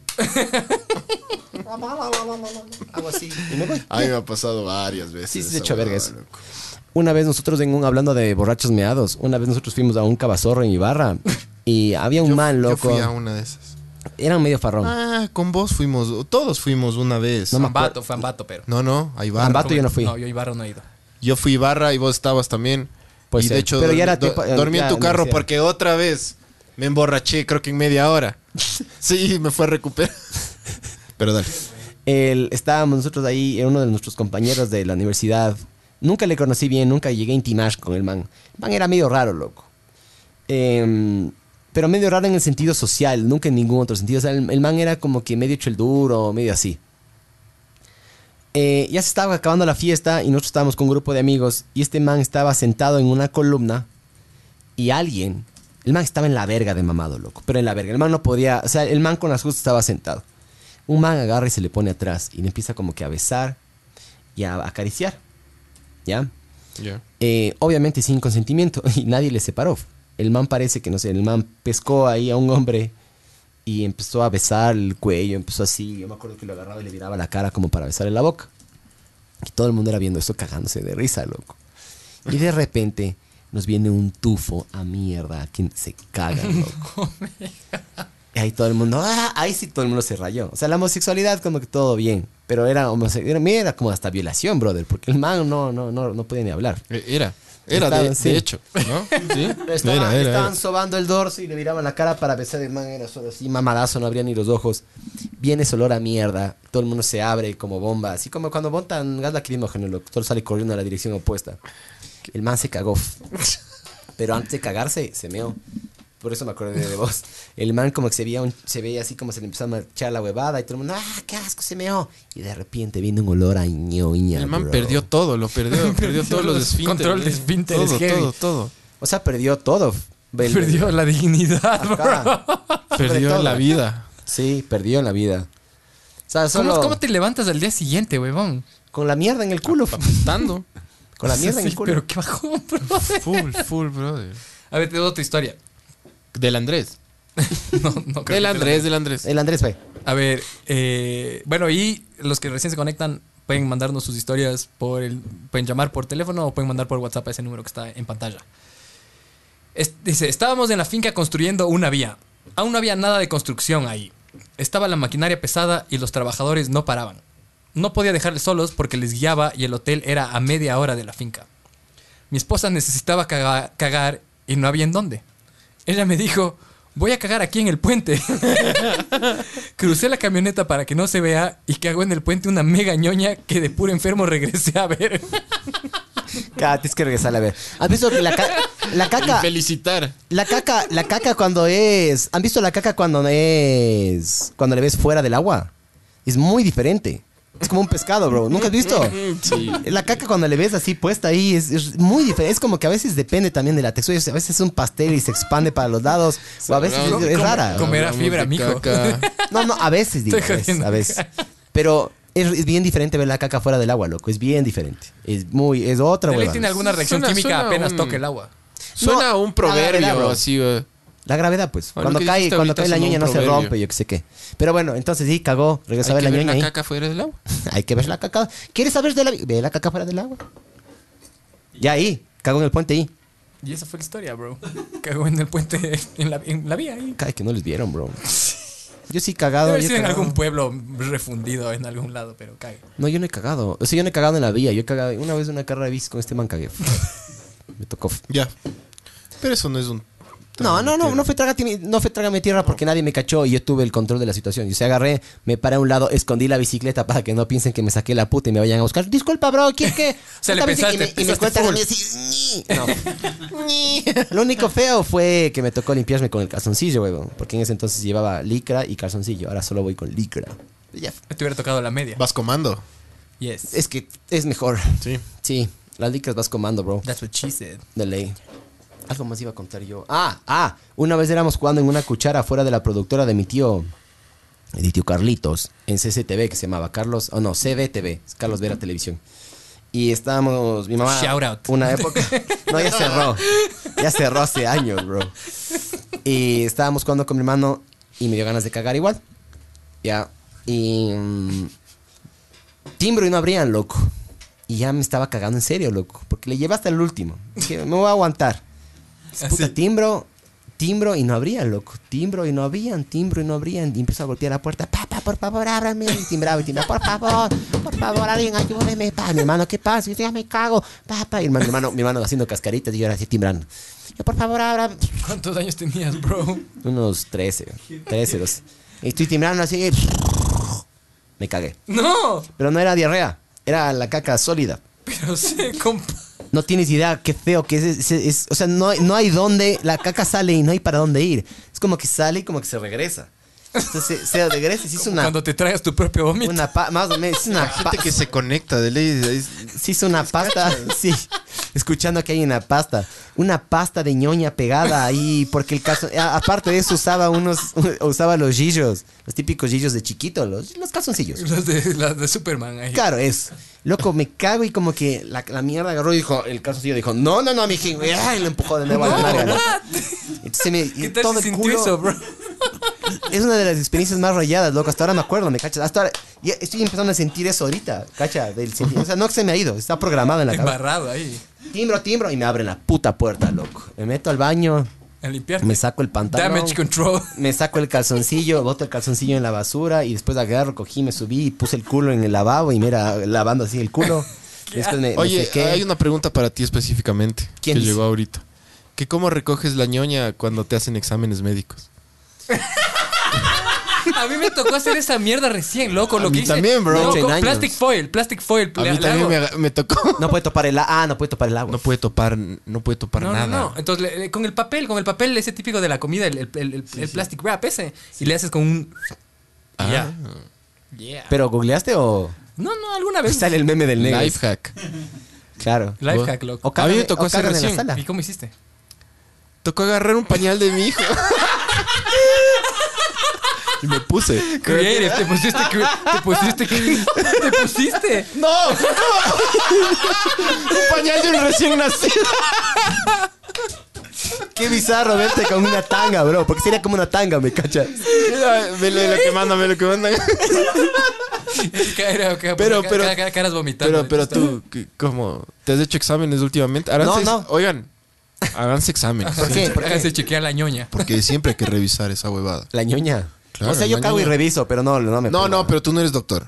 hago así. Y me voy.
A mí me ha pasado varias veces.
Sí, sí,
esa
se echa
huevada,
vergas.
loco.
Una vez nosotros, en un, hablando de borrachos meados, una vez nosotros fuimos a un cabazorro en Ibarra y había un
Yo-
man,
Yo
loco.
fui a una de esas.
Eran medio farrón.
Ah, con vos fuimos, todos fuimos una vez.
No me-
Ambato, fue Ambato, pero.
No, no, a Ibarra.
Ambato yo no fui.
No, yo Ibarra no he ido.
Yo fui Ibarra y vos estabas también.
Puede
y
ser.
de hecho,
Pero ya era
do-
tiempo- eh,
dormí
ya
en tu
no
carro
hacía.
porque otra vez me emborraché, creo que en media [LAUGHS] hora. sí, me fue a recuperar. [LAUGHS] Pero dale.
el- estábamos nosotros ahí, era uno de nuestros compañeros de la universidad. Nunca le conocí bien, nunca llegué a intimar con el man. El man era medio raro, loco. Em, pero medio raro en el sentido social, nunca en ningún otro sentido. O sea, el, el man era como que medio hecho el duro, medio así. Eh, ya se estaba acabando la fiesta y nosotros estábamos con un grupo de amigos y este man estaba sentado en una columna y alguien, el man estaba en la verga de mamado, loco, pero en la verga, el man no podía, o sea, el man con las justas estaba sentado. Un man agarra y se le pone atrás y le empieza como que a besar y a acariciar, ¿ya? Eh, obviamente sin consentimiento [LAUGHS] y nadie le separó. El man parece que, no sé, el man pescó ahí a un hombre y empezó a besar el cuello, empezó así, yo me acuerdo que lo agarraba y le miraba la cara como para besarle la boca. Y todo el mundo era viendo esto cagándose de risa, loco. Y de repente nos viene un tufo a mierda, que se caga, loco. Y ahí todo el mundo, ¡ah! ahí sí todo el mundo se rayó. O sea, la homosexualidad como que todo bien, pero era homosexual, era como hasta violación, brother, porque el man no, no, no, no podía ni hablar.
Eh, Era, era de,
Estaba, sí.
de hecho, ¿no? Sí,
Le estaban,
era,
le
era,
estaban
era.
sobando el dorso y le miraban la cara para besar el man, era solo así, mamadazo, no abría ni los ojos. Viene ese olor a mierda, todo el mundo se abre como bomba, así como cuando botan gas lacrimógeno, lo- todo sale corriendo a la dirección opuesta. El man se cagó. [LAUGHS] Pero antes de cagarse, se meó. Por eso me acordé de vos. El man como que se veía, un- se veía así como se le empezó a marchar la huevada y todo el mundo, ¡ah, qué asco, se meó! Y de repente viene un olor a ñoña,
El man
bro.
perdió todo, lo [LAUGHS] perdió, perdió todos los
los
esfínteres.
control de esfínteres,
Todo,
heavy.
todo, todo.
O sea, perdió todo. El-
Perdió la dignidad,
[LAUGHS]
bro.
Acá.
Perdió
todo.
la vida.
Sí, perdió en la vida. O sea,
¿Cómo,
solo
cómo te levantas al día siguiente, huevón?
con la mierda en el culo.
Tando.
[LAUGHS] Con
[LAUGHS]
la mierda en
Sí,
el culo.
Pero qué bajón, bro.
Full, full, brother.
A ver, te doy otra historia. [LAUGHS]
Del Andrés.
No, no creo que te
Del
la-
Andrés, del Andrés.
El Andrés fue.
A ver, eh, bueno, y los que recién se conectan pueden mandarnos sus historias por el, pueden llamar por teléfono o pueden mandar por WhatsApp a ese número que está en pantalla. Es- dice, estábamos en la finca construyendo una vía. Aún no había nada de construcción ahí. Estaba la maquinaria pesada y los trabajadores no paraban. No podía dejarles solos porque les guiaba y el hotel era a media hora de la finca. Mi esposa necesitaba caga- cagar y no había en dónde. Ella me dijo, voy a cagar aquí en el puente. Crucé la camioneta para que no se vea y cagó en el puente una mega ñoña que de puro enfermo [LAUGHS] regresé a ver.
Cada "Ah, tienes que regresar a ver. ¿Has visto que la, ca- la
[LAUGHS]
caca.
Felicitar.
La caca, la caca cuando es. ¿Han visto la caca cuando es. Cuando le ves fuera del agua? Es muy diferente. Es como un pescado, bro. ¿Nunca has visto? La caca cuando le ves así puesta ahí es, es muy diferente. Es como que a veces depende también de la textura. O sea, a veces es un pastel y se expande para los lados. O a veces es, es rara.
Comer a
Hablamos
fibra,
de
mijo.
[LAUGHS] caca.
No, no, a veces digo,
Estoy
a veces,
jodiendo.
a veces. Pero es, es bien diferente ver la caca fuera del agua, loco. Es bien diferente. Es muy, es otra
Dele
hueva.
tiene alguna reacción
Suena-
química
suena
apenas
un-
toque el agua.
Suena
No,
a un proverbio
nada, bro.
así, güey.
La gravedad, pues.
Bueno,
cuando
lo que
cae,
dijiste
cuando
ahorita
cae la
sonó un
ñoña no se
proverbio.
rompe, yo qué sé qué. Pero bueno, entonces sí, cagó. Regresó a ver
Hay
la
que ver
ñoña
la
ahí.
caca fuera del agua.
Hay que ver la caca. ¿Quieres saber de la... Ve la caca fuera del agua. Ya ahí, cagó en el puente ahí.
Y esa fue la
[LAUGHS]
historia, bro. Cagó en el puente, en la, en la vía. ahí.
Cae que no les vieron, bro. Yo sí
Debe
cagado. Ah,
haber
yo he
sido en
cagado.
algún pueblo refundido en algún lado, pero cague.
No, yo no he cagado. O sea, yo no he cagado en la vía. Yo he cagado una vez en una carrera de bici con este man cagué. [LAUGHS] Me tocó.
Ya. Pero eso no es un.
No, no, no, no fue traga no fue trágame tierra porque nadie me cachó y yo tuve el control de la situación. Yo se agarré, me paré a un lado, escondí la bicicleta para que no piensen que me saqué la puta y me vayan a buscar. Disculpa, bro, ¿quién
[LAUGHS]
que?
sea, le
puta bici?" y
pensaste,
me, y me
pensaste
cuentan a
full.
mí así, "Ñi". No. [LAUGHS] Ñi. Lo único feo fue que me tocó limpiarme con el calzoncillo, huevón, porque en ese entonces llevaba licra y calzoncillo, ahora solo voy con licra. Y ya.
Te hubiera tocado la media.
Vas comando.
Yes.
Es que es mejor.
Sí.
Sí, las licras vas comando, bro.
That's what she said.
De ley. Algo más iba a contar yo. Ah, ah, una vez éramos jugando en una cuchara fuera de la productora de mi tío, de tío Carlitos, en CCTV, que se llamaba Carlos, oh no, CBTV, Carlos Vera Televisión. Y estábamos, mi mamá.
Shout out.
Una época. No, ya cerró. Ya cerró hace años, bro. Y estábamos jugando con mi hermano y me dio ganas de cagar igual. Ya. Y. mm, timbro y no abrían, loco. Y ya me estaba cagando en serio, loco. Porque le llevé hasta el último. Dije, me voy a aguantar. Puta, timbro, timbro y no abrían, loco. Timbro y no abrían, timbro y no abrían. Y empiezo a golpear la puerta. Papá, por favor, ábrame. Y timbraba y timbraba. Por favor, por favor, alguien ayúdeme. Pa, mi hermano, ¿qué pasa? Yo ya me cago. Papá. Y mi hermano, mi hermano haciendo cascaritas y yo era así timbrando. Yo, por favor, ábrame.
¿Cuántos años tenías, bro?
[LAUGHS] Unos 13, 13, 12. Y estoy timbrando así. y Me cagué.
No,
Pero no era diarrea, era la caca sólida.
pero sé, compa.
No tienes idea qué feo que es. es- es- o sea, no, hay- no hay dónde. La caca sale y no hay para dónde ir. Es como que sale y como que se regresa. Entonces se, se regresa y se hizo una.
Cuando te traes tu propio vómito.
una pa- más o menos. hizo una pa-
Gente que se conecta de ley. es-
se hizo una pasta. Sí. Escuchando que hay una pasta. Una pasta de ñoña pegada ahí. Porque el caso. a- aparte de eso, usaba unos. Usaba los gillos. Los típicos gillos de chiquito. Los, los calzoncillos.
Las de, las de Superman ahí.
Claro, es. Loco, me cago y como que la, la mierda agarró y dijo, el calzoncillo dijo, no, no, no, mijín. Y ay, lo empujó de nuevo a la larga. ¿no? Entonces me, y
¿Qué tal
todo
se
el
sintió
culo.
eso, bro?
Es una de las experiencias más rayadas, loco. Hasta ahora me acuerdo, me cachas. Hasta ahora ya estoy empezando a sentir eso ahorita, cacha. Del, senti- o sea, no que se me ha ido, está programado en la cabeza.
Embarrado ahí.
Timbro, timbro, y me abren la puta puerta, loco. Me meto al baño,
A limpiarte.
me saco el pantalón.
Damage control.
Me saco el calzoncillo, boto el calzoncillo en la basura y después agarro, cogí, me subí y puse el culo en el lavabo y mira, lavando así el culo. después me, me
Oye,
sequé.
hay una pregunta para ti específicamente
¿Quién
que
dice?
llegó ahorita. Que cómo recoges la ñoña cuando te hacen exámenes médicos.
A mí me tocó hacer esa mierda recién, loco.
A
lo
mí
que hice-
también, bro.
No,
11
con
años.
plastic foil, plastic foil.
A
le-
mí
le
también
hago-
me, aga- me tocó.
No puede topar el agua. Ah, no puede topar el agua.
No puede topar, no puede topar
No,
nada.
no, no. Entonces, le- le- con el papel, con el papel ese típico de la comida, el, el- el- el- el plastic wrap ese. Y le haces con un...
Ah.
y Ya. Yeah.
¿Pero googleaste o
No, no, alguna vez.
sale el meme del negro?
Pues, Life hack.
Claro.
Life hack, loco.
O cagan-
A mí me tocó
o
hacer
cagan en la
recién.
sala.
¿Y cómo hiciste?
Tocó agarrar un pañal de mi
[LAUGHS]
hijo. y me puse.
Creative, te pusiste... cre- Te pusiste...
[LAUGHS]
cre- Te pusiste...
Un pañal de un recién nacido.
[LAUGHS] Qué bizarro verte con una tanga, bro. Porque sería como una tanga, me cachas.
[LAUGHS] Mira, Vele lo que manda, vele lo que manda.
Era- era-
Pero, pero-
ca- ca- Caras vomitando.
Pero, pero tú, ¿qué- ¿cómo? ¿Te has hecho exámenes últimamente? Háganse-
No, no.
Oigan, háganse exámenes.
¿Por qué? ¿Por qué?
Háganse chequear la ñoña.
Porque siempre hay que revisar esa [LAUGHS] huevada.
La ñoña.
Claro,
o sea, yo
la
cago y
ñoña.
reviso, pero no, no me
No,
pongo.
no, pero tú no eres doctor.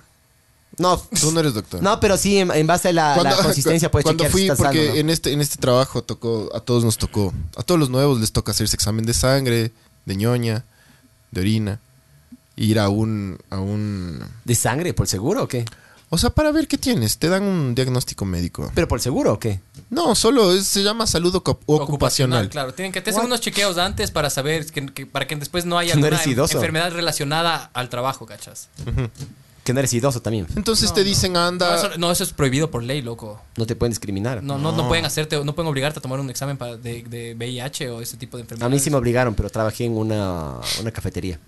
No,
Tú no eres doctor.
no, pero sí, en, en base a la, la consistencia puedes
cuando [LAUGHS]
chequear
fui,
si estás
porque
sano, ¿no?
en este en este trabajo tocó a todos nos tocó a todos los nuevos les toca hacerse examen de sangre de ñoña de orina ir a un a un
¿De sangre? ¿Por seguro o qué?
o sea para ver qué tienes te dan un diagnóstico médico
¿Pero por seguro o qué?
no solo es- se llama salud ocu- ocupacional,
Claro, tienen que hacer unos chequeos antes para saber, que, que- para que después no haya
No
alguna
eres idoso.
enfermedad relacionada al trabajo, ¿cachas?
Que no eres idoso también.
entonces te dicen
No
anda
eso, no, eso es prohibido por ley, loco.
No te pueden discriminar.
No, no, no pueden hacerte, no pueden obligarte a tomar un examen para- de, de VIH o ese tipo de
A
enfermedades.
mí sí me obligaron, pero trabajé en una, una cafetería.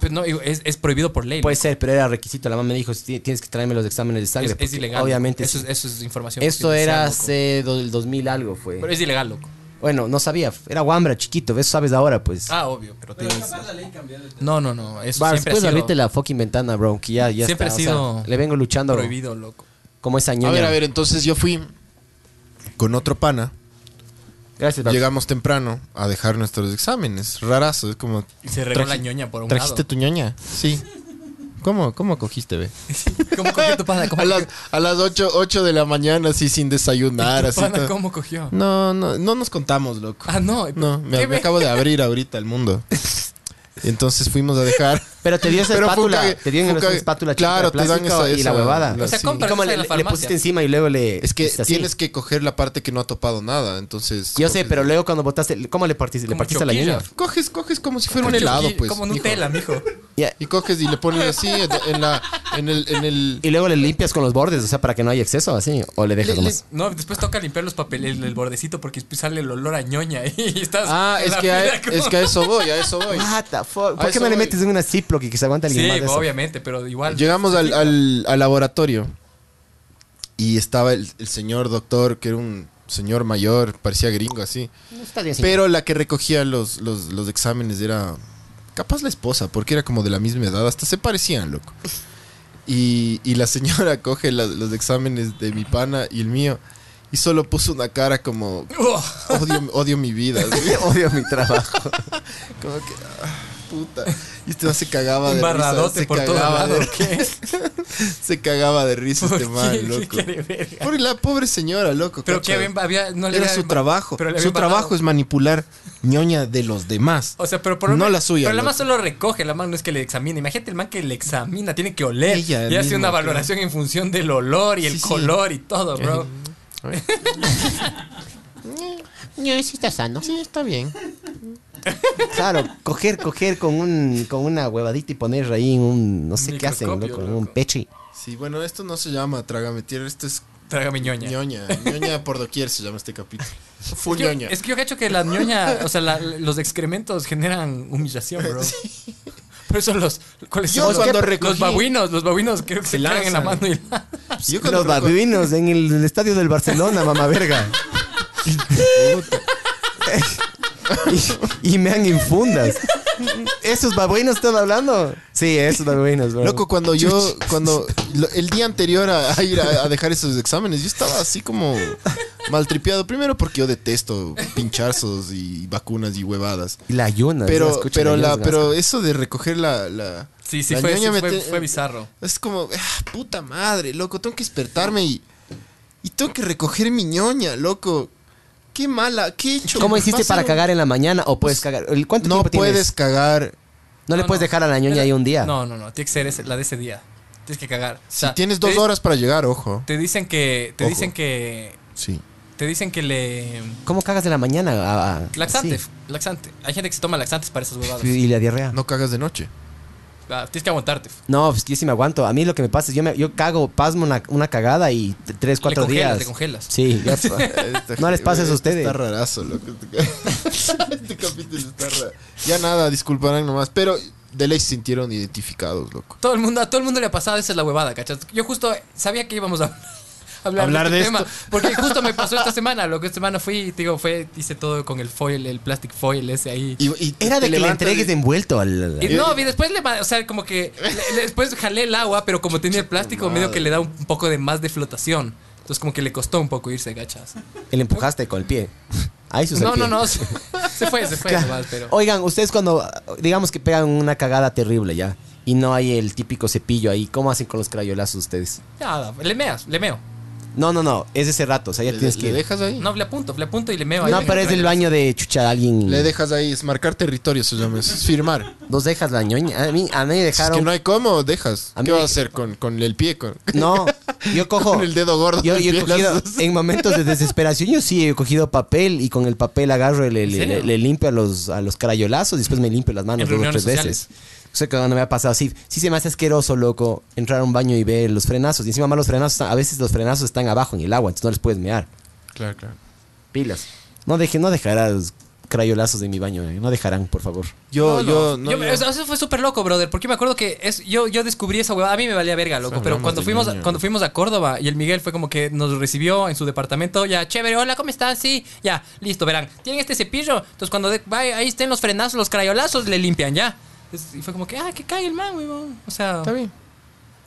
Pero no, digo, es, es prohibido por ley.
Puede
loco.
ser, pero era requisito. La mamá me dijo, "Sí, tienes que traerme los exámenes de Pues, sangre.
es, es
porque
ilegal.
Obviamente.
Eso,
sí.
es, eso es información.
Esto
confidencial,
era
loco.
hace do- el 2000 algo, fue.
Pero es ilegal, loco.
Bueno, no sabía. Era guambra, chiquito. Eso sabes ahora, pues.
Ah, obvio, pero, tienes- No, no, no. Eso
Bars,
siempre ha
puedes
sido
abrirte la fucking ventana, bro. Que ya, ya
Siempre
está, o
ha
sea,
sido
le vengo luchando, bro.
prohibido, loco.
Como esa ñoña.
a ver a ver entonces yo fui con otro pana
Gracias, Bars.
llegamos temprano a dejar nuestros exámenes rarazo es como
Y se regó la
Traji-
ñoña por un
trajiste
lado.
tu ñoña sí ¿Cómo, ¿Cómo cogiste,
[LAUGHS]
ve?
¿Cómo cogió tu pana? ¿Cómo
A las,
cogió
a las 8, de la mañana, así sin desayunar,
tu
así.
pana?
todo.
¿Cómo cogió?
No, no, no nos contamos, loco.
Ah, no.
no,
¿Qué
me, me
ve?
acabo
[LAUGHS]
de abrir ahorita el mundo. Entonces fuimos a dejar.
Pero [LAUGHS] te dio esa
Pero fue un
espátula.
cague-
te dieron
fue un
esa
cague-
espátula chiquita
Claro,
de
te dan
plástico
esa-
y la
esa-
huevada.
la-
O sea,
sí.
Y
compras
como
esa
le,
de la
le
farmacia.
pusiste encima y luego le.
Es que
hiciste así.
tienes que coger la parte que no ha topado nada. Entonces.
Yo sé,
coges-
pero luego cuando botaste. ¿Cómo le partiste? ¿Le
Como
partiste a la
choquilla.
ñoña?
Coges, coges como si fuera un helado, pues.
Como
mijo.
Nutella, mijo.
Ya,
Y coges y le pones así en en la. En el. En
[LAUGHS]
el
Y luego le limpias con los bordes, o sea, para que no haya exceso, así. O le dejas
Le-
nomás.
No, después toca limpiar los papeles, el, el bordecito, porque después sale el olor a ñoña y [LAUGHS] estás.
ah,
en
es
la
que, a,
fila como- Ah,
es que a eso voy, a eso voy.
What Ah, the fuck? ¿Por
A
qué
eso
no le
voy.
metes en una Ziploc y que se aguante alguien
Sí,
más de eso?
obviamente, pero igual.
Llegamos al, al- al laboratorio. y estaba el, el señor doctor, que era un señor mayor, parecía gringo así.
No está bien, señor.
Pero la que recogía los, los, los exámenes era capaz la esposa, porque era como de la misma edad, hasta se parecían, loco. Y, y la señora [LAUGHS] coge la- los exámenes de mi pana y el mío y solo puso una cara
[LAUGHS]
como odio, odio mi vida, así,
[LAUGHS] Odio mi trabajo.
como que ah, puta. Y este man se cagaba
Un
de risa,
barradote
se
por todos
cagaba de
lados. ¿Qué?
[LAUGHS] se cagaba de risa
¿Por
este
qué?
man,
¿Qué
Este loco.
quiere verga?
Por la pobre señora, loco.
Pero
cacha.
que había, había- no le
Era
había-
su trabajo.
pero le había
Su trabajo
matado.
es manipular ñoña de los demás.
O sea, pero por lo
no
menos-
la suya.
Pero la
loco.
man solo recoge, la man no es que le examine. Imagínate el man que le examina, tiene que oler.
Ella
y hace
misma,
una
creo.
valoración en función del olor y el
Sí, Eh, sí.
color y todo, bro.
No, sí está sano. Sí, está bien.
Claro, coger, coger con, un, con una huevadita y poner ahí en un. No sé qué hacen,
Microscopio,
loco, en un
loco.
pechi.
Sí, bueno, esto no se llama Trágame Tierra, esto es
Trágame ñoña.
ñoña. ñoña por doquier se llama este
[LAUGHS]
capítulo. Full
Es que,
ñoña.
es que yo cacho que la ñoña, o sea, la- los excrementos generan humillación, bro. Por eso los. ¿Cuáles
Yo
son los-
cuando
los,
recogí-
babuinos, los babuinos creo que se, cagan en la mano y la-
Yo cuando
Los
recu-
babuinos en el, el estadio
[LAUGHS]
del Barcelona, mamá verga. y, y me han infundas. ¿Esos babuinos están hablando? Sí, esos babuinos, bro.
Loco, cuando yo, cuando lo- el día anterior a, a ir a, a dejar esos exámenes, yo estaba así como maltripeado. Primero porque yo detesto pinchazos y vacunas y huevadas.
Y la ayunas. la
Pero,
escucho,
pero, la,
ayunas,
pero eso de recoger la. la
Sí, sí,
la
fue,
ñoña
sí,
me
fue,
te-
fue bizarro.
Es como, ah, puta madre, loco, tengo que despertarme y, y tengo que recoger mi ñoña, loco. Qué mala, qué he hecho.
¿Cómo hiciste para
Pasaron-
cagar en la mañana o puedes cagar? El- ¿Cuánto
Pues, No
tiempo tienes?
puedes cagar.
No, le
No,
puedes
no.
dejar a la ñoña ahí un día.
No, no, no. Tiene que ser ese- la de ese día. Tienes que cagar. O
Si
sea,
tienes
te
dos
di-
horas para llegar, ojo.
Te dicen que. Te
Ojo.
dicen que.
Sí.
Te dicen que le.
¿Cómo cagas de la mañana? Ah, ah,
Laxante,
sí.
laxante. Hay gente que se toma laxantes para esas huevadas.
Y la diarrea.
No cagas de noche.
Ah, tienes que aguantarte.
No, pues yo sí me aguanto. A mí lo que me pasa es yo, me, yo cago, pasmo una, una cagada y t- tres, cuatro
Le congelas,
días.
te congelas.
Sí, ya- [LAUGHS]
[LAUGHS]
No les pasa eso a ustedes.
Está rarazo, loco. [LAUGHS] Este capítulo está raro. Ya nada, disculparán nomás. Pero de ley se sintieron identificados, loco.
Todo el mundo, a todo el mundo le ha pasado, esa es la huevada, ¿cachas? Yo justo sabía que íbamos a [LAUGHS] hablar,
Hablar
de,
de
este
[LAUGHS]
tema, porque justo me pasó esta semana, lo que esta semana fui, te digo, fue, hice todo con el foil, el plastic foil ese ahí.
Y- y
Era
te
de que le
levantas
entregues
y-
envuelto al...
Y no, y después le, ma- o sea, como que le- le- después jalé el agua, pero como tenía el plástico, medio que le da un poco de más de flotación. Entonces como que le costó un poco irse, ¿cachas?
y le empujaste con el pie. Ahí sucedió.
No, no,
[LAUGHS]
no, se, se fue, se fue nomás, pero
Oigan, ustedes cuando, digamos que pegan una cagada terrible ya, y no hay el típico cepillo ahí, ¿cómo hacen con los crayolazos ustedes?
nada, le meas, le meo.
No, no, no, es ese rato, o sea, ya
Le,
tienes
le
que...
dejas ahí.
No, le apunto, le apunto y le meo. ahí
no,
en
pero es del
trailer.
baño de chucha alguien...
Le dejas ahí. Es marcar territorio, se llama eso. Es firmar.
Dos dejas la ñoña. A mí, a mí me
Si es
dejaron...
que no hay cómo, dejas.
A mí-
¿Qué vas a hacer con, con el pie? Con...
No,
[LAUGHS]
yo cojo.
Con el dedo gordo
Yo,
del
yo he
pie, [LAUGHS]
cogido,
las dos.
[LAUGHS] en momentos de desesperación, yo sí he cogido papel y con el papel agarro, el- el-
¿En serio?
le, le limpio a los, a los crayolazos y después me limpio las manos
En
dos o
reuniones
tres veces. O sea, que cuando me ha pasado así, sí se me hace asqueroso, loco, entrar a un baño y ver los frenazos. Y encima más los frenazos, están- a veces los frenazos están abajo en el agua, entonces no les puedes mear.
Claro, claro.
Pilas. No deje, no dejarás crayolazos de mi baño, eh. no dejarán, por favor.
Yo, yo, no,
Yo-
yo-
Eso eso fue súper loco, brother. Porque me acuerdo que es, yo, yo descubrí esa huevada. A mí me valía verga, loco. Pero
Hablamos
cuando
de
fuimos,
niño.
cuando fuimos a Córdoba y el Miguel fue como que nos recibió en su departamento. Ya, chévere, hola, ¿cómo están? Sí, ya, listo, verán. Tienen este cepillo. Entonces, cuando de- va- ahí estén los frenazos, los crayolazos, le limpian ya. Es- Y fue como que, ah, que cague el man, huevón. O sea,
Oh,
Está bien.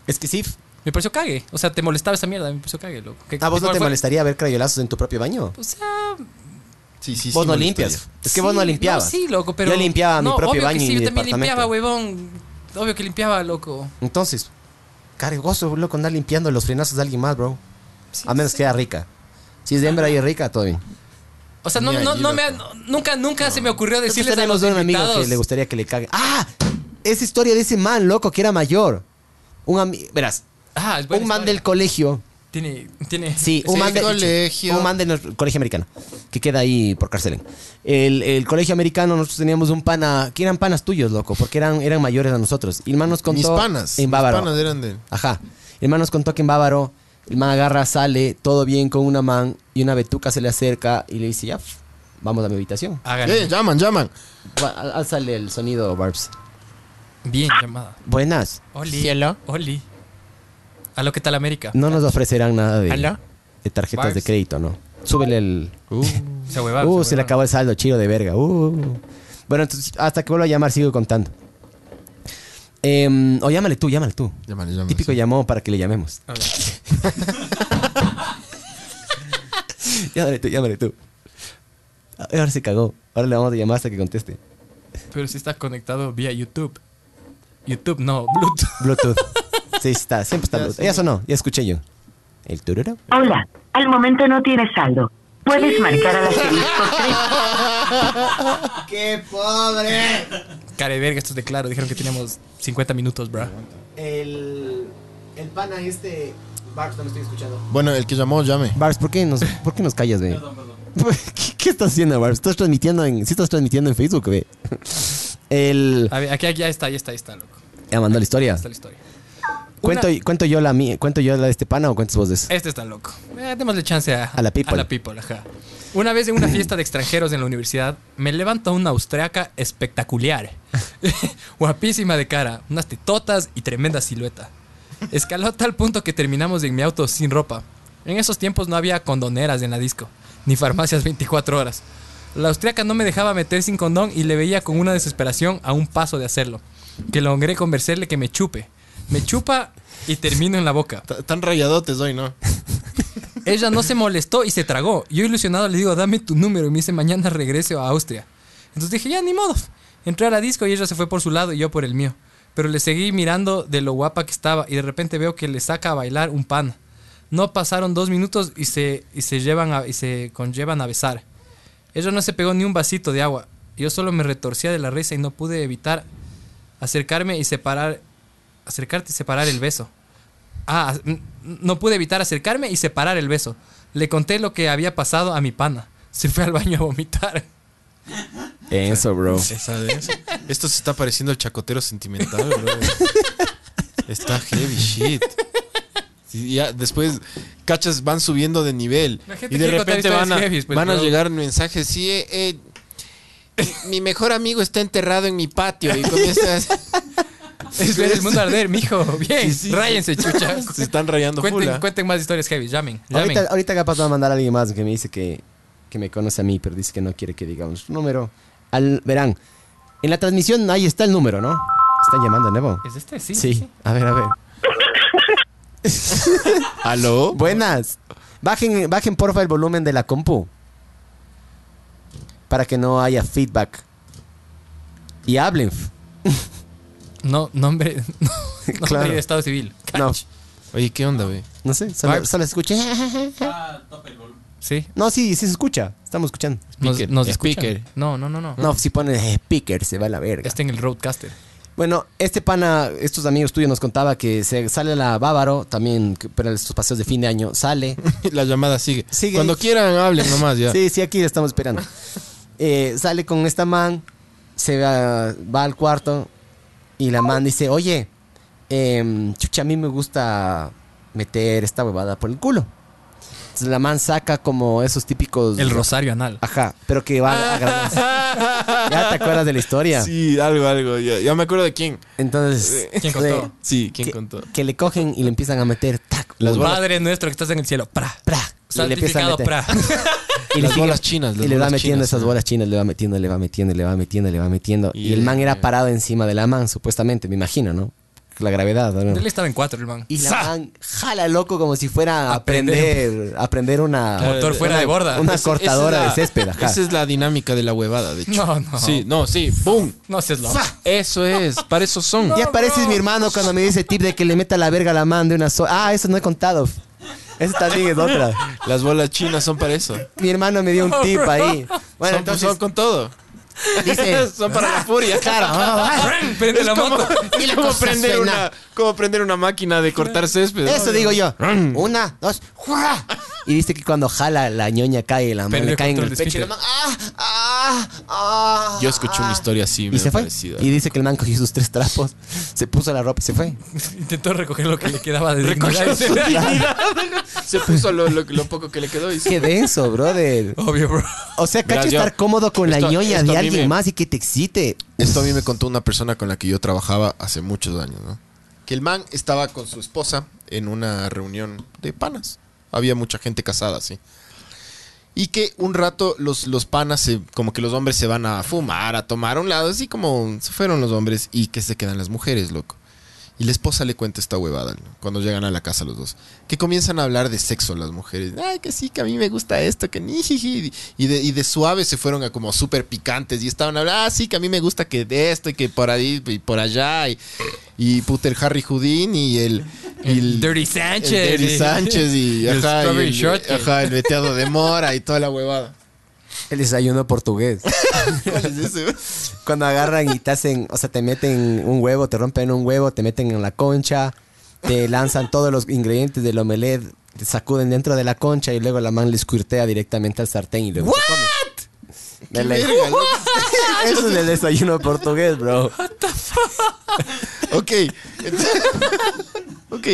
Es que sí.
me pareció cague. O sea, te molestaba esa mierda, me pareció cague, loco. Que-
¿A Ah, vos no
igual
te
fue-
molestaría ver crayolazos en tu propio baño?
O sea,
Sí, sí, sí.
vos no
molestaría.
limpias. Es que vos no
sí,
limpiabas.
sí, loco, pero.
Yo limpiaba mi
No,
propio
obvio
baño
Que sí,
y
yo
mi
también limpiaba,
departamento.
huevón. Obvio que limpiaba, loco.
Entonces, cargoso, loco, andar limpiando los frenazos de alguien más, bro.
Sí,
A menos que sea rica. Si es de hembra y es rica, todo bien.
O sea, no,
Ni
no,
allí,
no me,
loco.
no- nunca, nunca se me ocurrió
Nosotros
decirles a
tenemos
los
un amigo
invitados.
que le gustaría que le cague. ¡Ah! Esa historia de ese man, loco, que era mayor. Un ami- Verás,
Ah, es
un man
buena historia.
del colegio.
Tiene, tiene.
[LAUGHS] Sí, un
Sí,
man del
colegio.
Un man del nuestro- colegio americano. Que queda ahí por Carcelén. El, el colegio americano, nosotros teníamos un pana. Que eran panas tuyos, loco, porque eran, eran mayores a nosotros. Y el man nos contó.
Mis panas.
En
mis
Bávaro.
panas eran de.
Ajá. El man nos contó que en Bávaro, el man agarra, sale, todo bien con una man, y una betuca se le acerca y le dice, ya, pf, vamos a mi habitación.
Hagan.
Eh, llaman, llaman.
Va- al- Álzale el sonido, Barbs.
Bien llamada.
Buenas.
Oli.
Cielo.
Oli. A lo que tal América.
No nos ofrecerán nada de,
¿Aló?
de tarjetas de
Bars.
crédito, ¿no? Súbele el...
Se huevaron,
Uh,
se
se le
huevaron.
acabó el saldo, chido de verga. Uh. Bueno, entonces, hasta que vuelva a llamar, sigo contando. Em, o llámale tú, llámale tú.
Llámale, llámale,
Típico
sí.
llamó para que le llamemos. [LAUGHS] llámale tú, llámale tú. Ahora se cagó. Ahora le vamos a llamar hasta que conteste.
Pero si está conectado vía YouTube. YouTube, no, Bluetooth. [LAUGHS]
Bluetooth. Sí, está, siempre está Bluetooth. Ya sonó, ya escuché yo. El tururo.
Hola, al momento no tienes saldo. Puedes marcar
[LAUGHS]
a la asterisco
¡Qué pobre!
Cara de verga, esto es de claro. Dijeron que teníamos 50 minutos, bro.
El, el pana este. Barks, no me estoy escuchando.
Bueno, el que
[LAUGHS]
llamó, llame.
Bars, ¿por qué nos, por qué nos callas, ve? [LAUGHS] ¿Qué, qué estás haciendo, Bars? ¿Estás transmitiendo en, sí estás transmitiendo en Facebook, ve? [LAUGHS] El...
A ver, aquí, aquí, ya está, ya está, ya está, loco.
Ya mandó la historia.
Está la historia.
¿Cuento, ¿Cuento yo la mía- cuento yo la de este pana o cuentas vos de eso?
Este está loco. Eh, démosle chance a,
A la people.
A la people, ajá. Una vez en una fiesta de extranjeros en la universidad, me levanta una austriaca espectacular. [LAUGHS] Guapísima de cara, unas tetotas y tremenda silueta. Escaló a tal punto que terminamos en mi auto sin ropa. En esos tiempos no había condoneras en la disco, ni farmacias 24 horas. La austriaca no me dejaba meter sin condón y le veía con una desesperación a un paso de hacerlo. Que logré convencerle que me chupe. Me chupa y termino en la boca.
T- Tan rayadotes hoy, ¿no?
Ella no se molestó y se tragó. Yo ilusionado le digo, dame tu número. Y me dice, mañana regreso a Austria. Entonces dije, ya, ni modo. Entré a la disco y ella se fue por su lado y yo por el mío. Pero le seguí mirando de lo guapa que estaba y de repente veo que le saca a bailar un pan. No pasaron dos minutos y se, y se, llevan a- y se conllevan a besar. Ella no se pegó ni un vasito de agua. Yo solo me retorcía de la risa y no pude evitar acercarme y separar... Acercarte y separar el beso. Ah, n- no pude evitar acercarme y separar el beso. Le conté lo que había pasado a mi pana. Se fue al baño a vomitar.
Eh, Eso, bro.
Esa de eso. Esto se está pareciendo al chacotero sentimental, bro. Está heavy shit. Y ya después, cachas, van subiendo de nivel.
La gente
Y de
quiere contar
repente
historias
van a,
heavy, pues,
van a
bro.
llegar mensajes. Sí, eh, eh, mi- mi mejor amigo está enterrado en mi patio. Y comienzas.
Es ver el mundo arder, mijo. Bien,
Sí, sí.
ráyense, chucha.
[LAUGHS] Se están rayando full.
Cuenten,
¿ah?
cuenten más historias heavy. Llamen, llamen.
Ahorita, ahorita capaz va a mandar a alguien más que me dice que, que me conoce a mí, pero dice que no quiere que digamos su número. Al, verán, en la transmisión ahí está el número, ¿no? ¿Están llamando de nuevo?
¿Es este? Sí.
Sí, a ver, a ver.
¿Aló?
Buenas. Bajen, bajen porfa el volumen de la compu. Para que no haya feedback. Y hablen.
No, nombre, [LAUGHS] no, nombre
Claro.
de Estado Civil.
No,
Oye, ¿qué onda, güey?
no sé, solo,
Barb.
solo escuché.
Sí.
[LAUGHS] No, sí, sí se escucha. Estamos escuchando.
Nos,
Speaker,
nos
speaker.
escuchan. No, no, no, no.
No, si pones speaker se va a la verga.
Está en el Roadcaster.
Bueno, este pana, estos amigos tuyos nos contaba que se sale la Bávaro también que- para estos paseos de fin de año.
[LAUGHS]
Sale.
La llamada sigue.
Sigue.
Cuando quieran, hablen nomás ya.
Sí, sí, aquí la estamos
[LAUGHS]
esperando. Eh, sale con esta man, se va, va al cuarto y la man dice, oye, em, chucha, a mí me gusta meter esta huevada por el culo. Entonces la man saca como esos típicos...
El Rosario Anal.
Ajá, pero que va a grabar.
[LAUGHS]
¿Ya te acuerdas de la historia?
Sí, algo, algo. Ya, ya me acuerdo de quién.
Entonces...
¿Quién contó?
eh,
Sí, quién
que,
contó.
que le cogen y le empiezan a meter... Tac,
Las
uy,
bolas-
Padre nuestro que estás en el cielo. Pra.
pra, y le empiezan a
Santificado,
meter.
pra.
[LAUGHS] Y
Las
sigue-
bolas chinas, las
y le va
bolas
metiendo
chinas,
esas
¿no?
bolas chinas, le va metiendo, le va metiendo, le va metiendo, le va metiendo. Y,
Y
el
el-
man era parado encima de la man, supuestamente, me imagino, ¿no? La gravedad, ¿no?
Él estaba en cuatro, hermano.
Y la man jala loco como si fuera a aprender, aprender una...
Motor fuera
una-
de borda.
Una
Ese-
cortadora
Esa
de
es la-
césped, ajá.
Esa es la dinámica de la huevada, de hecho.
No, no.
Sí, no, sí. ¡Boom!
No seas loco.
Eso es. Para eso son.
Ya pareces mi hermano cuando me dice tip de que le meta la verga a la man de una sola... Ah, eso no he contado. Eso también es otra.
Las bolas chinas son para eso.
Mi hermano me dio un tip ahí. Bueno,
son,
entonces
son con todo.
dice...
[LAUGHS] son para la furia.
Claro,
[LAUGHS] Prende la
Como,
moto.
[LAUGHS]
es como
cosa
prender
suena.
una, como prender una máquina de cortar césped.
Eso digo yo. Una, dos, ¡juá! Y viste que cuando jala la ñoña cae, la mano
Perdió
le cae en
control
el
de
pecho. y la
esfínter.
man, ¡ah! ¡ah! ¡ah!
Yo escuché una historia así.
Y
me
se
ha
fue.
parecido.
Y dice que el man cogió sus tres trapos, se puso la ropa y se fue.
Intentó recoger lo que le quedaba de dignidad.
Recogió
[LAUGHS]
su dignidad. Se puso lo, lo- lo poco que le quedó y se
Qué denso, brother.
Obvio, bro.
O sea,
Verás,
cacho
yo-
estar cómodo con la
esto-
ñoña
esto
de
a mí
alguien
me-
más y que te excite.
Esto a mí me contó una persona con la que yo trabajaba hace muchos años, ¿no? que el man estaba con su esposa en una reunión de panas. Había mucha gente casada, sí. Y que un rato los, los panas, se- como que los hombres se van a fumar, a tomar a un lado, así como se fueron los hombres y que se quedan las mujeres, loco. Y la esposa le cuenta esta huevada ¿no? cuando llegan a la casa los dos. Que comienzan a hablar de sexo las mujeres. Ay, que sí, que a mí me gusta esto, que ni jiji. Y de, y de suave se fueron a como súper picantes y estaban hablando, ah, sí, que a mí me gusta que de esto y que por ahí y por allá. Y, y puta, el Harry Houdin y el. y
El Dirty
el
Sánchez.
Dirty
[LAUGHS]
Sánchez y,
El
ajá, y
Strawberry
el-
Shortcake.
ajá, el veteado de mora y toda la huevada.
El desayuno portugués.
[LAUGHS] ¿Cuál es ese?
Cuando agarran y te hacen, o sea, te meten un huevo, te rompen un huevo, te meten en la concha, te lanzan todos los ingredientes del omelet, te sacuden dentro de la concha y luego la man les cuirtea directamente al sartén y luego. se come. De ley.
verga, loco.
Eso es el desayuno portugués, bro.
Ok. ok.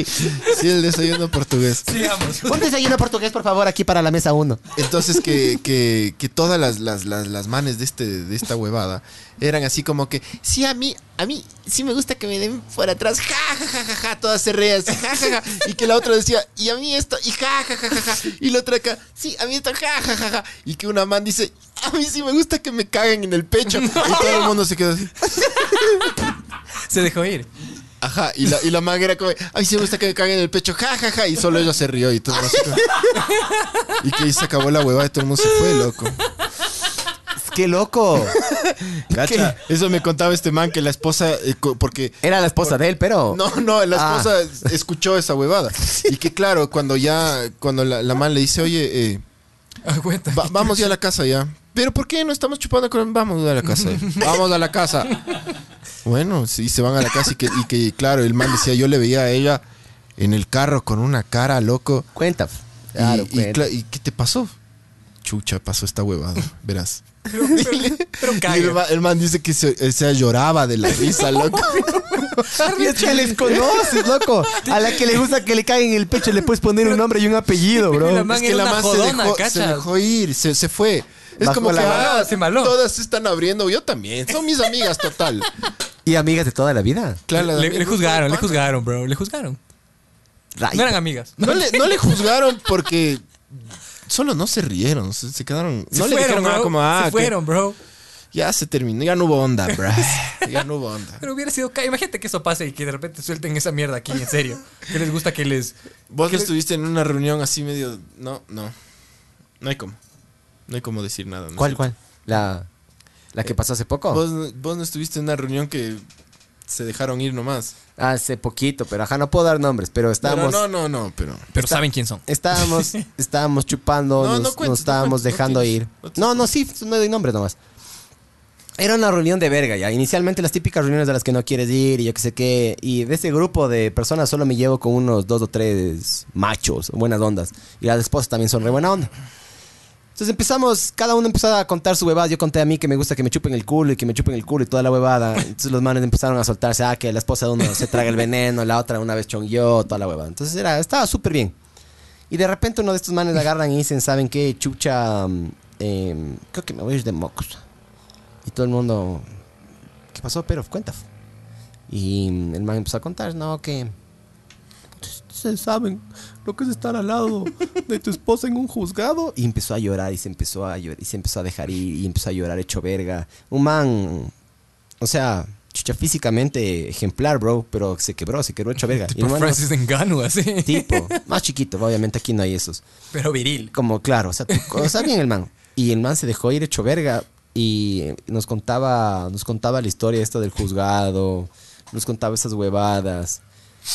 Sí, el desayuno portugués.
Un desayuno portugués, por favor, aquí para la mesa uno.
Entonces que, que- que todas las, las, las- las manes de, este, de esta huevada eran así como que, sí, a mí, a mí sí me gusta que me den por atrás, ja, ja, ja, ja, ja", todas se reían, así, ja, ja, ja. y que la otra decía, y a mí esto, y ja, ja, ja, ja, ja, y la otra acá, sí, a mí esto, ja, ja, ja, ja, y que una man dice, a mí sí me gusta que me caguen en el [LAUGHS] pecho, y todo el mundo se quedó así.
Se dejó ir.
Ajá, y la, y la man era como, ay, sí me gusta que me caguen en el pecho, ja, ja, ja, y solo ella se rió y todo así como- Y que ahí se acabó la huevada y todo el mundo se fue, loco.
¡Qué loco!
Cacha, eso me contaba este man que la esposa, eh, co- porque...
Era la esposa de él, pero.
No, no, la
Ah.
esposa es- escuchó esa huevada. Y que claro, cuando ya, cuando la, la man le dice, oye, eh,
Aguanta.
va- vamos ya a la casa ya. Pero ¿por qué no estamos chupando con... Vamos a la casa. Vamos a la casa. Bueno, sí, se van a la casa y que, y que claro, el man decía, yo le veía a ella en el carro con una cara loco.
Cuenta.
Y-
Claro,
y,
cuenta.
cla- ¿y qué te pasó? Chucha, pasó esta huevada, verás.
Pero
Y el,
cague.
ma- el man dice que se, eh, se lloraba de la risa, loco.
Y es que les conoces, loco. A la que le gusta que le caguen el pecho le puedes poner un nombre y un apellido,
La
bro.
man
Es que
era
la
una
man
jodona,
se, dejó,
¿cachas?
se dejó ir, se, se fue. Es
Bajó
como que
la
mano.
ah,
Se maló.
todas se están abriendo, yo también. Son mis amigas, total.
Y amigas de toda la vida.
Claro,
Le,
amigas,
le juzgaron, le
total, pana.
juzgaron, bro. Le juzgaron.
Ray.
No eran amigas.
No le, no le juzgaron porque solo no se rieron, se, se quedaron.
Se
no le
fueron,
dijeron nada
bro.
como, ah,
se
que
fueron, bro.
ya se terminó, ya no hubo onda,
[LAUGHS]
bras. Ya no hubo onda.
Pero hubiera sido. ca- Imagínate que eso pase y que de repente suelten esa mierda aquí, en serio. Que les gusta que les.
Vos que estuviste en una reunión así medio. No, no. No hay cómo. No hay cómo decir nada. ¿no? Eh,
¿Cuál, cuál? La, la que pasó hace poco.
Vos, no- vos no estuviste en una reunión que se dejaron ir nomás.
Hace poquito, pero ajá, no puedo dar nombres, pero estábamos.
Pero no, no, no, pero.
Pero saben quién son.
Estábamos,
[LAUGHS]
estábamos chupando,
No, no
nos,
cuentes,
nos
no
estábamos
cuentes, no
dejando
tienes,
ir.
no tienes.
No, no, sí, no doy nombres nomás. Era una reunión de verga ya. Inicialmente las típicas reuniones de las que no quieres ir y yo qué sé qué. Y de ese grupo de personas solo me llevo con unos dos o tres machos, buenas ondas. Y las esposas también son re buena onda. Entonces empezamos, cada uno empezaba a contar su huevada. Yo conté a mí que me gusta que me chupen el culo y que me chupen el culo y toda la huevada. Entonces los manes empezaron a soltarse. Ah, que la esposa de uno se traga el veneno, la otra una vez chongueó, toda la huevada. Entonces era, estaba súper bien. Y de repente uno de estos manes agarran y dicen, ¿saben qué? Chucha, mm, em, creo que me voy a ir de mocos. Y todo el mundo, ¿qué pasó, pero? Cuenta. Y mm, el man empezó a contar, no, que... Ustedes saben lo que es estar al lado de tu esposa en un juzgado. Y empezó a llorar y se empezó a llorar y se empezó a dejar ir y empezó a llorar hecho verga. Un man, o sea, chucha físicamente ejemplar, bro, pero se quebró, se quebró hecho [LAUGHS] verga. Y el
Por
man-
Francis Engano, así.
tipo, más chiquito, obviamente aquí no hay esos.
Pero viril.
Como claro, o sea, tú- o sea, bien el man. Y el man se dejó ir hecho verga y eh, nos contaba, nos contaba la historia esta del juzgado, nos contaba esas huevadas.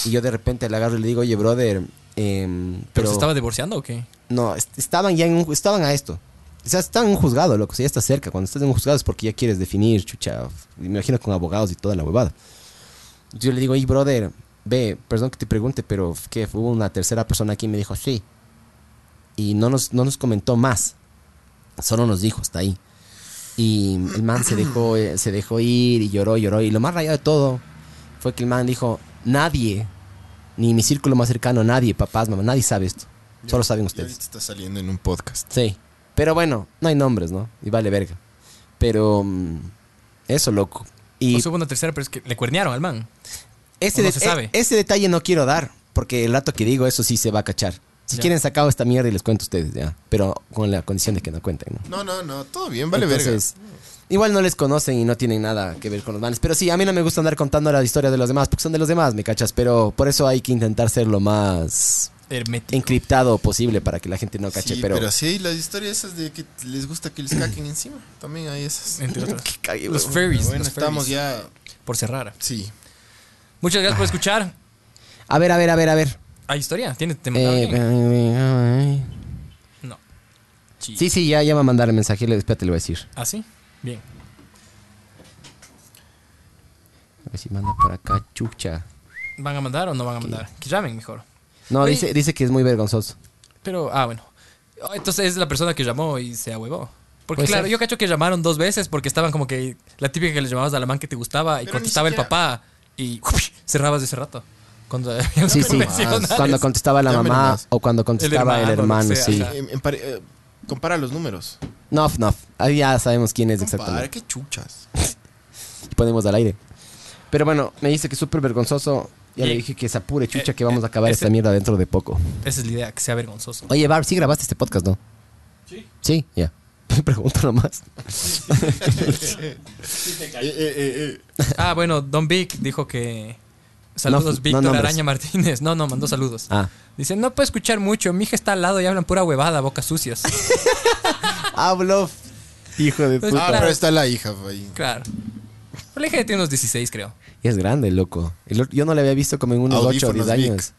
Y yo de repente le agarro y le digo, oye, brother, em,
¿Pero
pero,
se estaba divorciando o qué?
no, est- estaban ya en un, estaban a esto. O sea, estaban en un juzgado, loco, o sea, ya está cerca. Cuando estás en un juzgado es porque ya quieres definir, chucha, me imagino con abogados y toda la huevada. Yo le digo, hey, brother, ve, perdón que te pregunte, pero que hubo una tercera persona aquí y me dijo, sí. Y no nos, no nos comentó más. Solo nos dijo, está ahí. Y el man se dejó, eh, se dejó ir y lloró, lloró. Y lo más rayado de todo fue que el man dijo, nadie, ni mi círculo más cercano, nadie, papás, mamá, nadie sabe esto. Solo saben
Y
ustedes.
ahorita está saliendo en un podcast.
Sí. Pero bueno, no hay nombres, ¿no? Y vale verga. Pero mm, eso, loco.
O
Y
sea, hubo una tercera, pero es que le cuernearon al man.
Ese,
No
de-
se sabe.
e- ese detalle no quiero dar, porque el rato que digo eso sí se va a cachar. Si
Ya.
quieren sacado esta mierda y les cuento a ustedes ya, pero con la condición de que no cuenten, ¿no?
No, no, no, todo bien, vale verga.
Entonces, Igual no les conocen y no tienen nada que ver con los manes. Pero sí, a mí no me gusta andar contando la historia de los demás, porque son de los demás, ¿me cachas? Pero por eso hay que intentar ser lo más
Hermético.
encriptado posible para que la gente no cache.
Sí,
pero...
pero... sí, las historias esas de que les gusta que les caquen encima, también hay esas.
Entre otras.
Qué cague,
Los
weón.
furries.
Bueno,
los
estamos
furries.
ya... Ah.
Por cerrar.
Sí.
Muchas gracias por escuchar.
A ver, a ver, a ver, a ver.
¿Hay historia? ¿Tiene te mandaron
Eh,
alguien?
eh,
No. Sí.
sí, sí, ya, ya va a mandar el mensaje. le- Espérate, le voy a decir.
¿Ah, sí? Bien.
A ver si manda por acá, chucha.
¿Van a mandar o no van a mandar? Que llamen mejor.
No,
Oye.
dice, dice que es muy
[LAUGHS]
vergonzoso.
Pero, ah, bueno. Ah, Entonces es la persona que llamó y se ahuevó. Porque
Puede
claro,
ser.
yo cacho que llamaron dos veces porque estaban como que la típica que les llamabas a la man que te gustaba y
Pero ni
contestaba el
siquiera-
papá y cerrabas de ese rato. Cuando [LAUGHS] habían
Sí, sí.
convencionales.
Cuando contestaba la
Llámelo
mamá
más.
o cuando contestaba el hermano,
hermano, lo que sea,
sí.
ajá.
En- en pare- eh, compara los números.
Nof, nof. Ahí ya sabemos quién es
Compara,
exactamente.
qué chuchas.
Y ponemos al aire. Pero bueno, me dice que es súper vergonzoso. Ya le
Bien.
dije que se apure, chucha,
Eh,
que vamos a
eh,
acabar
ese-
esta mierda dentro de poco.
Esa es la idea, que sea vergonzoso.
Oye, Barb, sí grabaste este podcast, ¿no? Sí. Sí, ya. [LAUGHS] Pregunto nomás.
Eh,
Ah, bueno, Don Vic dijo que. Saludos,
No,
Víctor
no nombres.
Araña Martínez. No, no, mandó saludos. [LAUGHS]
Ah.
Dice, no puedo escuchar mucho, mi hija está al lado y hablan pura huevada, bocas
[LAUGHS]
sucias.
Hablo. Hijo de
Pues,
puta.
Ah,
claro,
pero está la hija fue ahí.
claro. Pero La hija ya tiene unos 16, creo.
Y es grande, loco. El otro- yo no le había visto como en unos 8 o 10
Audífonos, Vic.
años.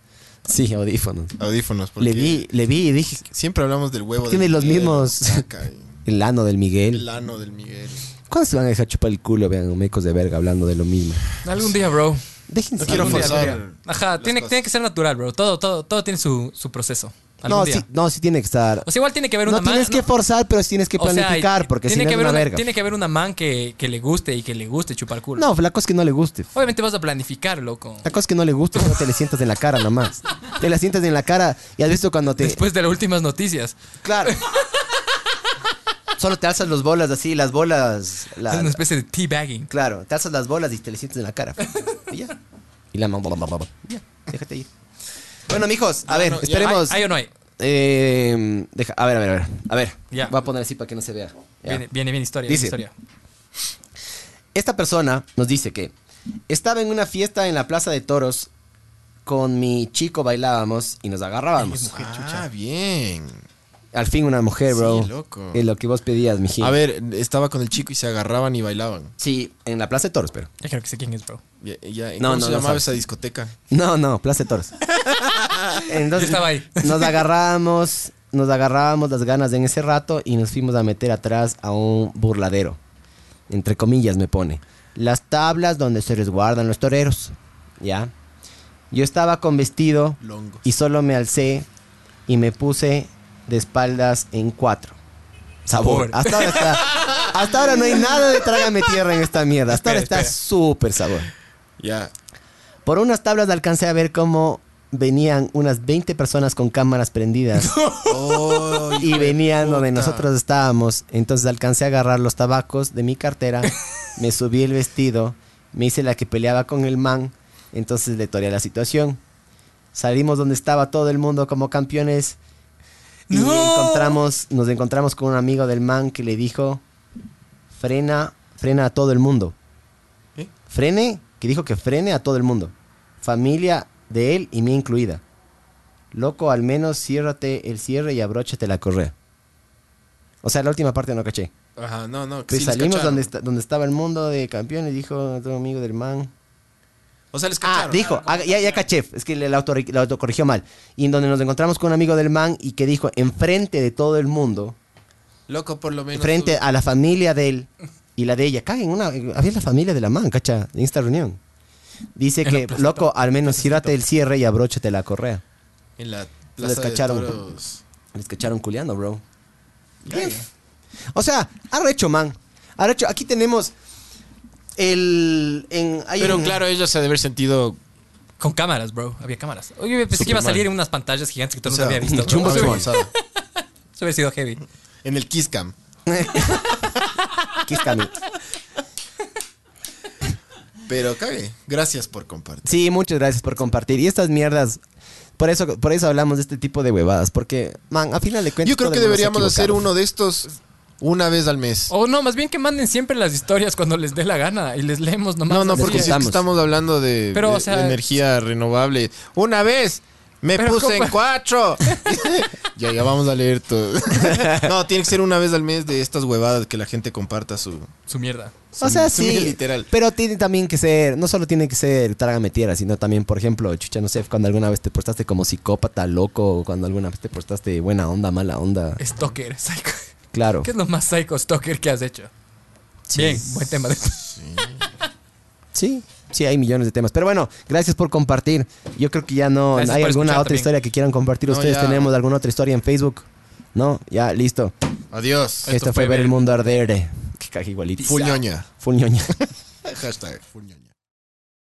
Sí, audífonos.
Audífonos. porque
Le vi, le vi y dije,
Siempre hablamos del huevo.
Tiene
del
los
Miguel,
mismos-
saca, y
el ano del
El
Miguel.
ano del Miguel.
¿Cuándo se van a dejar chupar el culo, vean, mecos de verga hablando de lo mismo?
Algún día, bro.
Déjense.
No quiero
algún día.
forzar.
Ajá,
las
tiene,
cosas.
tiene que ser natural, bro. Todo, todo, todo tiene su, su proceso. Algún
No,
día.
sí, no, sí tiene que estar.
O sea, igual tiene que haber
No
una man.
tienes que forzar, pero sí tienes que
o sea,
planificar, porque si
tiene
no
que
es
haber
una verga.
Tiene que haber una man que, que le guste y que le guste chupar culo.
No, la cosa es que no le guste.
Obviamente vas a planificar, loco.
La cosa es que no le guste, no te le sientas en la cara nomás. Te la sientas en la cara y has visto cuando te.
Después de las últimas noticias.
Claro.
[LAUGHS]
Solo te alzas las bolas así, las bolas. la-
es una especie de teabagging.
claro, te alzas las bolas y te le sientes en la cara. Y ya. Y la mano. Ya, déjate ir. Bueno, mijos, a ver, esperemos.
¿Hay, hay o no hay?
Eh, deja- a ver, a ver, a ver. A ver,
Ya.
voy a poner así para que no se vea. Ya.
Viene, viene, viene historia,
Dice.
viene historia.
Esta persona nos dice que estaba en una fiesta en la Plaza de Toros. Con mi chico bailábamos y nos agarrábamos.
Ah, bien.
Al fin una mujer,
Sí,
bro.
loco.
Es lo que vos pedías, mijín.
A ver, estaba con el chico y se agarraban y bailaban.
Sí, en la Plaza de Toros, pero.
Ya creo que sé quién es, bro.
Ya, ya,
No,
¿Cómo
no,
se
no
llamaba
sabes.
esa discoteca?
No, no, Plaza de
[LAUGHS]
Toros. Entonces
Yo estaba ahí.
Nos agarrábamos, nos agarrábamos las ganas en ese rato y nos fuimos a meter atrás a un burladero. Entre comillas me pone. Las tablas donde se resguardan los toreros. ¿Ya? Yo estaba con vestido
Longos.
y solo me alcé y me puse de espaldas en cuatro. Sabor.
Sabor.
Hasta ahora está. Hasta ahora no hay nada de trágame tierra en esta mierda. Hasta
Espera,
ahora está
espera.
súper sabor.
Ya.
Por unas tablas alcancé a ver cómo venían unas 20 personas con cámaras prendidas
Oh,
y venían donde
puta.
nosotros estábamos. Entonces alcancé a agarrar los tabacos de mi cartera, me subí el vestido, me hice la que peleaba con el man, entonces le toreé la situación. Salimos donde estaba todo el mundo como campeones y
¡No!
encontramos, nos encontramos con un amigo del man que le dijo, frena, frena a todo el mundo.
¿Eh?
Frene, que dijo que frene a todo el mundo. Familia de él y mía incluida. Loco, al menos ciérrate el cierre y abróchate la correa. O sea, la última parte no caché.
Ajá, no, no. que
Pues
sí les
salimos
cacharon.
donde, esta- donde estaba el mundo de campeones, dijo otro amigo del man.
O sea, les
Ah,
cacharon.
dijo, ah, ya, ya caché, es que la auto, la autocorrigió mal. Y en donde nos encontramos con un amigo del man y que dijo, enfrente de todo el mundo,
Loco, por lo menos.
frente a la familia de él y la de ella. Caen una. Había la familia de la man, cacha, en esta reunión. Dice que, loco, al menos ciérrate el cierre y abróchate la correa.
tú, En la
Les
plaza de
cacharon.
toros.
Les cacharon culeando, bro. O sea, arrecho, man. Arrecho, aquí tenemos el. En, hay
Pero
un- [LAUGHS]
claro, ella se ha de haber sentido.
Con cámaras, bro. Había cámaras. Oye, pensé que iba a
Superman.
salir en unas pantallas gigantes que
o
tú no
sea,
había visto. bro.
chumbo
Eso hubiera-
avergonzada.
eso hubiera sido heavy.
En el Kiss Cam.
[LAUGHS] Kiss Cam.
Pero cague. Gracias por compartir.
Sí, muchas gracias por compartir. Y estas mierdas, por eso, por eso hablamos de este tipo de huevadas. Porque, man, a final de cuentas.
Yo creo
todo
que
el mundo se
deberíamos
ha
hacer
equivocado.
uno de estos una vez al mes.
O no, más bien que manden siempre las historias cuando les dé la gana y les leemos nomás.
No, no,
así.
porque si es que
Descontamos.
estamos hablando de,
Pero,
de-
o sea,
de energía renovable. Una vez me
Pero,
puse en
compa- [LAUGHS]
cuatro. [LAUGHS] ya, ya vamos a leer todo. no, tiene que ser una vez al mes de estas huevadas que la gente comparta su.
Su mierda.
O sea,
[LAUGHS] Sí,
sí.
literal.
Pero tiene también que ser, no solo tiene que ser trágame tierra, sino también, por ejemplo, chucha, no sé, cuando alguna vez te portaste como psicópata, loco, o cuando alguna vez te portaste buena onda, mala onda.
Stalker, [LAUGHS] psycho.
Claro.
¿Qué es lo más psycho stalker que has hecho? Bien, buen tema. De...
Pues Sí, sí, hay millones de temas. Pero bueno, gracias por compartir. Yo creo que ya no.
Gracias
¿Hay
por
alguna
escuchar
otra
también.
historia que quieran compartir
No,
ustedes?
ya.
¿Tenemos alguna otra historia en Facebook? No, ya, listo.
Adiós.
Esto, fue Ver el Mundo Arder. Que caja igualito.
Fuñoña.
Full ñoña.
Hashtag fuñoña.